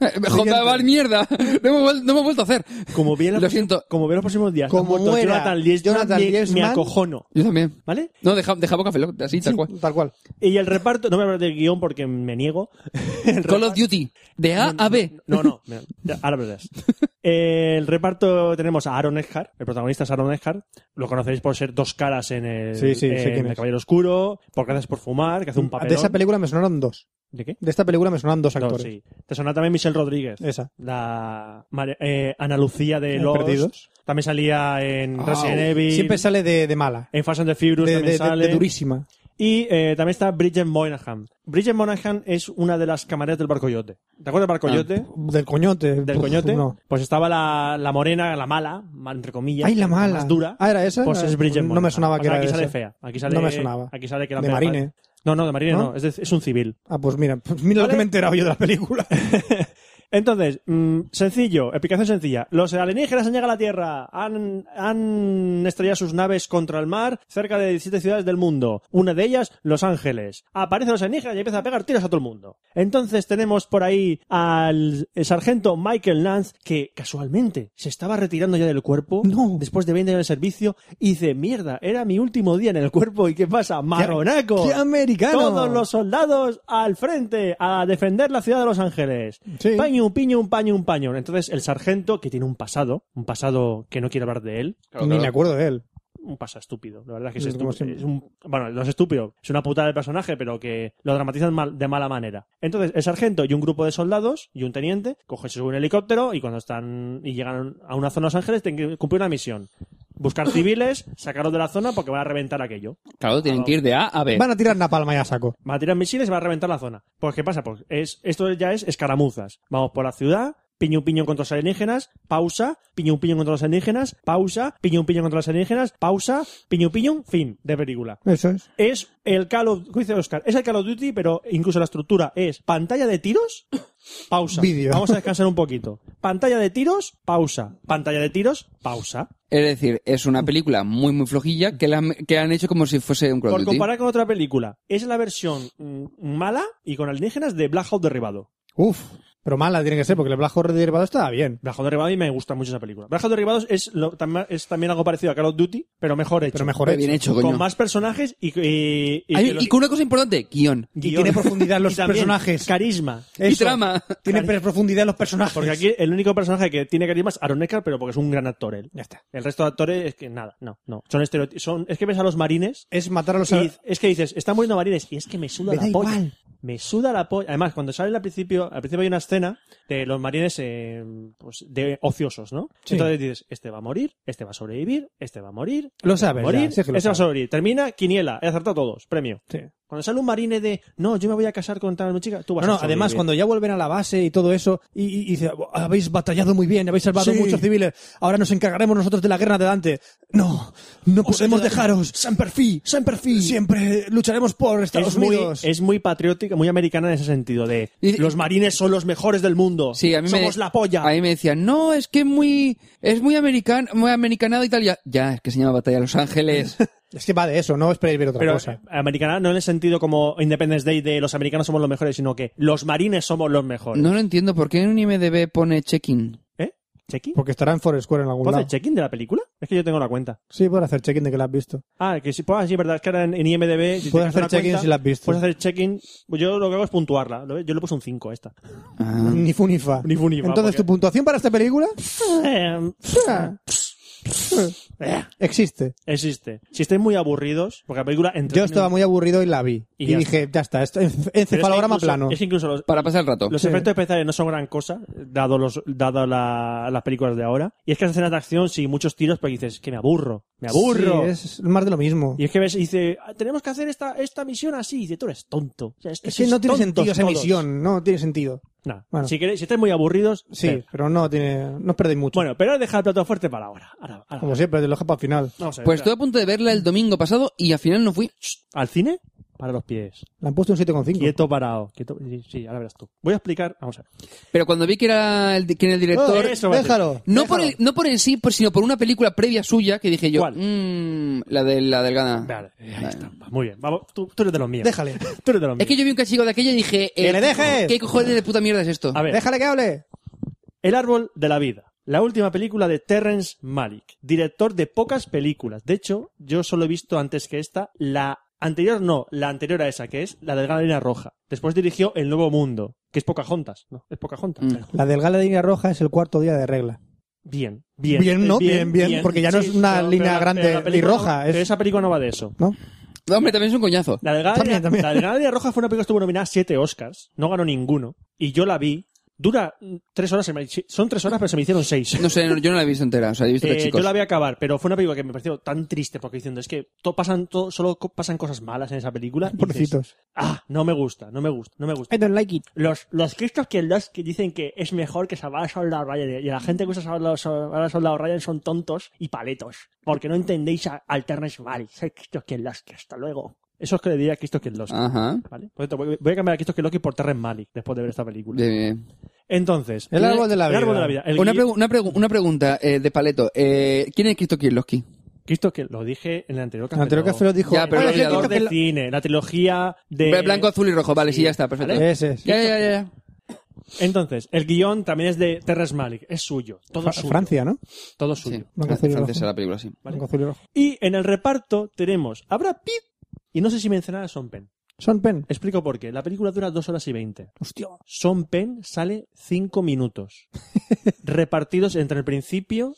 Speaker 1: Eh, J. Bar, mierda. *laughs* No hemos, vuel- no hemos vuelto a hacer.
Speaker 6: Como bien
Speaker 1: Lo siento.
Speaker 6: como veo los próximos días,
Speaker 4: Como
Speaker 6: ha muerto
Speaker 4: muera
Speaker 6: Jonathan Liesman,
Speaker 4: Jonathan
Speaker 6: me- me,
Speaker 4: Liesman.
Speaker 6: acojono.
Speaker 1: Yo también.
Speaker 6: ¿Vale?
Speaker 1: No, deja- dejamos café, Lock, así, tal
Speaker 6: *laughs*
Speaker 1: cual.
Speaker 4: Tal cual.
Speaker 6: Y el reparto, no voy a hablar del guión porque me niego. El
Speaker 1: Call
Speaker 6: reparto-
Speaker 1: of Duty. De A a B.
Speaker 6: No, no, mira, ya, ahora verás. Eh, el reparto tenemos a Aaron Eckhart, el protagonista es Aaron Eckhart, lo conocéis por ser dos caras en el,
Speaker 4: Sí, sí, sé
Speaker 6: en
Speaker 4: quién
Speaker 6: El
Speaker 4: es.
Speaker 6: Caballero Oscuro, por Gracias por Fumar, que hace un papel.
Speaker 4: De esa película me sonaron dos.
Speaker 6: qué?
Speaker 4: De esta película me sonaron dos
Speaker 6: No,
Speaker 4: actores. Eh.
Speaker 6: sí. Te sonaba también Michelle Rodríguez,
Speaker 4: Esa.
Speaker 6: la Mar- eh, Ana Lucía de
Speaker 4: En
Speaker 6: Lost.
Speaker 4: Perdidos.
Speaker 6: También salía en
Speaker 4: Ah,
Speaker 6: Resident Evil.
Speaker 4: Siempre sale de, de mala.
Speaker 6: En Fast and the Furious
Speaker 4: De,
Speaker 6: también
Speaker 4: de- de-
Speaker 6: sale.
Speaker 4: de durísima.
Speaker 6: Y eh, también está Bridget Moynihan. Bridget Moynihan es una de las camareras del Barco Yote. ¿Te acuerdas del Barco
Speaker 1: Ah.
Speaker 6: Yote?
Speaker 4: Del coñote.
Speaker 6: Del
Speaker 4: Puf,
Speaker 6: coñote.
Speaker 4: No.
Speaker 6: Pues estaba la, la morena, la mala, mal- entre comillas.
Speaker 4: Ay, la mala.
Speaker 6: Más dura.
Speaker 4: Ah, ¿era esa?
Speaker 6: Pues es Bridget
Speaker 4: No
Speaker 6: Moynihan.
Speaker 4: me sonaba
Speaker 6: O
Speaker 4: que
Speaker 6: sea,
Speaker 4: era
Speaker 6: aquí
Speaker 4: esa.
Speaker 6: sale fea. Aquí sale,
Speaker 4: No me sonaba.
Speaker 6: Aquí sale que era
Speaker 4: De
Speaker 6: fea.
Speaker 4: Marine.
Speaker 6: No, no, de Marine no.
Speaker 4: ¿No?
Speaker 6: Es, de- es un civil.
Speaker 4: Ah, pues mira, pues mira lo
Speaker 6: ¿Vale?
Speaker 4: que me he enterado yo de la película.
Speaker 6: *laughs* Entonces, mm, sencillo, explicación sencilla. Los alienígenas han llegado a la Tierra, han, han estrellado sus naves contra el mar cerca de 17 ciudades del mundo. Una de ellas, Los Ángeles. Aparecen los alienígenas y empiezan a pegar tiros a todo el mundo. Entonces tenemos por ahí al el sargento Michael Lance, que casualmente se estaba retirando ya del cuerpo
Speaker 4: No.
Speaker 6: después de 20 años de servicio y dice, mierda, era mi último día en el cuerpo y ¿qué pasa? Marronaco.
Speaker 4: ¡Qué americano!
Speaker 6: Todos los soldados al frente a defender la ciudad de Los Ángeles.
Speaker 4: Sí.
Speaker 6: Paño, piño, un paño, un paño. Entonces el sargento, que tiene un pasado, un pasado que no quiere hablar de él,
Speaker 1: Claro,
Speaker 4: Ni
Speaker 1: claro.
Speaker 4: me acuerdo de él.
Speaker 6: un pasado estúpido. La verdad es que es,
Speaker 4: Es como
Speaker 6: estúpido.
Speaker 4: siempre.
Speaker 6: Es un, bueno, no es estúpido, es una putada de personaje, pero que lo dramatizan mal, de mala manera. Entonces el sargento y un grupo de soldados y un teniente cogen se suben a un helicóptero y cuando están y llegan a una zona de Los Ángeles tienen que cumplir una misión. Buscar civiles, sacarlos de la zona porque van a reventar aquello.
Speaker 1: Claro, tienen que ir de A a B.
Speaker 4: Van a tirar napalma y a saco.
Speaker 6: Va a tirar misiles y va a reventar la zona. Pues, ¿qué pasa? Pues es, esto ya es escaramuzas. Vamos por la ciudad, piñón piñón contra los alienígenas, pausa, piñón piñón contra los alienígenas, pausa, piñón piñón contra los alienígenas, pausa, piñón piñón, fin de película.
Speaker 4: Eso es.
Speaker 6: Es el Call of ¿qué dice Oscar, es el Call of Duty, pero incluso la estructura es pantalla de tiros, pausa.
Speaker 4: Vídeo.
Speaker 6: Vamos a descansar un poquito. Pantalla de tiros, pausa. Pantalla de tiros, pausa.
Speaker 1: Es decir, es una película muy, muy flojilla que, la han- que han hecho como si fuese un Call of
Speaker 6: Por
Speaker 1: Duty.
Speaker 6: comparar con otra película, es la versión mm, mala y con alienígenas de Black Hawk derribado.
Speaker 4: Uf. Pero mala tiene que ser, porque el Black Horror derivado estaba bien.
Speaker 6: Black Hawk Derribado y me gusta mucho esa película. Black Hawk Derribados es, lo- tam- es también algo parecido a Call of Duty, pero mejor hecho.
Speaker 4: Pero mejor
Speaker 1: Muy
Speaker 4: hecho.
Speaker 1: bien hecho,
Speaker 6: Con
Speaker 1: coño.
Speaker 6: más personajes y... y- y
Speaker 1: Hay-
Speaker 6: que los-
Speaker 1: y con una cosa importante, guión.
Speaker 4: Y
Speaker 6: guión.
Speaker 4: tiene profundidad los
Speaker 6: *laughs* Y también
Speaker 4: personajes.
Speaker 6: Carisma.
Speaker 1: Y
Speaker 4: Eso.
Speaker 6: *laughs*
Speaker 1: trama.
Speaker 4: Tiene profundidad los personajes.
Speaker 6: Porque aquí el único personaje que tiene carisma es Aaron Eckhart, pero porque es un gran actor él.
Speaker 4: Ya está.
Speaker 6: El resto de actores es que nada, no, no. Son estereotipos. Son, es que ves a los marines
Speaker 4: Es matar a los...
Speaker 6: y es que dices, están muriendo marines y es que me suda
Speaker 4: Me
Speaker 6: la
Speaker 4: da
Speaker 6: polla.
Speaker 4: igual.
Speaker 6: Me suda la polla. Además, cuando sale al principio, al principio hay una escena de los marines eh, pues, de ociosos, ¿no?
Speaker 4: Sí.
Speaker 6: Entonces dices, este va a morir, este va a sobrevivir, este va a morir,
Speaker 4: Lo
Speaker 6: este va a
Speaker 4: sabes,
Speaker 6: morir,
Speaker 4: ya, sí que lo
Speaker 6: este va a
Speaker 4: sabes.
Speaker 6: sobrevivir. Termina, quiniela, he acertado todos, premio.
Speaker 4: Sí.
Speaker 6: Cuando sale un marine de, no, yo me voy a casar con tal chica, tú vas
Speaker 4: No, no,
Speaker 6: a sobrevivir.
Speaker 4: además, cuando ya vuelven a la base y todo eso, y, y- y dice, habéis batallado muy bien, habéis salvado
Speaker 9: Sí.
Speaker 4: muchos civiles, ahora nos encargaremos nosotros de la guerra de Dante. No, no podemos dejaros. Semper fi, semper fi. Siempre lucharemos por Estados
Speaker 6: es muy,
Speaker 4: Unidos.
Speaker 6: es muy patriótica, muy americana en ese sentido, de
Speaker 1: Y-
Speaker 6: los marines son los mejores del mundo,
Speaker 1: Sí, a mí
Speaker 6: somos
Speaker 1: me,
Speaker 6: la polla.
Speaker 1: A mí me decían, no, es que es muy, es muy americano, muy americanado y tal. Ya, ya, es que se llama Batalla de Los
Speaker 6: *laughs*
Speaker 1: Ángeles.
Speaker 4: Es que va de eso, no esperéis ver otra
Speaker 6: Pero
Speaker 4: cosa.
Speaker 6: eh, americana no en el sentido como Independence Day de los americanos somos los mejores, sino que los marines somos los mejores.
Speaker 1: no lo entiendo, ¿por qué en un IMDB pone check-in?
Speaker 6: ¿Eh? ¿Check-in?
Speaker 4: Porque estará en Forest Square en algún
Speaker 6: ¿Puedo
Speaker 4: lado.
Speaker 6: hacer check-in de la película? Es que yo tengo la cuenta.
Speaker 4: Sí, puedes hacer check-in de que la has visto.
Speaker 6: Ah, que sí, pues, ah, sí, verdad, es que ahora en, en IMDB... Si
Speaker 4: Puedes
Speaker 6: te creas
Speaker 4: hacer
Speaker 6: una
Speaker 4: check-in
Speaker 6: cuenta,
Speaker 4: si la has visto.
Speaker 6: Puedes hacer check-in... Pues Yo lo que hago es puntuarla. Lo- Yo le puse un 5 a esta. Mm.
Speaker 1: Ah.
Speaker 4: Ni funifa.
Speaker 6: Ni fu ni fa,
Speaker 4: Entonces,
Speaker 6: porque-
Speaker 4: ¿tu puntuación para esta película?
Speaker 6: Eh,
Speaker 4: Existe.
Speaker 6: Existe. Si estáis muy aburridos, porque la película...
Speaker 4: Yo
Speaker 6: entretiene-
Speaker 4: estaba muy aburrido y la vi.
Speaker 6: Y
Speaker 4: Y,
Speaker 6: ya
Speaker 4: dije, ya está, esto, enf-
Speaker 6: Pero es que
Speaker 4: encefalograma
Speaker 6: incluso-
Speaker 4: plano.
Speaker 6: Es que incluso los,
Speaker 1: Para pasar el rato.
Speaker 6: Los efectos especiales no son gran cosa, dado los, dado la- las películas de ahora. Y es que las escenas de acción, sí, muchos tiros, pero dices, que me aburro, me aburro.
Speaker 4: Sí, es más de lo mismo.
Speaker 6: Y es que ves, y dice, "Ah, tenemos que hacer esta, esta misión así. Y dice, tú eres tonto. O sea, es que
Speaker 4: Es que
Speaker 6: sois
Speaker 4: no tiene
Speaker 6: tontos
Speaker 4: sentido esa
Speaker 6: todos".
Speaker 4: misión, no tiene sentido.
Speaker 6: Nah.
Speaker 4: Bueno.
Speaker 6: Si, queréis, si estáis muy aburridos,
Speaker 4: Sí,
Speaker 6: ver.
Speaker 4: pero no tiene, no os perdéis mucho.
Speaker 6: Bueno, pero deja el plato fuerte para ahora. Ahora- ahora.
Speaker 4: como siempre, te lo dejo para el final.
Speaker 6: Vamos a ver,
Speaker 1: Pues estuve
Speaker 6: espera.
Speaker 1: a punto de verla el domingo pasado y al final no fui.
Speaker 6: ¿Al cine? Para los pies.
Speaker 4: Le han puesto un 7,5.
Speaker 6: Quieto, parado. Quieto. Sí, sí, ahora verás tú. Voy a explicar. Vamos a ver.
Speaker 1: Pero cuando vi que era el, quién era el director,
Speaker 6: Eh, eso, va a ser.
Speaker 4: Déjalo.
Speaker 1: no, por el- no por en sí, por- sino por una película previa suya que dije yo,
Speaker 6: ¿Cuál?
Speaker 1: "Mm, la, de, la del Ghana.
Speaker 6: Vale, ahí está. Muy bien. Vamos, tú, tú eres de los míos.
Speaker 4: Déjale.
Speaker 6: Tú eres de los míos.
Speaker 1: Es que yo vi un cachigo de aquella y dije, "Eh,
Speaker 4: ¡Que le dejes!
Speaker 1: ¿qué cojones de puta mierda es esto?
Speaker 6: A ver.
Speaker 4: Déjale que hable.
Speaker 6: El árbol de la vida. La última película de Terrence Malick, director de pocas películas. De hecho, yo solo he visto antes que esta la anterior, no, la anterior a esa, que es la del Galerina Roja. Después dirigió El Nuevo Mundo, que es Pocahontas, ¿no? Es Pocahontas.
Speaker 1: Mm.
Speaker 6: claro.
Speaker 4: La del gala de línea roja es el cuarto día de regla.
Speaker 6: Bien, bien.
Speaker 4: Bien, ¿no? Bien, bien, porque ya no es una
Speaker 6: pero-
Speaker 4: línea
Speaker 6: pero la-
Speaker 4: grande
Speaker 6: pero la
Speaker 4: y
Speaker 6: película
Speaker 4: roja,
Speaker 6: no-
Speaker 4: es-
Speaker 6: pero esa película no va de eso.
Speaker 4: ¿no?
Speaker 1: No, hombre, también es un coñazo.
Speaker 6: La delgada,
Speaker 4: También,
Speaker 6: Línea-
Speaker 4: también.
Speaker 6: la delgada línea roja fue una película que estuvo nominada a siete Oscars. No ganó ninguno. Y yo la vi. Dura mm, tres horas. se me- son tres horas, pero se me hicieron seis.
Speaker 1: No sé, no- yo no la he visto entera, o sea, he visto
Speaker 6: Eh,
Speaker 1: que chicos.
Speaker 6: yo la voy a acabar, pero fue una película que me pareció tan triste porque diciendo es que to- pasan to- solo co- pasan cosas malas en esa película. y dices,
Speaker 4: Pobrecitos.
Speaker 6: ah, no me gusta, no me gusta, no me gusta.
Speaker 4: I don't like it.
Speaker 6: Los, los cristos que los que dicen que es mejor que salvar a Soldado Ryan y a la gente que usa salvar a Soldado- a Soldado Ryan son tontos y paletos porque no entendéis a, al Terrence Malick. Soy Christoph Kieslowski, hasta luego. Eso es que le diría a Christoph Kieslowski,
Speaker 4: Ah.
Speaker 1: Ajá.
Speaker 6: ¿vale? Por cierto, voy voy a cambiar a Christoph Kieslowski por Terrence Malick después de ver esta película.
Speaker 1: Bien, bien.
Speaker 6: Entonces,
Speaker 4: El árbol de la
Speaker 6: El
Speaker 4: vida.
Speaker 6: árbol de la vida. El
Speaker 1: Una,
Speaker 6: gui-
Speaker 1: pregu- una, pregu- una pregunta eh, de paleto. Eh, ¿Quién es Cristo Kirloski?
Speaker 6: Cristo que lo dije en el anterior
Speaker 4: El anterior café lo dijo.
Speaker 6: Ah,
Speaker 1: Ya, pero
Speaker 4: "Oye,
Speaker 1: lo
Speaker 4: ese
Speaker 1: olvidado.
Speaker 4: Cristo
Speaker 6: Creador de
Speaker 4: que lo-
Speaker 6: cine, la trilogía de...
Speaker 1: Blanco, azul y rojo. Vale, sí, ya está, perfecto.
Speaker 6: Eh, ¿Vale?
Speaker 4: Ese es.
Speaker 1: Ya, ya, ya, ya.
Speaker 6: Entonces, el guión también es de Terrence Malick, es suyo, todo
Speaker 4: Fra-
Speaker 6: suyo.
Speaker 4: Francia, ¿no?
Speaker 6: Todo
Speaker 1: Sí,
Speaker 6: suyo.
Speaker 4: Blanco, azul y
Speaker 1: francesa
Speaker 4: rojo.
Speaker 1: la película, sí.
Speaker 6: Vale.
Speaker 4: Blanco, azul y rojo.
Speaker 6: Y en el reparto tenemos a Brad Pitt y no sé si mencionar a Sean Penn.
Speaker 4: Sean Penn.
Speaker 6: Explico por qué. La película dura dos horas y veinte. Hostia. Sean Penn sale cinco
Speaker 4: *laughs*
Speaker 6: minutos. repartidos entre el principio,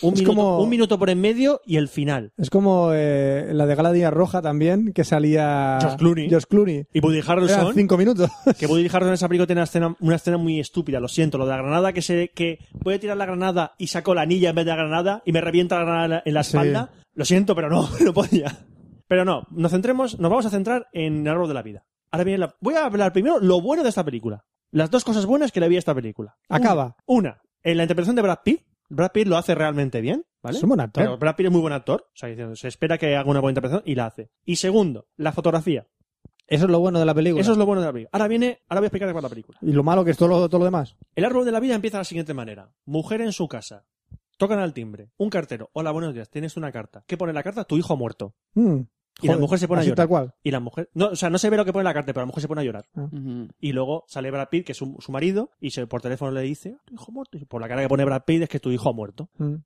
Speaker 6: un,
Speaker 4: Es
Speaker 6: minuto,
Speaker 4: como-
Speaker 6: un minuto por en medio y el final.
Speaker 4: Es como eh, la de Galadia Roja también, que salía...
Speaker 6: George Clooney.
Speaker 4: George Clooney.
Speaker 6: Y Woody
Speaker 4: Eran
Speaker 6: Harrelson...
Speaker 4: cinco
Speaker 6: *laughs*
Speaker 4: minutos.
Speaker 6: Que Woody Harrelson en esa película tiene una escena, una escena muy estúpida, lo siento, lo de la granada que se que puede tirar la granada y sacó la anilla en vez de la granada y me revienta la granada en la
Speaker 4: Sí.
Speaker 6: espalda. Lo siento, pero no, *laughs* no podía. Pero no, nos centremos, nos vamos a centrar en el árbol de la vida. Ahora viene la, voy a hablar primero lo bueno de esta película. Las dos cosas buenas que le vi a esta película.
Speaker 4: Acaba.
Speaker 6: Una, en la interpretación de Brad Pitt. Brad Pitt lo hace realmente bien, ¿vale?
Speaker 4: Es un buen actor.
Speaker 6: Pero Brad Pitt es muy buen actor. O sea, diciendo, se espera que haga una buena interpretación y la hace. Y segundo, la fotografía.
Speaker 4: Eso es lo bueno de la película.
Speaker 6: Eso es lo bueno de la película. Ahora viene, ahora voy a explicar cuál es la película.
Speaker 4: Y lo malo que es todo lo, todo lo demás.
Speaker 6: El árbol de la vida empieza de la siguiente manera. Mujer en su casa. Tocan al timbre. Un cartero. Hola, buenos días. Tienes una carta. ¿Qué pone en la carta? Tu hijo muerto.
Speaker 4: Mm.
Speaker 6: Y la
Speaker 4: Joder,
Speaker 6: mujer se pone a
Speaker 4: así
Speaker 6: llorar.
Speaker 4: tal cual.
Speaker 6: Y la mujer... No, o sea, no se ve lo que pone en la carta, pero la mujer se pone a llorar.
Speaker 1: Ujú.
Speaker 6: Y luego sale Brad Pitt, que es su, su marido, y se, por teléfono le dice, "Ah, tu hijo muerto. Y por la cara que pone Brad Pitt es que tu hijo ha muerto.
Speaker 4: Mm.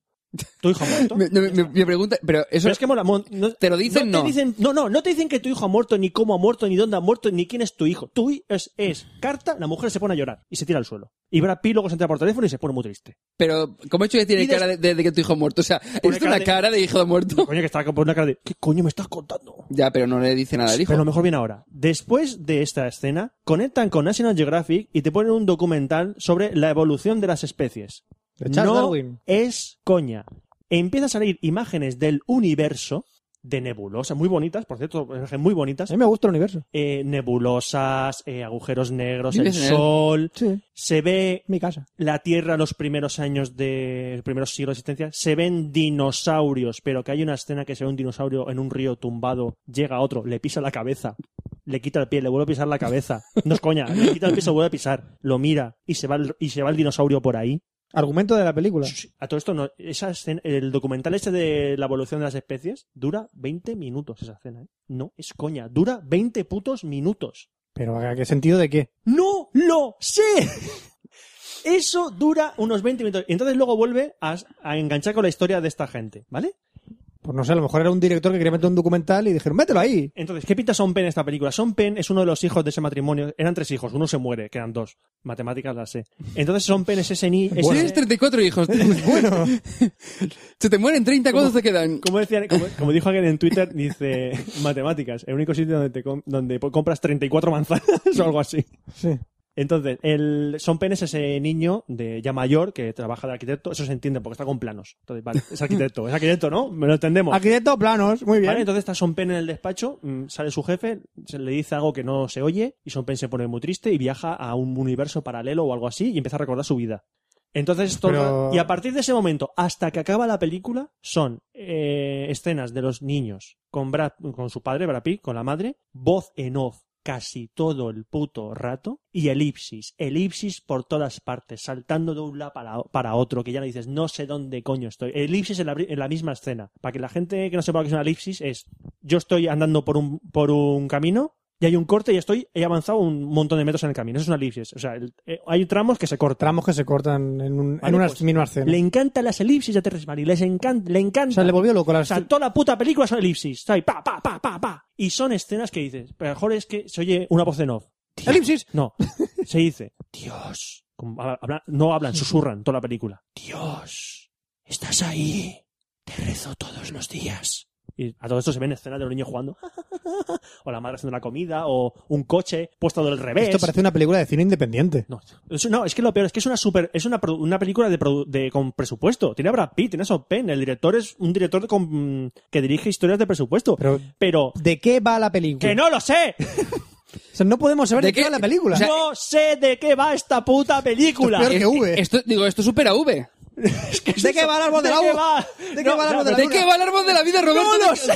Speaker 6: Tu
Speaker 1: *laughs*
Speaker 6: hijo ha muerto.
Speaker 1: Me, me- me- me pregunta, pero eso
Speaker 6: Pero es que mola, mon- no-
Speaker 1: ¿Te lo dicen?
Speaker 6: te
Speaker 1: No.
Speaker 6: dicen- no, no, no te dicen que tu hijo ha muerto, ni cómo ha muerto, ni dónde ha muerto, ni quién es tu hijo. Tú es, es carta, la mujer se pone a llorar y se tira al suelo. Y Brad Pitt luego se entera por teléfono y se pone muy triste.
Speaker 1: Pero, ¿cómo he hecho que tiene
Speaker 6: Y des-
Speaker 1: cara de, de- de que tu hijo ha muerto? O sea,
Speaker 6: Pone
Speaker 1: ¿es una
Speaker 6: cara de-
Speaker 1: cara de hijo de muerto?
Speaker 6: Coño, que estaba con una cara de ¿qué coño me estás contando?
Speaker 1: *laughs* Ya, pero no le dice nada al hijo.
Speaker 6: Pero lo mejor viene ahora. Después de esta escena, conectan con National Geographic y te ponen un documental sobre la evolución de las especies.
Speaker 4: De Charles
Speaker 6: no
Speaker 4: Darwin.
Speaker 6: es coña. Empiezan a salir imágenes del universo de nebulosas, muy bonitas, por cierto, imágenes muy
Speaker 4: A
Speaker 6: bonitas.
Speaker 4: mí me gusta el universo.
Speaker 6: Eh, nebulosas, eh, agujeros negros, el
Speaker 1: Vives en él.
Speaker 6: sol.
Speaker 4: Sí,
Speaker 6: Se ve
Speaker 4: mi casa.
Speaker 6: la Tierra los primeros años de los primeros siglos de existencia, se ven dinosaurios, pero que hay una escena que se ve un dinosaurio en un río tumbado, llega otro, le pisa la cabeza, le quita el pie, le vuelve a pisar la cabeza. No es coña, le quita el pie, se lo vuelve a pisar, lo mira y se va el, y se va el dinosaurio por ahí.
Speaker 4: Argumento de la película.
Speaker 6: A todo esto no, esa escena, el documental este de la evolución de las especies dura 20 minutos esa escena, ¿eh? No es coña, dura 20 putos minutos.
Speaker 4: Pero ¿a qué sentido de qué?
Speaker 6: ¡No lo sé! Eso dura unos 20 minutos. Y entonces luego vuelve a, a enganchar con la historia de esta gente, ¿vale?
Speaker 4: Pues no sé, a lo mejor era un director que quería meter un documental y dijeron, mételo ahí.
Speaker 6: Entonces, ¿qué pinta Son Penn en esta película? Son Penn es uno de los hijos de ese matrimonio. Eran tres hijos, uno se muere, quedan dos. Matemáticas las sé. Entonces, Son Penn es ese ni...
Speaker 1: Tienes
Speaker 6: ese-
Speaker 1: 34 hijos.
Speaker 6: *laughs*
Speaker 1: bueno. *laughs* Se te mueren 30, ¿cuántos te quedan?
Speaker 6: como, decían- como- como dijo alguien en Twitter, dice matemáticas, el único sitio donde, te com- donde po- compras 34 manzanas *laughs* o algo así.
Speaker 4: Sí.
Speaker 6: Entonces, el Son Penn es ese niño de ya mayor que trabaja de arquitecto. Eso se entiende porque está con planos. Entonces, vale, es arquitecto, es arquitecto, ¿no? Me lo entendemos.
Speaker 4: Arquitecto planos, muy bien.
Speaker 6: Vale, entonces está Son Penn en el despacho, mm, sale su jefe, se le dice algo que no se oye y Son Penn se pone muy triste y viaja a un universo paralelo o algo así y empieza a recordar su vida. Entonces, todo-
Speaker 4: Pero-
Speaker 6: y a partir de ese momento, hasta que acaba la película, son eh, escenas de los niños con, Brad- con su padre, Brad Pitt, con la madre, voz en off casi todo el puto rato y elipsis, elipsis por todas partes, saltando de un lado para, para otro, que ya le dices, no sé dónde coño estoy. Elipsis en la, pri- en la misma escena. Para que la gente que no sepa lo que es una elipsis es, yo estoy andando por un, por un camino y hay un corte y estoy, he avanzado un montón de metros en el camino. Eso es una elipsis. O sea, el- eh, hay tramos que se cortan.
Speaker 4: Tramos que se cortan en, un, en
Speaker 6: Vale,
Speaker 4: una
Speaker 6: pues,
Speaker 4: misma escena.
Speaker 6: Le encantan las elipsis de Terrence Malick, les encanta, le encanta.
Speaker 4: O sea, le volvió loco la
Speaker 6: O sea, toda la puta película son elipsis. Está ahí, pa, pa, pa, pa, pa. Y son
Speaker 4: *laughs*
Speaker 6: escenas que dices, pero mejor es que se oye una voz en off.
Speaker 4: elipsis.
Speaker 6: No, se dice, Dios, Como ha- hablan- no hablan, susurran toda la película.
Speaker 9: Dios, estás ahí. Te rezo todos los días.
Speaker 6: Y a todo esto se ven escenas de los niños jugando. *laughs* o la madre haciendo la comida, o un coche puesto del revés.
Speaker 4: Esto parece una película de cine independiente.
Speaker 6: No, es, no, es que lo peor es que es una super, es una, produ- una película de, produ- de- con presupuesto. Tiene a Brad Pitt, tiene a Sean Penn. El director es un director con- mm, que dirige historias de presupuesto. Pero,
Speaker 4: Pero, ¿de qué va la película?
Speaker 6: que no lo sé.
Speaker 4: O sea, no podemos saber
Speaker 1: ¿De
Speaker 4: de, qué
Speaker 1: qué?
Speaker 4: va la película.
Speaker 1: O sea,
Speaker 6: no sé de qué va esta puta película.
Speaker 9: Esto es peor que V.
Speaker 1: Esto, digo, esto supera V.
Speaker 9: ¿De qué va el árbol de la
Speaker 6: ¿De qué
Speaker 9: uva?
Speaker 6: va?
Speaker 9: ¿De qué
Speaker 6: No,
Speaker 9: va el árbol
Speaker 6: no,
Speaker 9: de la
Speaker 6: ¿de
Speaker 1: ¿De
Speaker 9: luna?
Speaker 1: qué va el árbol de la vida, Roberto?
Speaker 6: ¡No lo sé!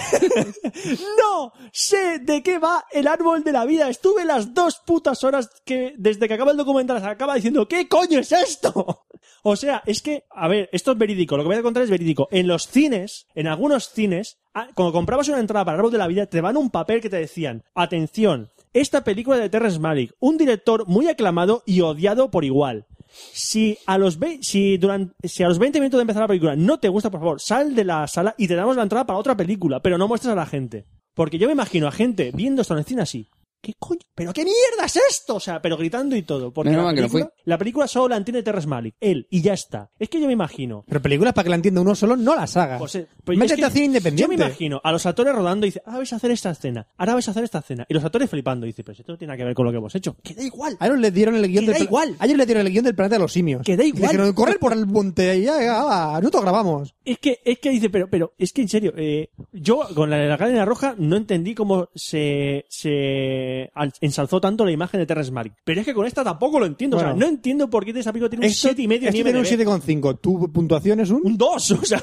Speaker 6: ¡No sé de qué va el árbol de la vida! Estuve las dos putas horas que desde que acaba el documental se acaba diciendo ¿Qué coño es esto? O sea, es que, a ver, esto es verídico. Lo que voy a contar es verídico. En los cines, en algunos cines, ah, cuando comprabas una entrada para el árbol de la vida, te van un papel que te decían, atención, esta película de Terrence Malick, un director muy aclamado y odiado por igual. Si a los vei- si durante si a los 20 minutos de empezar la película no te gusta, por favor, sal de la sala y te damos la entrada para otra película, pero no muestres a la gente. Porque yo me imagino a gente viendo esto en el cine así. ¿Qué coño? ¿Pero qué mierda es esto? O sea, pero gritando y todo. Porque
Speaker 1: Menos
Speaker 6: la,
Speaker 1: mal que no
Speaker 6: película, la película solo la entiende Terrence Malick, él, y ya está. Es que yo me imagino.
Speaker 4: Pero películas para que la entienda uno solo, no las
Speaker 1: Ah.
Speaker 4: hagas.
Speaker 6: Pues, eh, pues
Speaker 4: Métete
Speaker 6: es que
Speaker 4: a cine
Speaker 6: Yo me
Speaker 4: independiente.
Speaker 6: imagino a los actores rodando y dice, ahora vais a hacer esta escena, ahora vais a hacer esta escena. Y los actores flipando, y dice, pero si esto no tiene nada que ver con lo que hemos hecho. Que da igual.
Speaker 4: A ellos les dieron el guión
Speaker 6: Que
Speaker 4: del
Speaker 6: da
Speaker 4: pla-
Speaker 6: igual.
Speaker 4: A ellos les dieron el guión del planeta de los simios.
Speaker 6: Que da
Speaker 4: Y
Speaker 6: igual.
Speaker 4: dijeron, correr por el monte y ya, ya, va, nosotros grabamos.
Speaker 6: Es que, es que dice, pero, pero, es que en serio, eh, yo con la, la cadena roja no entendí cómo se, se al- ensalzó tanto la imagen de Terrence Malick. Pero es que con esta tampoco lo entiendo. o sea,
Speaker 4: Bueno.
Speaker 6: no entiendo por qué esta película tiene un
Speaker 4: Esto-
Speaker 6: 7,5 y medio
Speaker 4: esto
Speaker 6: ni
Speaker 4: tiene un
Speaker 6: IMDb.
Speaker 4: 7,5. Tu puntuación es
Speaker 6: *laughs*
Speaker 4: un... *laughs*
Speaker 6: Un 2, o sea,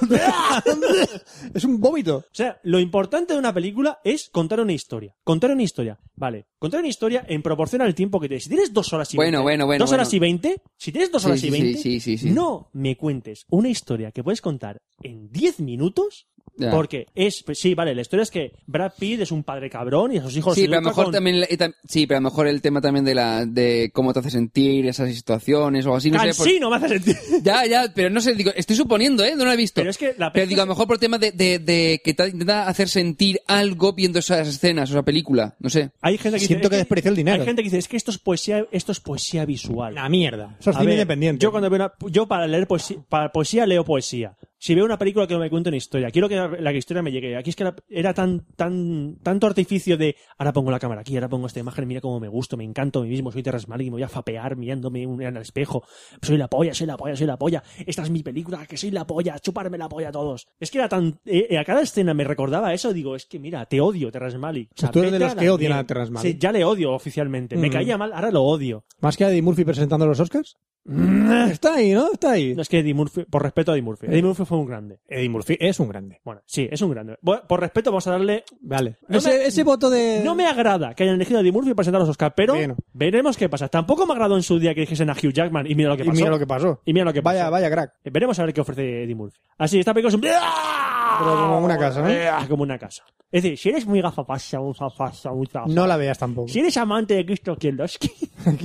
Speaker 4: es un vómito.
Speaker 6: O sea, lo importante de una película es contar una historia. Contar una historia. Vale. Contar una historia en proporción al tiempo que tienes. Si tienes dos horas y
Speaker 1: Bueno,
Speaker 6: veinte.
Speaker 1: bueno, bueno,
Speaker 6: Dos horas
Speaker 1: bueno.
Speaker 6: y veinte. Si tienes dos
Speaker 1: Sí,
Speaker 6: horas
Speaker 1: sí,
Speaker 6: y
Speaker 1: sí,
Speaker 6: veinte.
Speaker 1: sí, sí, sí.
Speaker 6: No me cuentes una historia que puedes contar en diez minutos.
Speaker 1: Ya.
Speaker 6: Porque es, pues sí, vale, la historia es que Brad Pitt es un padre cabrón y a sus hijos
Speaker 1: Sí,
Speaker 6: se
Speaker 1: pero a lo
Speaker 6: educa
Speaker 1: mejor
Speaker 6: con-
Speaker 1: también, la- y tam- sí, pero a lo mejor el tema también de la, de cómo te hace sentir esas situaciones o algo así, no sé. por-
Speaker 6: Cansino me hace sentir. *laughs*
Speaker 1: Ya, ya, pero no sé, digo, estoy suponiendo, ¿eh? No lo he visto.
Speaker 6: Pero es que la
Speaker 1: digo, a lo mejor por tema de, de, de que te intenta hacer sentir algo viendo esas escenas o esa película, no sé.
Speaker 6: Hay gente que dice,
Speaker 4: Siento
Speaker 6: es
Speaker 4: que desperdició el dinero.
Speaker 6: Hay gente que dice, es que esto es poesía, esto es poesía visual.
Speaker 4: mierda. Eso es
Speaker 6: A
Speaker 4: cine
Speaker 6: ver,
Speaker 4: independiente.
Speaker 6: Yo cuando veo una- yo para leer poesía, para poesía leo poesía. Si veo una película que no me cuenta una historia, quiero que la, la historia me llegue. Aquí es que la- era tan tan tanto artificio de ahora pongo la cámara aquí, ahora pongo esta imagen, mira cómo me gusto, me encanto a mí mismo, soy Terrence Malick, me voy a fapear mirándome en el espejo. Soy la polla, soy la polla, soy la polla. Esta es mi película, que soy la polla, chuparme la polla a todos. Es que era tan eh, eh, a cada escena me recordaba eso, digo, es que mira, te odio Terrence Malick. O sea,
Speaker 4: Pues tú eres
Speaker 6: vete
Speaker 4: de los
Speaker 6: la
Speaker 4: que odian
Speaker 6: mierda.
Speaker 4: a Terrence Malick.
Speaker 6: Sí, ya le odio oficialmente. Me
Speaker 4: Mm.
Speaker 6: caía mal, ahora lo odio.
Speaker 4: Más que a Eddie Murphy presentando los Oscars. Mm, Está ahí, ¿no? Está ahí.
Speaker 6: No, es que Eddie Murphy, por respeto a Eddie Murphy. Eddie Murphy fue un grande.
Speaker 4: Eddie Murphy es un grande.
Speaker 6: Bueno, sí, es un grande. Bueno, por respeto, vamos a darle.
Speaker 4: Vale.
Speaker 6: No
Speaker 4: ese,
Speaker 6: me-
Speaker 4: ese voto de...
Speaker 6: No me agrada que hayan elegido a Eddie Murphy para presentar los Oscar, pero
Speaker 4: Bien.
Speaker 6: veremos qué pasa. Tampoco me agradó en su día que dijesen a Hugh Jackman y mira lo que
Speaker 4: Y
Speaker 6: pasó.
Speaker 4: mira lo que pasó.
Speaker 6: Y mira lo que pasó.
Speaker 4: Vaya, vaya crack.
Speaker 6: Eh, Veremos a ver qué ofrece Eddie Murphy. Así, esta película es un.
Speaker 4: Pero como una casa, ¿no?
Speaker 6: Ah, Como una casa. Es decir, si eres muy gafapasa, un gafapasa, un zafa-
Speaker 4: No la veas tampoco. *laughs*
Speaker 6: Si eres amante de Cristo Kieloski,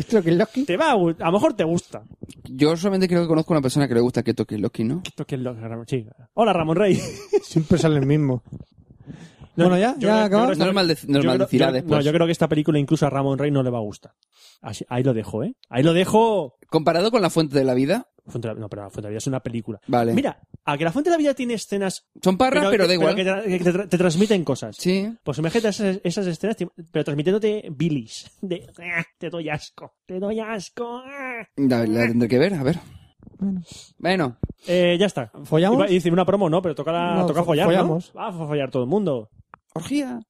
Speaker 4: Creo que Loki-
Speaker 6: *laughs* te va a, gu- a lo mejor te gusta.
Speaker 1: Yo solamente creo que conozco a una persona que le gusta Keto Loki, ¿no?
Speaker 6: Cristo Kieloski, Ramón- sí. Hola, Ramón Rey.
Speaker 4: Siempre sale el mismo. Bueno, ya,
Speaker 6: yo
Speaker 4: ya
Speaker 6: creo- yo
Speaker 4: acabamos.
Speaker 6: creo que
Speaker 1: No es maldec- no es
Speaker 6: Pues Yo creo-
Speaker 1: maldecirá
Speaker 6: yo-
Speaker 1: después.
Speaker 6: No, yo creo que esta película incluso a Ramón Rey no le va a gustar. Así- ahí lo dejo, ¿eh? Ahí lo dejo.
Speaker 1: Comparado con La Fuente de la Vida,
Speaker 6: Fuente de la- no, pero la Fuente de la Vida es una película.
Speaker 1: vale.
Speaker 6: Mira, a que la Fuente de la Vida tiene escenas...
Speaker 1: Son parras, pero, da igual.
Speaker 6: que tra- que te, tra- te transmiten cosas.
Speaker 1: Sí.
Speaker 6: Pues imagínate esas, esas escenas, ti- pero transmitiéndote bilis. *laughs* De, "Ah, te doy asco, te doy asco. ah".
Speaker 1: La, la tendré que ver, a ver. Bueno.
Speaker 6: Eh, ya está.
Speaker 4: ¿Follamos?
Speaker 6: Iba a decir una promo, ¿no? Pero toca, la-
Speaker 4: No,
Speaker 6: toca
Speaker 4: fo-
Speaker 6: follar, ¿no?
Speaker 4: follamos.
Speaker 6: Ah, fo- follar todo el mundo.
Speaker 1: Orgía.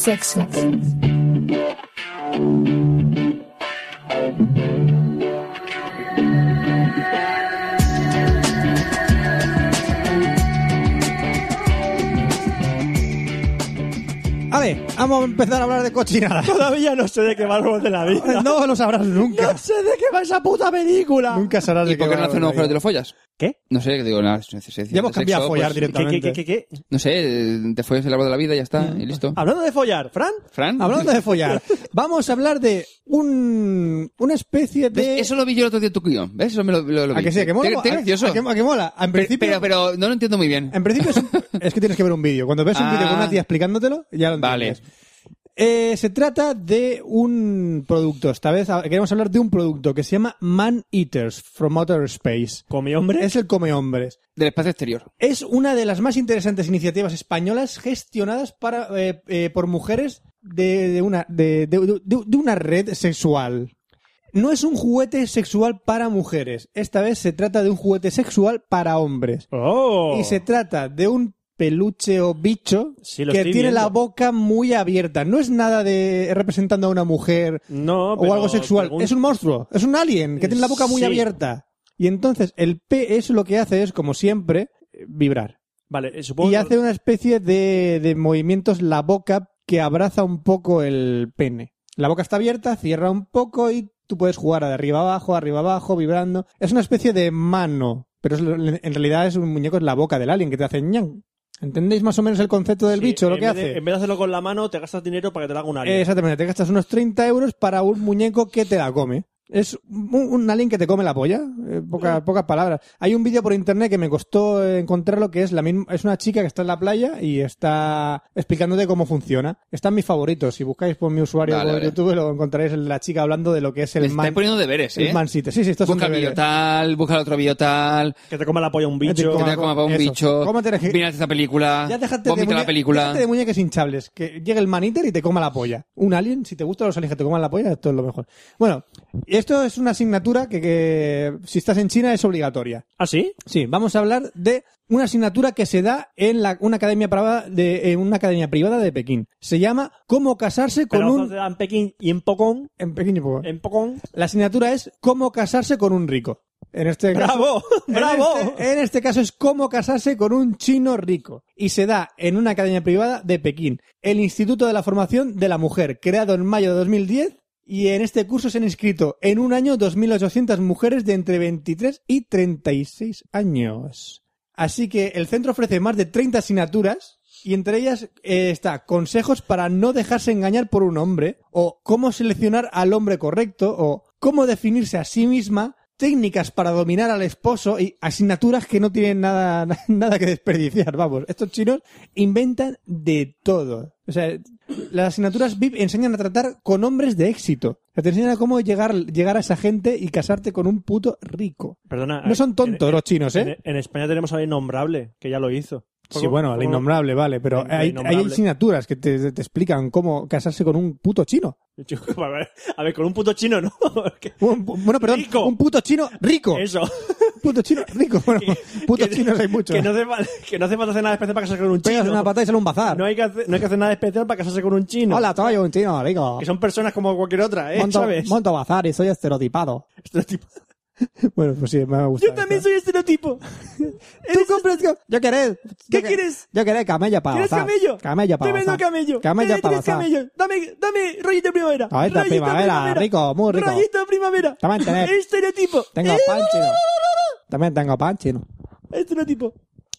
Speaker 5: Sexo.
Speaker 4: A ver, vamos a empezar a hablar de cochinadas.
Speaker 6: Todavía no sé de qué va el árbol de la vida.
Speaker 4: *laughs* No lo sabrás nunca.
Speaker 6: No sé de qué va esa puta película.
Speaker 4: Nunca sabrás
Speaker 1: ¿Y
Speaker 4: de
Speaker 1: por qué no hacen un agujero
Speaker 4: de
Speaker 1: y te lo follas?
Speaker 6: ¿Qué?
Speaker 1: No sé, digo, nada. si es decisión
Speaker 4: Ya hemos
Speaker 1: de
Speaker 4: cambiado a
Speaker 1: sexo,
Speaker 4: follar
Speaker 1: pues,
Speaker 6: ¿Qué,
Speaker 4: directamente.
Speaker 6: qué, qué, qué?
Speaker 1: No sé, eh, te follas el árbol de la vida y ya está, y listo.
Speaker 6: Hablando de follar, Fran.
Speaker 1: ¿Fran?
Speaker 4: Hablando de
Speaker 6: *laughs*
Speaker 4: follar, vamos a hablar de un, una especie de...
Speaker 1: ¿Ves? Eso lo vi yo el otro día en tu guión, ¿ves? Eso me lo, lo- lo vi.
Speaker 4: ¿A que sí? ¿A que mola?
Speaker 1: Qué- qué
Speaker 4: ¿A-
Speaker 1: gracioso.
Speaker 4: a que- a que mola? En
Speaker 1: Pero-
Speaker 4: principio... Em,
Speaker 1: Pero, pero no lo entiendo muy bien.
Speaker 4: En principio es, un- es que tienes que ver un vídeo. Cuando ves un
Speaker 1: Ah.
Speaker 4: vídeo con una tía explicándotelo, ya lo
Speaker 1: Vale.
Speaker 4: entiendes. Eh, se trata de un producto. Esta vez ah, queremos hablar de un producto que se llama Man Eaters from Outer Space.
Speaker 6: Come hombre.
Speaker 4: Es el come hombres.
Speaker 1: Del espacio exterior.
Speaker 4: Es una de las más interesantes iniciativas españolas gestionadas para, eh, eh, por mujeres de, de una, de, de- de- de una red sexual. No es un juguete sexual para mujeres. Esta vez se trata de un juguete sexual para hombres.
Speaker 6: Oh.
Speaker 4: Y se trata de un peluche o bicho
Speaker 6: Sí,
Speaker 4: que
Speaker 6: lo estoy
Speaker 4: tiene la
Speaker 6: viendo.
Speaker 4: boca muy abierta. No es nada de representando a una mujer
Speaker 6: No,
Speaker 4: o
Speaker 6: pero
Speaker 4: algo sexual.
Speaker 6: pregun-
Speaker 4: Es un monstruo, es un alien que tiene la boca muy
Speaker 6: Sí.
Speaker 4: abierta. Y entonces el pez lo que hace es, como siempre, eh, vibrar.
Speaker 6: Vale, eh, supongo
Speaker 4: Y
Speaker 6: que-
Speaker 4: hace una especie de, de movimientos la boca que abraza un poco el pene. La boca está abierta, cierra un poco y tú puedes jugar de arriba abajo, arriba abajo, vibrando. Es una especie de mano, pero es lo- en realidad es un muñeco, es la boca del alien que te hace ñan. ¿Entendéis más o menos el concepto del
Speaker 6: Sí,
Speaker 4: bicho, lo
Speaker 6: en
Speaker 4: que
Speaker 6: vez
Speaker 4: hace?
Speaker 6: de- en vez de hacerlo con la mano, te gastas dinero para que te lo haga un alien.
Speaker 4: Exactamente, te gastas unos 30 euros para un muñeco que te la come. Es un, un alien que te come la polla, eh, poca- pocas palabras. Hay un vídeo por internet que me costó eh, encontrarlo que es la misma, es una chica que está en la playa y está explicándote cómo funciona. Están mis favoritos, si buscáis por mi usuario
Speaker 1: Vale,
Speaker 4: por
Speaker 1: vale.
Speaker 4: YouTube lo encontraréis la chica hablando de lo que es
Speaker 1: Me
Speaker 4: el
Speaker 1: estáis
Speaker 4: man,
Speaker 1: poniendo deberes,
Speaker 4: el
Speaker 1: ¿eh?
Speaker 4: mansite. Sí, sí, estos son
Speaker 1: Busca el
Speaker 4: deberes.
Speaker 1: biotal, busca el otro biotal,
Speaker 6: Que te coma la polla un
Speaker 4: Que te
Speaker 6: bicho.
Speaker 1: que
Speaker 4: coma-
Speaker 1: te coma para un
Speaker 4: eso.
Speaker 1: bicho,
Speaker 4: Cómete la-
Speaker 1: mira esta película,
Speaker 4: Ya déjate de,
Speaker 1: vomita
Speaker 4: muñe-
Speaker 1: Ah, la película.
Speaker 4: déjate de muñecas hinchables. Que llegue el maníter y te coma la polla. Un alien, si te gustan los aliens que te coman la polla, esto es lo mejor. Bueno, esto es una asignatura que, que si estás en China es obligatoria.
Speaker 6: ¿Ah, sí?
Speaker 4: Sí, vamos a hablar de una asignatura que se da en la, una academia privada de en una academia privada de Pekín. Se llama Cómo casarse con
Speaker 6: Pero
Speaker 4: un
Speaker 6: entonces, en Pekín y en Pocón.
Speaker 4: en Pekín, por favor. *laughs*
Speaker 6: En Pocón.
Speaker 4: La asignatura es Cómo casarse con un rico. En este caso,
Speaker 6: ¡Bravo!
Speaker 4: en *laughs*
Speaker 6: *laughs* ¡Bravo!
Speaker 4: este- en este caso es cómo casarse con un chino rico. Y se da en una academia privada de Pekín, el Instituto de la Formación de la Mujer, creado en mayo de 2010. Y en este curso se han inscrito en un año 2.800 mujeres de entre 23 y 36 años. Así que el centro ofrece más de 30 asignaturas y entre ellas eh, está consejos para no dejarse engañar por un hombre o cómo seleccionar al hombre correcto o cómo definirse a sí misma, técnicas para dominar al esposo y asignaturas que no tienen nada, *laughs* nada que desperdiciar. Vamos, estos chinos inventan de todo. O sea, las asignaturas VIP enseñan a tratar con hombres de éxito. O sea, te enseñan a cómo llegar, llegar a esa gente y casarte con un puto rico.
Speaker 6: Perdona.
Speaker 4: No son tontos los chinos, ¿eh?
Speaker 6: En, en España tenemos al innombrable, que ya lo hizo.
Speaker 4: Sí, bueno, al
Speaker 6: *laughs*
Speaker 4: innombrable, vale, pero
Speaker 6: La
Speaker 4: hay,
Speaker 6: innombrable.
Speaker 4: hay asignaturas que te, te explican cómo casarse con un puto chino.
Speaker 6: A ver, a ver, con un puto chino, ¿no? *laughs* Porque-
Speaker 4: Un pu- bueno, perdón,
Speaker 6: Rico.
Speaker 4: un puto chino rico.
Speaker 6: Eso.
Speaker 4: Un puto chino
Speaker 6: *laughs*
Speaker 4: rico. Bueno, putos
Speaker 6: Que-
Speaker 4: chinos hay muchos.
Speaker 6: Que no, hace, fa- que no hace falta hacer nada especial para casarse con un
Speaker 4: Pegas
Speaker 6: chino.
Speaker 4: una patada y sale un bazar.
Speaker 6: no, hay que hacer, no hay que hacer nada especial para casarse con un chino.
Speaker 4: Hola, soy un chino rico.
Speaker 6: Que son personas como cualquier otra, ¿eh?
Speaker 4: monto,
Speaker 6: ¿Sabes? Este
Speaker 4: monto bazar y soy estereotipado. *laughs*
Speaker 6: Estereotipo.
Speaker 4: Bueno, pues sí, me ha gustado.
Speaker 6: Yo también soy estereotipo.
Speaker 4: ¿Tú compras co- Yo querés.
Speaker 6: ¿Qué
Speaker 4: yo que-
Speaker 6: quieres?
Speaker 4: Yo querés camello para
Speaker 6: ¿Quieres
Speaker 4: bazar.
Speaker 6: camello?
Speaker 4: Camello para
Speaker 6: Te vendo
Speaker 4: bazar.
Speaker 6: camello.
Speaker 4: Camello
Speaker 6: Te
Speaker 4: para
Speaker 6: tienes
Speaker 4: bazar.
Speaker 6: camello. Dame, dame rollito primavera.
Speaker 4: Ahí está,
Speaker 6: Rollito
Speaker 4: primavera, rico, muy rico.
Speaker 6: Rollito primavera.
Speaker 4: Te va a tener.
Speaker 6: Estereotipo.
Speaker 4: Tengo
Speaker 6: Eh,
Speaker 4: pan chino. También tengo pan chino.
Speaker 6: Estereotipo.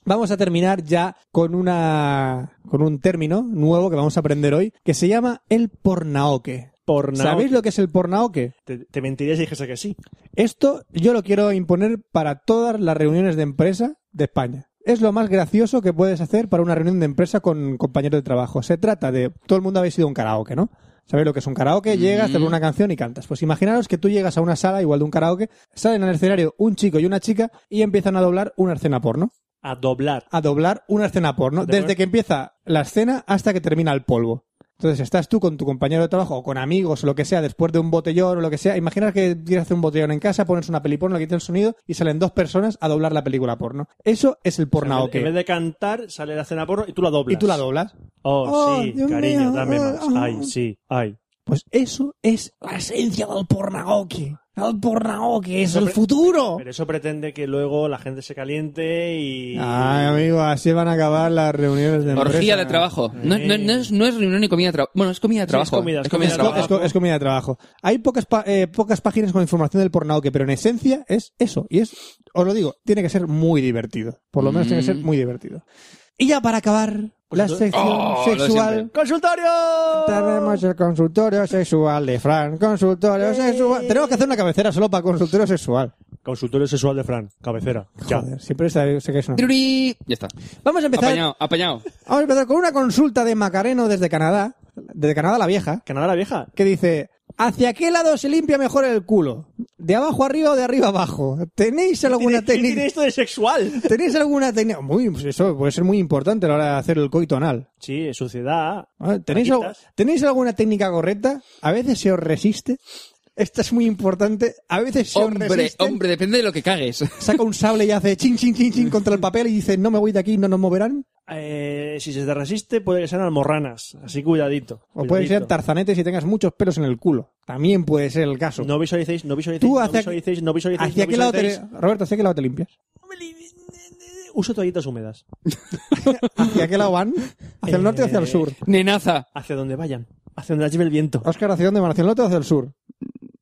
Speaker 4: Vamos a terminar ya con una con un término nuevo que vamos a aprender hoy que se llama el pornaoke.
Speaker 6: Por
Speaker 4: ¿Sabéis lo que es el pornaoke?
Speaker 6: Te, te mentiría si dijese que sí.
Speaker 4: Esto yo lo quiero imponer para todas las reuniones de empresa de España. Es lo más gracioso que puedes hacer para una reunión de empresa con compañeros de trabajo. Se trata de todo el mundo habéis ido a un karaoke, ¿no? ¿Sabéis lo que es un karaoke? Llegas, te ponen una canción y cantas. Pues imaginaros que tú llegas a una sala igual de un karaoke, salen al escenario un chico y una chica y empiezan a doblar una escena porno
Speaker 6: A doblar.
Speaker 4: a doblar una escena porno,
Speaker 6: De
Speaker 4: desde
Speaker 6: acuerdo.
Speaker 4: que empieza la escena hasta que termina el polvo. Entonces estás tú con tu compañero de trabajo o con amigos o lo que sea, después de un botellón o lo que sea. Imaginas que quieres hacer un botellón en casa, pones una peli porno, le quitas el sonido y salen dos personas a doblar la película porno. Eso es el
Speaker 6: O sea, en
Speaker 4: pornaoke.
Speaker 6: vez- En vez de cantar, sale la cena porno y tú la doblas.
Speaker 4: y tú la doblas.
Speaker 6: Oh,
Speaker 4: Oh,
Speaker 6: sí,
Speaker 4: Dios
Speaker 6: cariño,
Speaker 4: mío,
Speaker 6: dame
Speaker 4: oh,
Speaker 6: más.
Speaker 4: oh.
Speaker 6: Ay, sí, ay.
Speaker 4: Pues eso es
Speaker 3: La esencia del pornagoque. El pornagoque es el
Speaker 6: Hombre,
Speaker 4: Oh.
Speaker 3: futuro.
Speaker 6: Pero eso pretende que luego la gente se caliente y...
Speaker 4: Ay, amigo, así van a acabar las reuniones de empresa.
Speaker 1: Orgía de trabajo. No, no- no es, no es reunión ni comida de trabajo. Bueno, es comida de
Speaker 6: Sí,
Speaker 1: trabajo.
Speaker 6: es comida, es comida
Speaker 1: de
Speaker 6: de
Speaker 1: trabajo.
Speaker 4: Es, co- es comida de trabajo. Hay pocas, pa- eh, pocas páginas con información del pornaoke, pero en esencia es eso. Y es, os lo digo, tiene que ser muy divertido. Por lo menos tiene
Speaker 1: Mm.
Speaker 4: que ser muy divertido. Y ya para acabar, la
Speaker 6: entonces-
Speaker 4: sección
Speaker 1: Oh, lo
Speaker 4: sexual.
Speaker 1: siempre.
Speaker 6: ¡Consultorio!
Speaker 4: Tenemos el consultorio sexual de Fran. Consultorio sexual. Tenemos que hacer una cabecera solo para consultorio sexual.
Speaker 6: Consultorio sexual de Fran, cabecera. Ya.
Speaker 4: Joder, siempre sé sé que es una.
Speaker 1: Tiruri. Ya está.
Speaker 4: Vamos a empezar.
Speaker 1: Apañado, apañado.
Speaker 4: Vamos a empezar con una consulta de Macareno desde Canadá. desde Canadá la Vieja,
Speaker 6: Canadá la vieja.
Speaker 4: que dice, ¿hacia qué lado se limpia mejor el culo? ¿De abajo arriba o de arriba abajo? ¿Tenéis alguna
Speaker 6: ¿Qué
Speaker 4: técnica?
Speaker 6: tiene esto
Speaker 4: *laughs*
Speaker 6: de sexual?
Speaker 4: ¿Tenéis alguna técnica? Muy, pues eso puede ser muy importante a la hora de hacer el coito anal.
Speaker 6: Sí, suciedad.
Speaker 4: Ah, ¿Tenéis, al-
Speaker 6: Rayitas.
Speaker 4: ¿Tenéis alguna técnica correcta? A veces se os resiste. Esta es muy importante. A veces se os
Speaker 1: Hombre,
Speaker 4: resiste.
Speaker 1: hombre, depende de lo que cagues. *laughs*
Speaker 4: Saca un sable y hace chin, chin, chin, chin contra el papel y dice, no me voy de aquí, no nos moverán.
Speaker 6: Eh, si se te resiste, puede que sean almorranas. Así cuidadito.
Speaker 4: O pueden ser
Speaker 6: cuidadito.
Speaker 4: tarzanetes y tengas muchos pelos en el culo. También puede ser el caso.
Speaker 6: No visualicéis, no visualicéis,
Speaker 4: ¿Tú
Speaker 6: no
Speaker 4: hacia,
Speaker 6: visualicéis, no visualicéis.
Speaker 4: hacia
Speaker 6: no
Speaker 4: qué lado te,
Speaker 6: visualicéis.
Speaker 4: Roberto, ¿hacia qué lado te limpias?
Speaker 6: Uso toallitas húmedas.
Speaker 4: ¿Hacia qué lado van? ¿Hacia el norte o hacia el
Speaker 6: Eh,
Speaker 4: sur?
Speaker 1: Nenaza.
Speaker 6: Hacia donde vayan. Hacia donde las lleve el viento.
Speaker 4: Óscar, ¿hacia dónde van? ¿Hacia el norte o hacia el sur?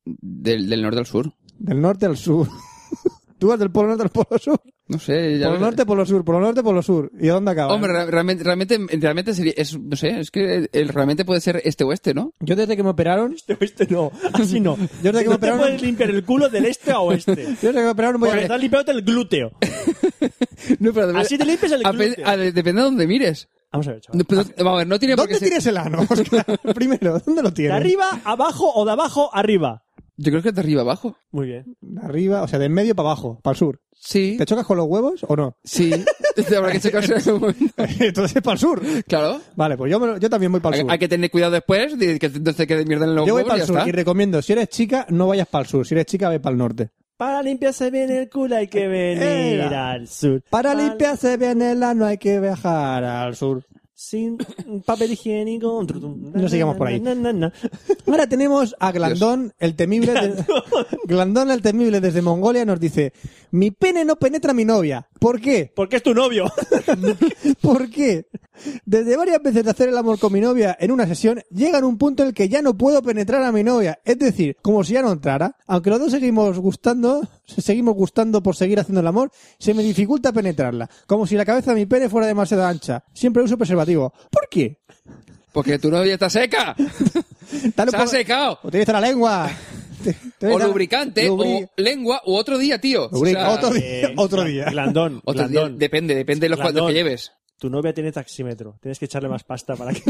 Speaker 1: Del, del norte al sur.
Speaker 4: Del norte al sur. *laughs* ¿Tú vas del polo norte al polo sur?
Speaker 1: No sé. ya
Speaker 4: Polo
Speaker 1: lo-
Speaker 4: norte, polo sur, polo norte, polo sur. ¿Y a dónde acaba?
Speaker 1: Hombre, re- realmente, realmente, realmente sería, es, no sé, es que el, realmente puede ser este o este, ¿no? *laughs*
Speaker 4: Yo desde que me operaron,
Speaker 6: *laughs* Este oeste no. Así no.
Speaker 4: *laughs* Yo te
Speaker 6: no te
Speaker 4: compraron-
Speaker 6: puedes limpiar el culo del este a oeste.
Speaker 4: yo desde que me operaron *laughs* voy
Speaker 6: Porque
Speaker 4: a...
Speaker 6: estás limpiándote el
Speaker 4: *laughs*
Speaker 6: glúteo.
Speaker 1: No, pero depende-
Speaker 6: Así te limpias el
Speaker 1: a-
Speaker 6: glúteo.
Speaker 1: a- depende de dónde mires.
Speaker 6: Vamos a ver,
Speaker 1: No,
Speaker 6: chaval.
Speaker 1: pero- vamos a ver, no tiene por
Speaker 4: ¿Dónde
Speaker 1: qué ser-
Speaker 4: tienes el ano, Óscar?
Speaker 6: *laughs*
Speaker 4: Primero, ¿dónde lo
Speaker 6: ¿De
Speaker 4: tienes?
Speaker 6: arriba, abajo o de abajo, arriba?
Speaker 1: Yo creo que es de arriba abajo.
Speaker 6: Muy bien.
Speaker 4: Arriba, o sea, del medio para abajo, para el sur. *laughs*
Speaker 1: Sí,
Speaker 4: ¿Te chocas con los huevos o
Speaker 6: *laughs*
Speaker 4: no?
Speaker 1: sí. *laughs* Habrá que checarse en algún momento.
Speaker 4: Entonces para el sur.
Speaker 1: Claro.
Speaker 4: Vale, pues yo, me lo- yo también voy para el
Speaker 1: Hay,
Speaker 4: sur.
Speaker 1: hay que tener cuidado después de este que no se quede mierda en los
Speaker 4: Yo voy
Speaker 1: huevos
Speaker 4: para
Speaker 1: y
Speaker 4: el
Speaker 1: ya
Speaker 4: sur
Speaker 1: está.
Speaker 4: y recomiendo, si eres chica, no vayas para el sur. Si eres chica, ve para el norte.
Speaker 6: Para limpiarse bien el culo hay que venir
Speaker 4: Era.
Speaker 6: al sur.
Speaker 4: Para limpiarse bien el ano hay que viajar al sur.
Speaker 6: Sin papel higiénico.
Speaker 4: No sigamos por ahí.
Speaker 6: Na, na, na, na.
Speaker 4: Ahora tenemos a Glandón, el temible. de- Glandón, el temible desde Mongolia, nos dice: Mi pene no penetra a mi novia. ¿Por qué?
Speaker 6: Porque es tu novio.
Speaker 4: ¿Por qué? Desde varias veces de hacer el amor con mi novia en una sesión, llega en un punto en el que ya no puedo penetrar a mi novia. Es decir, como si ya no entrara. Aunque los dos seguimos gustando, seguimos gustando por seguir haciendo el amor, se me dificulta penetrarla. Como si la cabeza de mi pene fuera demasiado ancha. Siempre uso preservativo. ¿Por qué?
Speaker 1: Porque tu novia está
Speaker 4: *laughs*
Speaker 1: seca.
Speaker 4: Dale un
Speaker 1: Se ha
Speaker 4: poco-
Speaker 1: secado.
Speaker 4: Utiliza la lengua. Te- te-
Speaker 1: *laughs* O
Speaker 4: da-
Speaker 1: lubricante,
Speaker 4: lubri-
Speaker 1: o lengua, u otro día, tío. O
Speaker 4: Lubrica-
Speaker 1: sea,
Speaker 4: otro día. Otro día.
Speaker 6: Glandón.
Speaker 1: otro día.
Speaker 6: Glandón.
Speaker 1: Depende, depende de los cuantos que
Speaker 6: Glandón.
Speaker 1: lleves.
Speaker 6: Tu novia tiene taxímetro. Tienes que echarle más
Speaker 4: *laughs*
Speaker 6: pasta para que,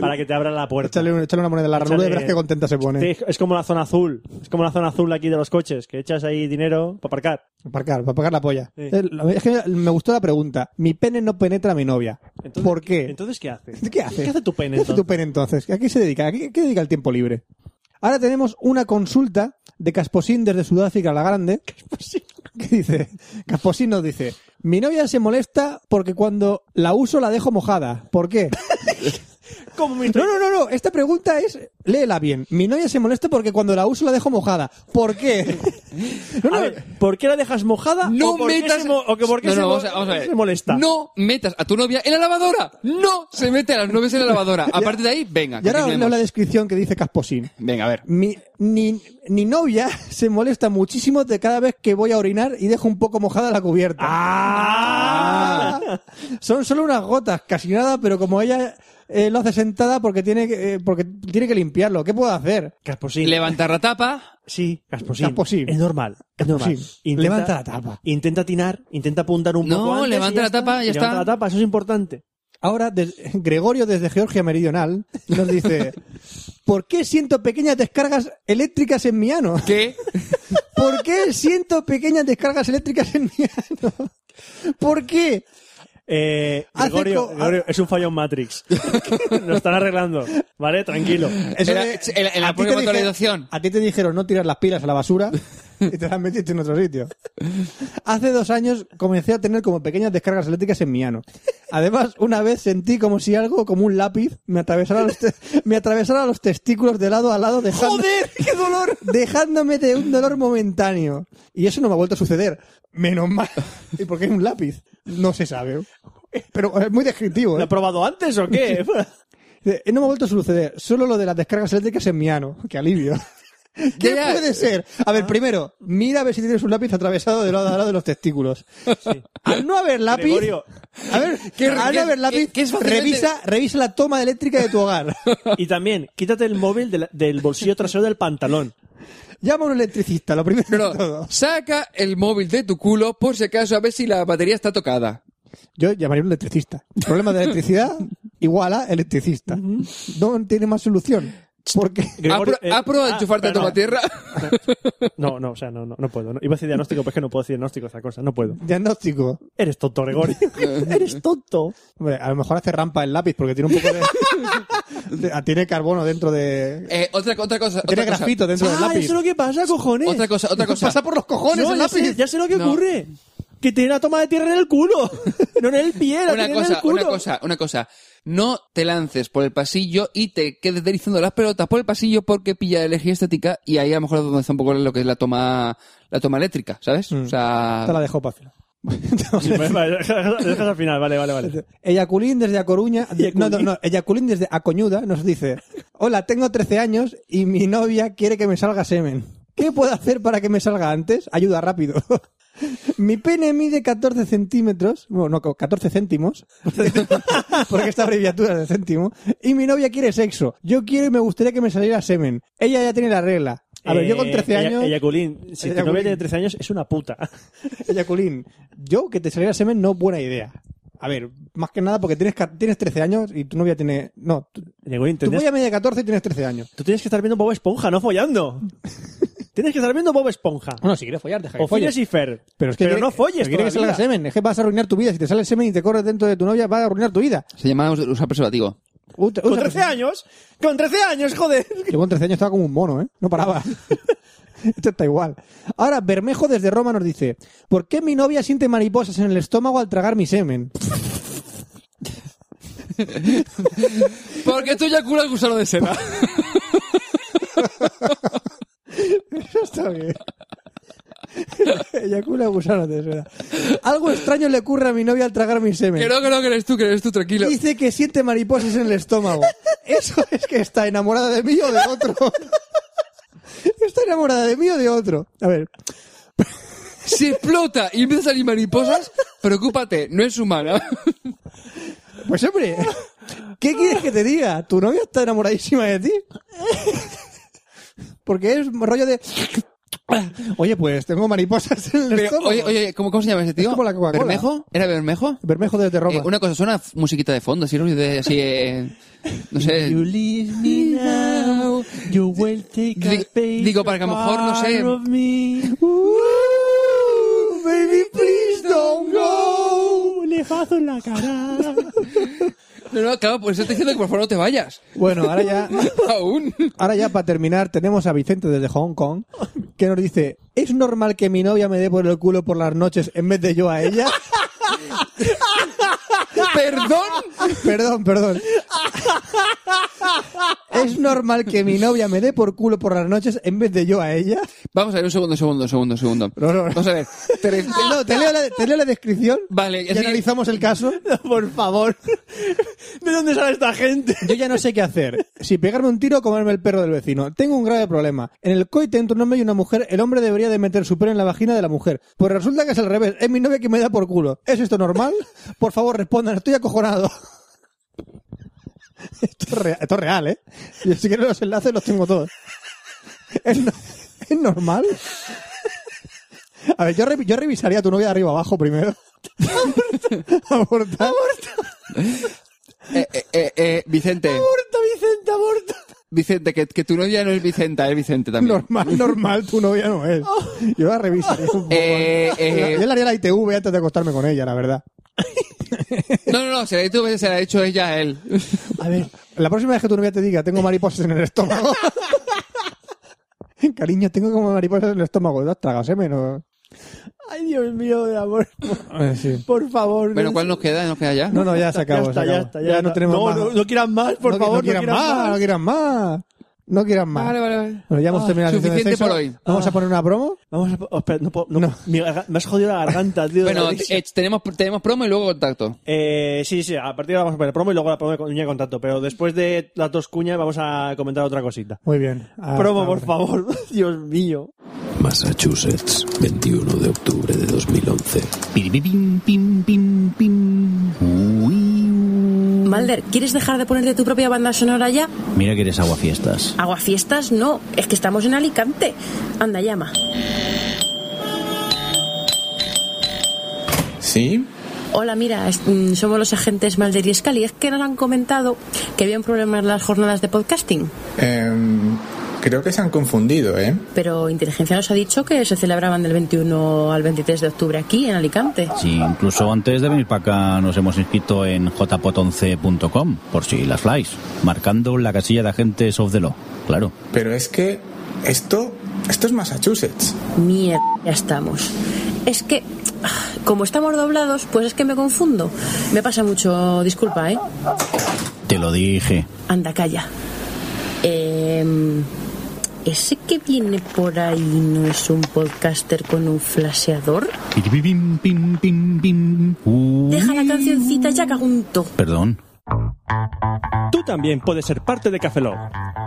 Speaker 6: para que te abra la puerta.
Speaker 4: Échale, un- échale una moneda a la ranura y
Speaker 6: Échale-
Speaker 4: verás qué contenta se pone.
Speaker 6: Te- Es como la zona azul. Es como la zona azul aquí de los coches, que echas ahí dinero para aparcar.
Speaker 4: Aparcar, para pagar la polla.
Speaker 6: Sí.
Speaker 4: Eh, la- Es que me gustó la pregunta. Mi pene no penetra a mi novia.
Speaker 6: Entonces,
Speaker 4: ¿Por qué?
Speaker 6: Entonces, ¿qué haces?
Speaker 4: ¿Qué hace?
Speaker 6: ¿Qué hace tu pene
Speaker 4: ¿Qué hace tu
Speaker 6: entonces?
Speaker 4: pene entonces? ¿A qué se dedica? ¿A qué, qué dedica el tiempo libre? Ahora tenemos una consulta de Casposín desde Sudáfrica la Grande. *laughs* ¿Qué dice? Casposín nos dice: Mi novia se molesta porque cuando la uso la dejo mojada. ¿Por qué?
Speaker 6: Como mi
Speaker 4: No, no, no, no. Esta pregunta es. Léela bien. Mi novia se molesta porque cuando la uso la dejo mojada. ¿Por qué? No, no,
Speaker 6: A ver, ¿Por qué la dejas mojada?
Speaker 1: No
Speaker 6: ¿O por qué
Speaker 1: metas.
Speaker 6: se mo- o que por qué
Speaker 1: No,
Speaker 6: se,
Speaker 1: no,
Speaker 6: mo-
Speaker 1: vamos a- vamos a ver.
Speaker 6: se molesta?
Speaker 1: No metas a tu novia en la lavadora. No se mete a las novias en la lavadora. A partir de ahí, venga.
Speaker 4: y ahora leo
Speaker 1: continuemos.
Speaker 4: la descripción que dice Casposín.
Speaker 1: Venga, a ver.
Speaker 4: Mi, ni, ni novia se molesta muchísimo de cada vez que voy a orinar y dejo un poco mojada la cubierta.
Speaker 6: ¡Ah!
Speaker 4: Ah. Son solo unas gotas, casi nada, pero como ella eh, lo hace sentada porque tiene, que- eh, porque tiene que limpiarlo, ¿qué puedo hacer?
Speaker 6: Casposín.
Speaker 1: Levantar la tapa.
Speaker 6: sí, Casposín.
Speaker 4: Casposín.
Speaker 6: Es normal. Es normal.
Speaker 4: Casposín. Levanta la tapa.
Speaker 6: Intenta atinar, intenta apuntar un
Speaker 1: No,
Speaker 6: poco antes
Speaker 1: levanta
Speaker 6: y ya
Speaker 1: la
Speaker 6: está.
Speaker 1: tapa, ya
Speaker 6: Levanta
Speaker 1: está.
Speaker 6: la tapa, eso es importante.
Speaker 4: Ahora, des- Gregorio desde Georgia Meridional nos dice, *laughs* ¿por qué siento pequeñas descargas eléctricas en mi ano?
Speaker 6: *laughs*
Speaker 1: ¿Qué?
Speaker 4: ¿Por qué siento pequeñas descargas eléctricas en mi ano? ¿Por qué?
Speaker 6: Eh,
Speaker 4: Hace
Speaker 6: Gregorio,
Speaker 4: co-
Speaker 6: Gregorio, es un fallo en Matrix. *laughs* Lo están arreglando. ¿Vale? Tranquilo.
Speaker 4: Eso
Speaker 1: En la-
Speaker 4: de-
Speaker 1: en la- en la
Speaker 4: a ti te
Speaker 1: propia
Speaker 4: dije-
Speaker 1: motorización.
Speaker 4: A ti te dijeron no tirar las pilas a la
Speaker 1: *laughs*
Speaker 4: basura y te las metiste en otro sitio. Hace dos años comencé a tener como pequeñas descargas eléctricas en mi ano. Además, una vez sentí como si algo, como un lápiz, me atravesara los, te- me atravesara los testículos de lado a lado dejando... ¡Joder! ¡Qué dolor! Dejándome de un dolor momentáneo. Y eso no me ha vuelto a suceder.
Speaker 1: *laughs*
Speaker 4: Menos mal. ¿Y por qué es un lápiz? No se sabe. Pero es muy descriptivo.
Speaker 6: ¿Lo
Speaker 4: ¿eh?
Speaker 6: he probado antes
Speaker 1: *laughs*
Speaker 6: o qué?
Speaker 4: Dice, No me ha vuelto a suceder. Solo lo de las descargas eléctricas en mi ano.
Speaker 1: *laughs*
Speaker 4: ¡Qué alivio! ¿Qué
Speaker 1: Ya, Ah. ya.
Speaker 4: puede ser? A ver, primero, mira a ver si tienes un lápiz atravesado de lado a lado de los testículos. Al no haber lápiz...
Speaker 6: Gregorio,
Speaker 4: A ver,
Speaker 1: ¿Qué-
Speaker 4: al
Speaker 1: qué-
Speaker 4: no haber lápiz,
Speaker 1: qué- qué es fácilmente-
Speaker 4: revisa, revisa la toma eléctrica de tu hogar.
Speaker 6: Y también, quítate el móvil de la- del bolsillo trasero del pantalón.
Speaker 4: Llama a un electricista, lo primero
Speaker 1: No,
Speaker 4: de todo.
Speaker 1: no. Saca el móvil de tu culo por si acaso a ver si la batería está tocada. *laughs*
Speaker 4: Yo llamaría a un electricista. Problema de electricidad,
Speaker 9: igual a electricista. No tiene más solución.
Speaker 4: *laughs*
Speaker 9: Porque
Speaker 1: ¿Ha,
Speaker 6: Gregorio,
Speaker 1: pro-
Speaker 6: eh,
Speaker 1: ha probado
Speaker 6: ah,
Speaker 1: enchufarte a
Speaker 6: pero no. *laughs*
Speaker 1: tomatierra?
Speaker 6: No, no, o sea, no, no, no puedo. No. Iba a decir diagnóstico, pero es que no puedo decir diagnóstico esa cosa. No puedo.
Speaker 9: diagnóstico.
Speaker 6: Eres tonto,
Speaker 4: *laughs*
Speaker 6: Gregorio. Eres tonto.
Speaker 4: Hombre, a lo mejor hace rampa el lápiz porque tiene un poco de-
Speaker 1: *laughs*
Speaker 4: de... tiene carbono dentro de...
Speaker 1: Eh, otra, otra cosa.
Speaker 4: Tiene
Speaker 1: Otra cosa,
Speaker 4: grafito dentro del
Speaker 6: Ah, ya
Speaker 4: lápiz.
Speaker 6: sé lo que pasa, cojones.
Speaker 1: otra cosa, otra cosa.
Speaker 9: Pasa por los cojones
Speaker 6: No,
Speaker 9: el
Speaker 6: ya,
Speaker 9: lápiz.
Speaker 6: sé, ya sé lo que
Speaker 1: No.
Speaker 6: ocurre. Que tiene la toma de tierra en el culo. *laughs* No en el pie, la
Speaker 1: Una
Speaker 6: tiene en el
Speaker 1: cosa,
Speaker 6: culo.
Speaker 1: una cosa, una cosa. No te lances por el pasillo y te quedes deslizando las pelotas por el pasillo porque pilla energía estática y ahí a lo mejor es donde está un poco lo que es la toma, la toma eléctrica, ¿sabes? O
Speaker 4: Te la
Speaker 1: sea,
Speaker 4: dejo para final.
Speaker 6: *laughs* Sí, vale, vale, dejas- dejas al final, vale, vale, vale.
Speaker 4: Eyaculín desde A Coruña, de- no, no, no, Eyaculín desde Acoñuda nos dice, hola, tengo 13 años y mi novia quiere que me salga semen. ¿Qué puedo hacer para que me salga antes? Ayuda rápido. *laughs* Mi pene mide 14 centímetros, bueno, no, 14 céntimos, *laughs* porque esta abreviatura es de céntimo, y mi novia quiere sexo. Yo quiero y me gustaría que me saliera semen. Ella ya tiene la regla. A ver, yo con
Speaker 6: Eh,
Speaker 4: 13
Speaker 6: ella-
Speaker 4: años...
Speaker 6: Eyaculín, si tu
Speaker 4: Eyaculín.
Speaker 6: novia tiene 13 años, es una puta. *laughs*
Speaker 4: *laughs* Eyaculín, yo que te saliera semen no buena idea. A ver, más que nada porque tienes, ca- tienes 13 años y tu novia tiene... No, tu,
Speaker 6: Eyaculín,
Speaker 4: tu
Speaker 6: tendrías-
Speaker 4: novia media 14 y tienes 13 años.
Speaker 6: tú tienes que estar viendo Bob Esponja,
Speaker 4: *laughs*
Speaker 6: no follando. tienes que estar viendo Bob Esponja.
Speaker 4: Bueno, si quieres follar, deja
Speaker 6: O follas y Fer.
Speaker 4: Pero, es que quiere-
Speaker 6: no folles.
Speaker 4: pero quiere que
Speaker 6: todavía.
Speaker 4: salga semen. Es que vas a arruinar tu vida. Si te sale semen y te corres dentro de tu novia, vas a arruinar tu vida.
Speaker 1: se llama us- usar preservativo.
Speaker 4: Ut-
Speaker 6: Con
Speaker 4: usa-
Speaker 6: 13 años. Con 13 años, joder.
Speaker 4: Yo con 13 años estaba como un mono, ¿eh? No *laughs* paraba. Esto está igual. Ahora, Bermejo desde Roma nos dice, ¿por qué mi novia siente mariposas en el estómago al tragar mi semen?
Speaker 1: Porque tú ya curas gusano de seda.
Speaker 4: Eso *laughs* está bien. Eyacula gusano de suena. Algo extraño le ocurre a mi novia al tragar mi semen.
Speaker 1: que no, que no, que eres tú, que eres tú, tranquilo.
Speaker 4: Dice que siente mariposas en el estómago. Eso es que está enamorada de mí o de otro. Está enamorada de mí o de otro. A ver,
Speaker 1: Si explota y empieza a salir mariposas, preocúpate, no es humana.
Speaker 4: pues hombre, ¿qué quieres que te diga? ¿Tu novia está enamoradísima de ti? Porque es rollo de... Oye, pues tengo mariposas en el
Speaker 1: Pero,
Speaker 4: estómago.
Speaker 1: oye, oye, ¿cómo, cómo se llama ese tío?
Speaker 4: Es como la Coca-Cola.
Speaker 1: ¿Bermejo? ¿Era Bermejo?
Speaker 4: Bermejo desde Roma.
Speaker 1: Eh, una cosa, suena f- musiquita de fondo, así, de- así eh, no
Speaker 6: *laughs*
Speaker 1: sé.
Speaker 6: leave me now, you will take
Speaker 1: Di- digo, para que a lo mejor, no sé.
Speaker 6: part of me.
Speaker 4: Uh, baby, please don't go.
Speaker 6: Lefazo en la cara.
Speaker 1: No, no, claro, pues estoy diciendo que por favor no te vayas.
Speaker 4: Bueno, ahora ya,
Speaker 1: *laughs* Aún.
Speaker 4: ahora ya para terminar tenemos a Vicente desde Hong Kong que nos dice, ¿es normal que mi novia me dé por el culo por las noches en vez de yo a ella?
Speaker 1: Perdón.
Speaker 4: Perdón, perdón. ¿Es normal que mi novia me dé por culo por las noches en vez de yo a ella?
Speaker 1: Vamos a ver, un segundo, un segundo, un segundo, un segundo.
Speaker 4: No, no, no.
Speaker 1: Vamos a ver. Tere- *laughs*
Speaker 4: No, te leo la, te leo la descripción
Speaker 1: Vale,
Speaker 4: y
Speaker 1: así-
Speaker 4: analizamos el
Speaker 6: *laughs*
Speaker 4: caso. *laughs*
Speaker 6: Por favor. ¿De dónde sale esta gente?
Speaker 4: Yo ya no sé qué hacer. Si pegarme un tiro o comerme el perro del vecino. Tengo un grave problema. En el coite entre un hombre y una mujer, el hombre debería de meter su pelo en la vagina de la mujer. Pues resulta que es al revés. Es mi novia que me da por culo. ¿Es esto
Speaker 6: *laughs*
Speaker 4: normal? Por favor, respondan. Estoy acojonado. *laughs* Esto es, rea- esto es real, ¿eh? Yo si quiero los enlaces los tengo todos. ¿Es, no- es normal? A ver, yo, re- yo revisaría a tu novia de arriba abajo primero. *laughs* Abortar.
Speaker 1: Eh, eh, eh, eh, Vicente.
Speaker 4: Aborta, Vicente, aborta.
Speaker 1: Vicente, que, que tu novia no es Vicenta, es Vicente también.
Speaker 4: Normal, normal, tu novia no es. Yo la revisaría un poco.
Speaker 1: Eh, eh,
Speaker 4: Yo le haría la ITV antes de acostarme con ella, la verdad.
Speaker 1: No, no, no, se la, he hecho- se la ha hecho ella a él.
Speaker 4: A ver. La próxima vez que tu novia te diga, tengo mariposas en el estómago. *laughs* Cariño, tengo como mariposas en el estómago. ¿eh? ¿Te has tragado semen o...?
Speaker 6: Ay, Dios mío, de amor.
Speaker 4: Eh, sí.
Speaker 6: Por favor.
Speaker 1: Bueno,
Speaker 6: no-
Speaker 1: ¿cuál nos queda? ¿Nos queda ya?
Speaker 4: No, no, ya se acabó.
Speaker 6: ya está,
Speaker 4: se
Speaker 6: ya
Speaker 4: acabó.
Speaker 6: está, ya está.
Speaker 4: no tenemos
Speaker 6: no,
Speaker 4: más.
Speaker 6: No, no quieran más, por
Speaker 4: No qui-
Speaker 6: favor.
Speaker 4: no quieran, más, no quieran más. No quieran más.
Speaker 1: Vale, vale, vale.
Speaker 4: Bueno, ya hemos
Speaker 1: Ah,
Speaker 4: terminado la sección de
Speaker 1: suficiente
Speaker 4: sexo.
Speaker 1: por hoy.
Speaker 4: Vamos a
Speaker 6: Ah.
Speaker 4: poner una promo.
Speaker 6: Vamos a... oh, espera, no puedo- no-
Speaker 4: No.
Speaker 6: mi garga- me has jodido la garganta, tío. de la
Speaker 1: Bueno,
Speaker 6: risa.
Speaker 1: eh, tenemos, tenemos promo y luego contacto.
Speaker 6: Eh, sí, sí, a partir de ahora vamos a poner promo y luego la promo de cuña de contacto. Pero después de las dos cuñas vamos a comentar otra cosita.
Speaker 4: Muy bien. Hasta
Speaker 6: promo, por
Speaker 4: ahora.
Speaker 6: favor. *laughs* Dios mío.
Speaker 10: Massachusetts, 21 de octubre de 2011.
Speaker 11: Malder, ¿quieres dejar de ponerte tu propia banda sonora ya?
Speaker 10: Mira que eres aguafiestas.
Speaker 11: Aguafiestas no, es que estamos en Alicante. Anda, llama.
Speaker 10: ¿Sí?
Speaker 11: Hola, mira, es- mm, somos los agentes Malder y Scali. Es que nos han comentado que había un problema en las jornadas de podcasting,
Speaker 12: Em, creo que se han confundido, ¿eh?
Speaker 11: pero Inteligencia nos ha dicho que se celebraban del 21 al 23 de octubre aquí, en Alicante.
Speaker 13: Sí, incluso antes de venir para acá nos hemos inscrito en jpot11.com, por si las flies, marcando la casilla de agentes of the law, claro.
Speaker 12: Pero es que esto, esto es Massachusetts.
Speaker 11: Mierda, ya estamos. Es que, ah, como estamos doblados, pues es que me confundo. Me pasa mucho, disculpa, ¿eh?
Speaker 13: Te lo dije.
Speaker 11: Anda, calla. Em, ¿Ese que viene por ahí no es un podcaster con un flaseador?
Speaker 13: Piripipim, pim, pim, pim. Uh,
Speaker 11: Deja la cancioncita ya cagunto.
Speaker 13: Perdón.
Speaker 6: Tú también puedes ser parte de Cafelog.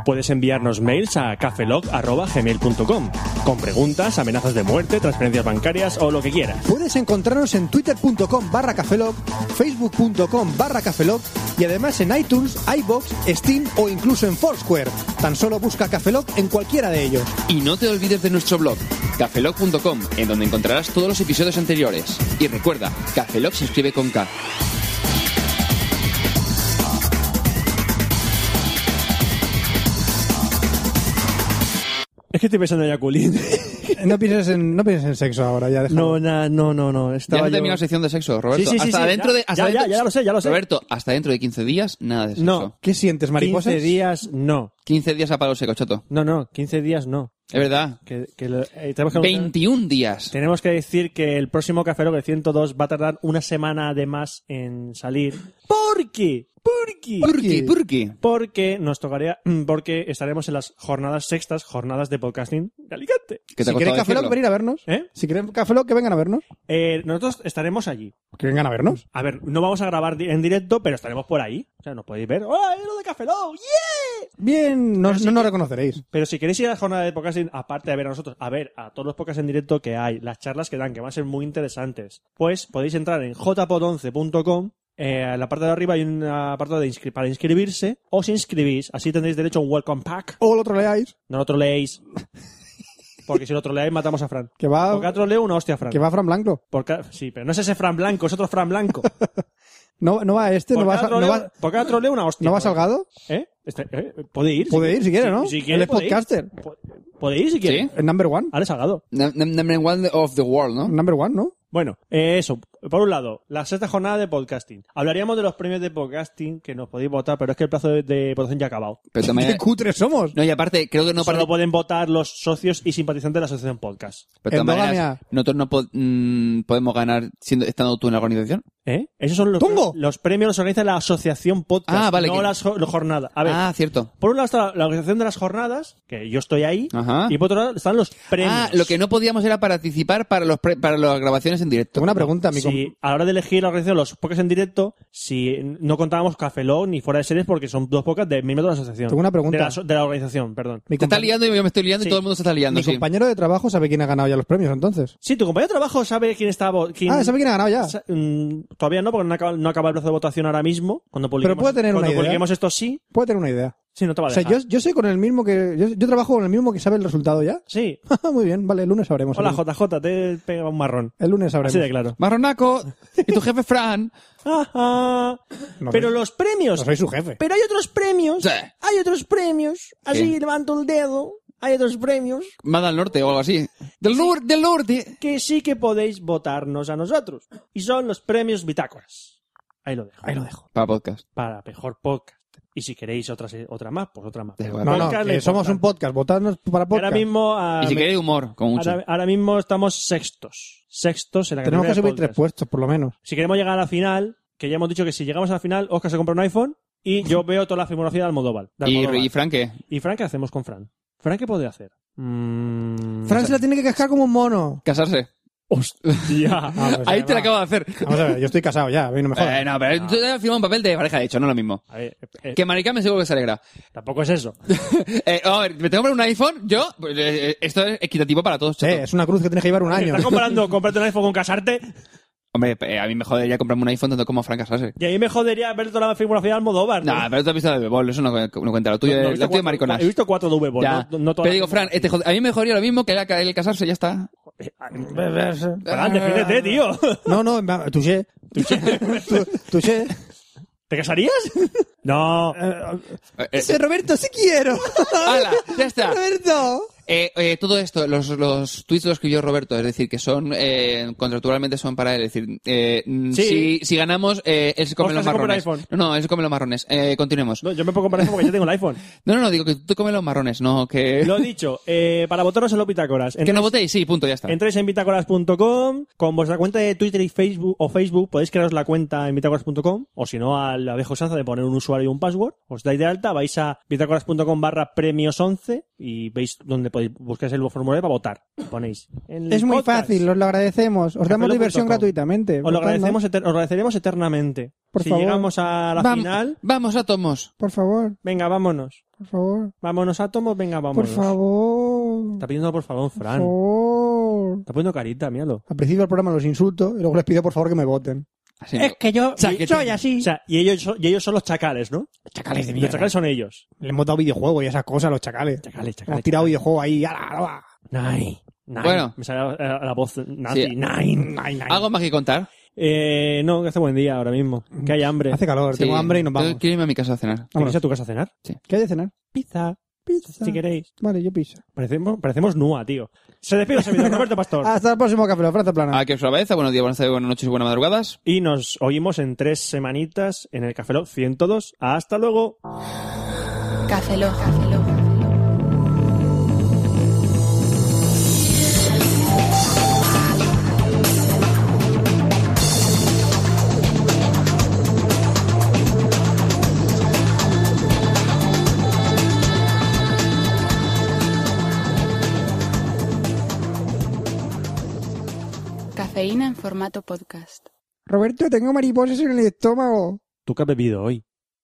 Speaker 6: Puedes enviarnos mails a cafelog.gmail.com con preguntas, amenazas de muerte, transferencias bancarias o lo que quieras.
Speaker 9: Puedes encontrarnos en twitter.com barra cafelog, facebook.com barra cafelog y además en iTunes, iBox, Steam o incluso en Foursquare. Tan solo busca cafelog en cualquiera de ellos.
Speaker 1: Y no te olvides de nuestro blog, cafelog.com, en donde encontrarás todos los episodios anteriores. Y recuerda, Cafelog se escribe con K.
Speaker 6: Es que estoy pensando en *laughs* Yaculín.
Speaker 4: *laughs* No pienses en, no pienses en sexo ahora, ya déjalo.
Speaker 6: No, na- no, no, no.
Speaker 1: Ya
Speaker 6: Estaba
Speaker 1: se
Speaker 6: yo-
Speaker 1: terminado la sección de sexo, Roberto.
Speaker 6: Sí, sí, sí,
Speaker 1: hasta
Speaker 6: sí,
Speaker 1: dentro
Speaker 6: ya,
Speaker 1: de. hasta
Speaker 6: ya, ya,
Speaker 1: dentro-
Speaker 6: ya lo sé, ya lo sé.
Speaker 1: Roberto, hasta dentro de 15 días, nada de sexo.
Speaker 6: No.
Speaker 4: ¿Qué sientes, mariposas?
Speaker 6: 15 días no.
Speaker 1: 15 días a palo seco, chato.
Speaker 6: No, no, 15 días no.
Speaker 1: Es verdad.
Speaker 6: Que, que lo- eh, tenemos que-
Speaker 1: 21 días.
Speaker 6: Tenemos que decir que el próximo Café Lock, el 102 va a tardar una semana de más en salir. ¿Por qué? ¿Por qué?
Speaker 1: ¿Por qué? ¿Por qué?
Speaker 6: Porque nos tocaría, mm, porque estaremos en las jornadas sextas, jornadas de podcasting de Alicante.
Speaker 1: Que
Speaker 4: si quieren Café Lock, venir a vernos.
Speaker 6: ¿Eh?
Speaker 4: Si quieren Café Lock, que vengan a vernos.
Speaker 6: Eh, nosotros estaremos allí.
Speaker 4: Que vengan a vernos.
Speaker 6: A ver, no vamos a grabar di- en directo, pero estaremos por ahí. O sea, nos podéis ver. ¡Hola, es lo de Café Lock! ¡Yeah!
Speaker 4: Bien, no, no nos reconoceréis.
Speaker 6: Pero si queréis ir a la jornada de podcasting, aparte de ver a nosotros, a ver a todos los podcasts en directo que hay, las charlas que dan, que van a ser muy interesantes, pues podéis entrar en jpod11.com. eh, en la parte de arriba hay un apartado de inscri- para inscribirse. Os inscribís, así tendréis derecho a un welcome pack.
Speaker 4: O lo troleáis,
Speaker 6: No
Speaker 4: *laughs*
Speaker 6: lo troleéis. Porque si lo troleáis, matamos a Fran.
Speaker 4: que va,
Speaker 6: Porque ha troleado una hostia a Fran.
Speaker 4: Ah, que va Fran Blanco.
Speaker 6: Por ca- Sí, pero no es ese Fran Blanco, es otro
Speaker 4: *laughs*
Speaker 6: Fran Blanco.
Speaker 4: No, no va este, no
Speaker 6: Por
Speaker 4: va, Sa-
Speaker 6: cada
Speaker 4: no
Speaker 6: troleo-
Speaker 4: va,
Speaker 6: por cada troleo una hostia.
Speaker 4: no va Salgado.
Speaker 6: ¿Eh? Este- eh, Puede ir.
Speaker 4: Puede ir si quiere, ¿no?
Speaker 6: Si
Speaker 4: Él
Speaker 6: quiere,
Speaker 4: es
Speaker 6: puede ir.
Speaker 4: podcaster.
Speaker 6: Pu- Puede ir si quiere.
Speaker 1: ¿Sí?
Speaker 4: El number one.
Speaker 6: Ahora es Salgado.
Speaker 1: Num- num- Number one of the world, ¿no?
Speaker 4: Number one, ¿no?
Speaker 6: Bueno, eh, eso. Por un lado, la sexta jornada de podcasting. Hablaríamos de los premios de podcasting que nos podéis votar, pero es que el plazo de, de votación ya ha acabado. *laughs*
Speaker 1: Pero
Speaker 4: ¿Qué
Speaker 1: también.
Speaker 4: cutres somos?
Speaker 1: No, y aparte, creo que no
Speaker 6: Solo
Speaker 1: parte-
Speaker 6: pueden votar los socios y simpatizantes de la asociación podcast.
Speaker 1: Pero de todas
Speaker 4: Endogamia.
Speaker 1: maneras, nosotros no po- mm, podemos ganar siendo, estando tú en la organización.
Speaker 6: ¿Eh? Esos son los,
Speaker 4: ¡Tongo!
Speaker 6: los premios los organiza la asociación podcast,
Speaker 1: Ah, vale,
Speaker 6: no
Speaker 1: que-
Speaker 6: las jo- las jornadas. A ver,
Speaker 1: Ah, cierto.
Speaker 6: por un lado está la organización de las jornadas, que yo estoy ahí,
Speaker 1: Ajá.
Speaker 6: y por otro lado están los premios.
Speaker 1: Ah, lo que no podíamos era participar para los pre- para las grabaciones en directo.
Speaker 4: Tengo una pregunta, mi
Speaker 6: Si a la hora de elegir la organización de los podcasts en directo, si no contábamos Café Lock ni fuera de series porque son dos podcasts del mismo de la asociación.
Speaker 4: Tengo una pregunta.
Speaker 6: De la, aso- de la organización, perdón.
Speaker 4: Mi,
Speaker 1: Te está
Speaker 4: compa-
Speaker 1: liando y yo me estoy liando
Speaker 6: Sí.
Speaker 1: y todo el mundo se está liando.
Speaker 4: mi
Speaker 1: sí.
Speaker 4: compañero de trabajo sabe quién ha ganado ya los premios, entonces.
Speaker 6: Sí, tu compañero de trabajo sabe quién está... vo- Quién,
Speaker 4: Ah, sabe quién ha ganado ya.
Speaker 6: sa- mm, todavía no, porque no acaba, no acaba el plazo de votación ahora mismo. Cuando publiquemos,
Speaker 4: puede tener una
Speaker 6: cuando
Speaker 4: idea.
Speaker 6: publiquemos esto sí,
Speaker 4: Puede tener una idea.
Speaker 6: sí, no te va
Speaker 4: O
Speaker 6: a
Speaker 4: sea,
Speaker 6: dejar.
Speaker 4: yo, yo soy con el mismo que. Yo, yo trabajo con el mismo que sabe el resultado ya. *laughs*
Speaker 6: Sí.
Speaker 4: Muy bien, vale, el lunes sabremos.
Speaker 6: Hola,
Speaker 4: el,
Speaker 6: JJ, te he pegado un marrón.
Speaker 4: el lunes sabremos.
Speaker 6: Así de claro.
Speaker 1: Marronaco y tu jefe Fran.
Speaker 6: Ajá.
Speaker 4: No
Speaker 6: Pero
Speaker 4: soy-
Speaker 6: los premios...
Speaker 4: No soy su jefe.
Speaker 6: Pero hay otros premios.
Speaker 1: Sí.
Speaker 6: Hay otros premios. Así
Speaker 1: ¿Qué?
Speaker 6: levanto el dedo. Hay otros premios
Speaker 1: Más al norte o algo así. Del, norte del norte.
Speaker 6: que sí que podéis votarnos a nosotros. Y son los premios bitácoras. Ahí lo dejo.
Speaker 4: Ahí lo dejo.
Speaker 1: Para podcast.
Speaker 6: Para mejor podcast. Y si queréis otra, se- otra más, pues otra más.
Speaker 1: Da
Speaker 6: Pero
Speaker 1: igual.
Speaker 4: No, no,
Speaker 6: podcast es lo
Speaker 4: que somos un podcast.
Speaker 6: importante.
Speaker 4: Votadnos para podcast.
Speaker 6: Ahora mismo, ah,
Speaker 1: Y si
Speaker 6: me-
Speaker 1: queréis humor, como mucho.
Speaker 6: ahora, ahora mismo estamos sextos. Sextos en la
Speaker 4: Tenemos
Speaker 6: categoría
Speaker 4: que subir
Speaker 6: de
Speaker 4: tres
Speaker 6: podcast.
Speaker 4: puestos, por lo menos.
Speaker 6: Si queremos llegar a la final, que ya hemos dicho que si llegamos a la final, Oscar se compra un iPhone y
Speaker 1: *laughs*
Speaker 6: yo veo toda la filmografía de Almodóvar. de
Speaker 1: Y, ¿eh?
Speaker 6: Almodóvar.
Speaker 1: y Fran, ¿qué?
Speaker 6: ¿Y Fran qué hacemos con Fran? ¿Fran qué puede hacer? Mm,
Speaker 4: Fran
Speaker 6: *laughs*
Speaker 4: se la tiene que cascar como un mono.
Speaker 1: Casarse.
Speaker 4: *laughs*
Speaker 6: Hostia.
Speaker 4: Ah,
Speaker 1: *laughs*
Speaker 4: pues,
Speaker 1: Ahí
Speaker 4: eh,
Speaker 1: te lo
Speaker 4: va.
Speaker 1: acabo de hacer.
Speaker 4: Vamos a ver, yo estoy casado ya, a mí no me jodas.
Speaker 1: Eh, no, pero tú te has firmado un papel de pareja de hecho, no lo mismo.
Speaker 6: A ver, eh, Ah. eh,
Speaker 1: Que Maricarmen seguro que se alegra.
Speaker 6: tampoco es eso.
Speaker 1: Eh, a ver, me tengo que comprar un iPhone, yo, pues, eh, eh, esto es equitativo para todos.
Speaker 4: Sí,
Speaker 1: chato.
Speaker 4: es una cruz que tienes que llevar un año.
Speaker 6: Estás comparando comprarte un iPhone con casarte
Speaker 1: Hombre, eh, a mí me jodería comprarme un iPhone tanto como a Fran casarse.
Speaker 6: y ahí me jodería ver toda la filmografía de Almodóvar.
Speaker 1: No, pero tú has visto de bebol, eso no, no cuenta. Lo tuyo,
Speaker 6: No, he
Speaker 1: es-
Speaker 6: visto
Speaker 1: lo tuyo
Speaker 6: cuatro-
Speaker 1: es mariconas.
Speaker 6: He visto cuatro de Ubebo,
Speaker 1: Ya.
Speaker 6: Pues no, no todas
Speaker 1: pero
Speaker 6: las
Speaker 1: digo, Fran, eh, te jode- a mí me mejoría lo mismo que el, el casarse, ya está.
Speaker 6: Fran, eh, defiéndete, tío.
Speaker 4: No, no, va, touché. *laughs*
Speaker 6: ¿Tuché? ¿Te casarías? *laughs* No.
Speaker 4: Eh,
Speaker 1: Ese
Speaker 9: Roberto, sí
Speaker 4: *laughs*
Speaker 9: quiero.
Speaker 1: Eh, ¡Hala! ¡Ya
Speaker 4: Ah.
Speaker 1: está!
Speaker 9: Roberto.
Speaker 1: Eh, eh, todo esto, los, los tweets los escribió Roberto, es decir, que son, eh, contractualmente son para él, es decir, eh, mm,
Speaker 6: Sí.
Speaker 1: si, si ganamos, eh, él se come
Speaker 6: Oscar
Speaker 1: los
Speaker 6: se compra un
Speaker 1: marrones.
Speaker 6: iPhone.
Speaker 1: No, no, él se come los marrones. Eh, continuemos.
Speaker 6: No, yo me puedo comparar porque yo tengo el *laughs* iPhone.
Speaker 1: No, no, no, digo que tú comes los marrones, no, que...
Speaker 6: Lo dicho, eh, para votaros en los Pitágoras.
Speaker 1: Que no votéis, sí, punto, ya está.
Speaker 6: *laughs* Entréis en bitácoras.com, con vuestra cuenta de Twitter y Facebook o Facebook podéis crearos la cuenta en bitácoras.com o si no a la vieja usanza de poner un usuario y un password, os dais de alta, vais a bitácoras.com barra premios 11 y veis donde podéis buscar el formulario para votar. Ponéis. en
Speaker 4: Es muy
Speaker 6: podcast.
Speaker 4: fácil, os lo agradecemos. Os damos
Speaker 6: Cafelo.com.
Speaker 4: diversión gratuitamente.
Speaker 6: Os lo
Speaker 4: Votadnos.
Speaker 6: agradecemos, eter- os agradeceremos eternamente.
Speaker 4: Por
Speaker 6: si
Speaker 4: favor.
Speaker 6: llegamos a la
Speaker 1: Vam-
Speaker 6: final,
Speaker 1: Vamos, átomos.
Speaker 4: Por favor,
Speaker 6: venga, vámonos.
Speaker 4: por favor,
Speaker 6: Vámonos, átomos, venga,
Speaker 4: por
Speaker 6: vámonos.
Speaker 4: favor.
Speaker 6: Está pidiendo por favor,
Speaker 4: Por
Speaker 6: Fran.
Speaker 4: favor.
Speaker 6: Está poniendo carita, míralo.
Speaker 4: Al principio del programa los insulto y luego les pido por favor que me voten.
Speaker 1: Así,
Speaker 4: que yo
Speaker 1: Chaquetín. soy
Speaker 4: así.
Speaker 6: O sea, y ellos, son- y ellos son los chacales, ¿no?
Speaker 4: Chacales de
Speaker 6: Los
Speaker 4: mierda.
Speaker 6: chacales son ellos.
Speaker 4: Le hemos dado videojuegos y esas cosas a los chacales.
Speaker 6: Chacales, chacales.
Speaker 4: Hemos tirado videojuegos ahí. ala, ala.
Speaker 6: Nine. Nine.
Speaker 1: Bueno.
Speaker 6: Me sale la, eh, la- la voz nazi.
Speaker 1: Sí.
Speaker 6: Nine.
Speaker 4: Nine, nine.
Speaker 1: ¿Algo más que contar?
Speaker 6: Eh, no, que hace buen día ahora mismo. Que hay hambre.
Speaker 4: Hace calor, tengo
Speaker 1: Sí.
Speaker 4: hambre y nos vamos.
Speaker 1: Yo Quiero irme a mi casa a cenar.
Speaker 6: ¿Te quieres ir a tu casa a cenar?
Speaker 4: ¿Qué hay de cenar?
Speaker 6: Pizza.
Speaker 4: Pizza.
Speaker 6: Si queréis.
Speaker 4: Vale, yo pizza.
Speaker 6: Parecemos, parecemos Nua, tío. Se despide ese video,
Speaker 4: *laughs*
Speaker 6: Roberto Pastor.
Speaker 4: Hasta el próximo café, la Franza Plana.
Speaker 1: Aquí os suavezo, buenos días, buenas tardes, buenas noches y buenas madrugadas.
Speaker 6: Y nos oímos en tres semanitas en el Café Lock 102. ¡Hasta luego!
Speaker 5: Café Lock. Café Lock. Cafeína en formato podcast.
Speaker 4: Roberto, tengo mariposas en el estómago.
Speaker 6: ¿Tú qué has bebido hoy?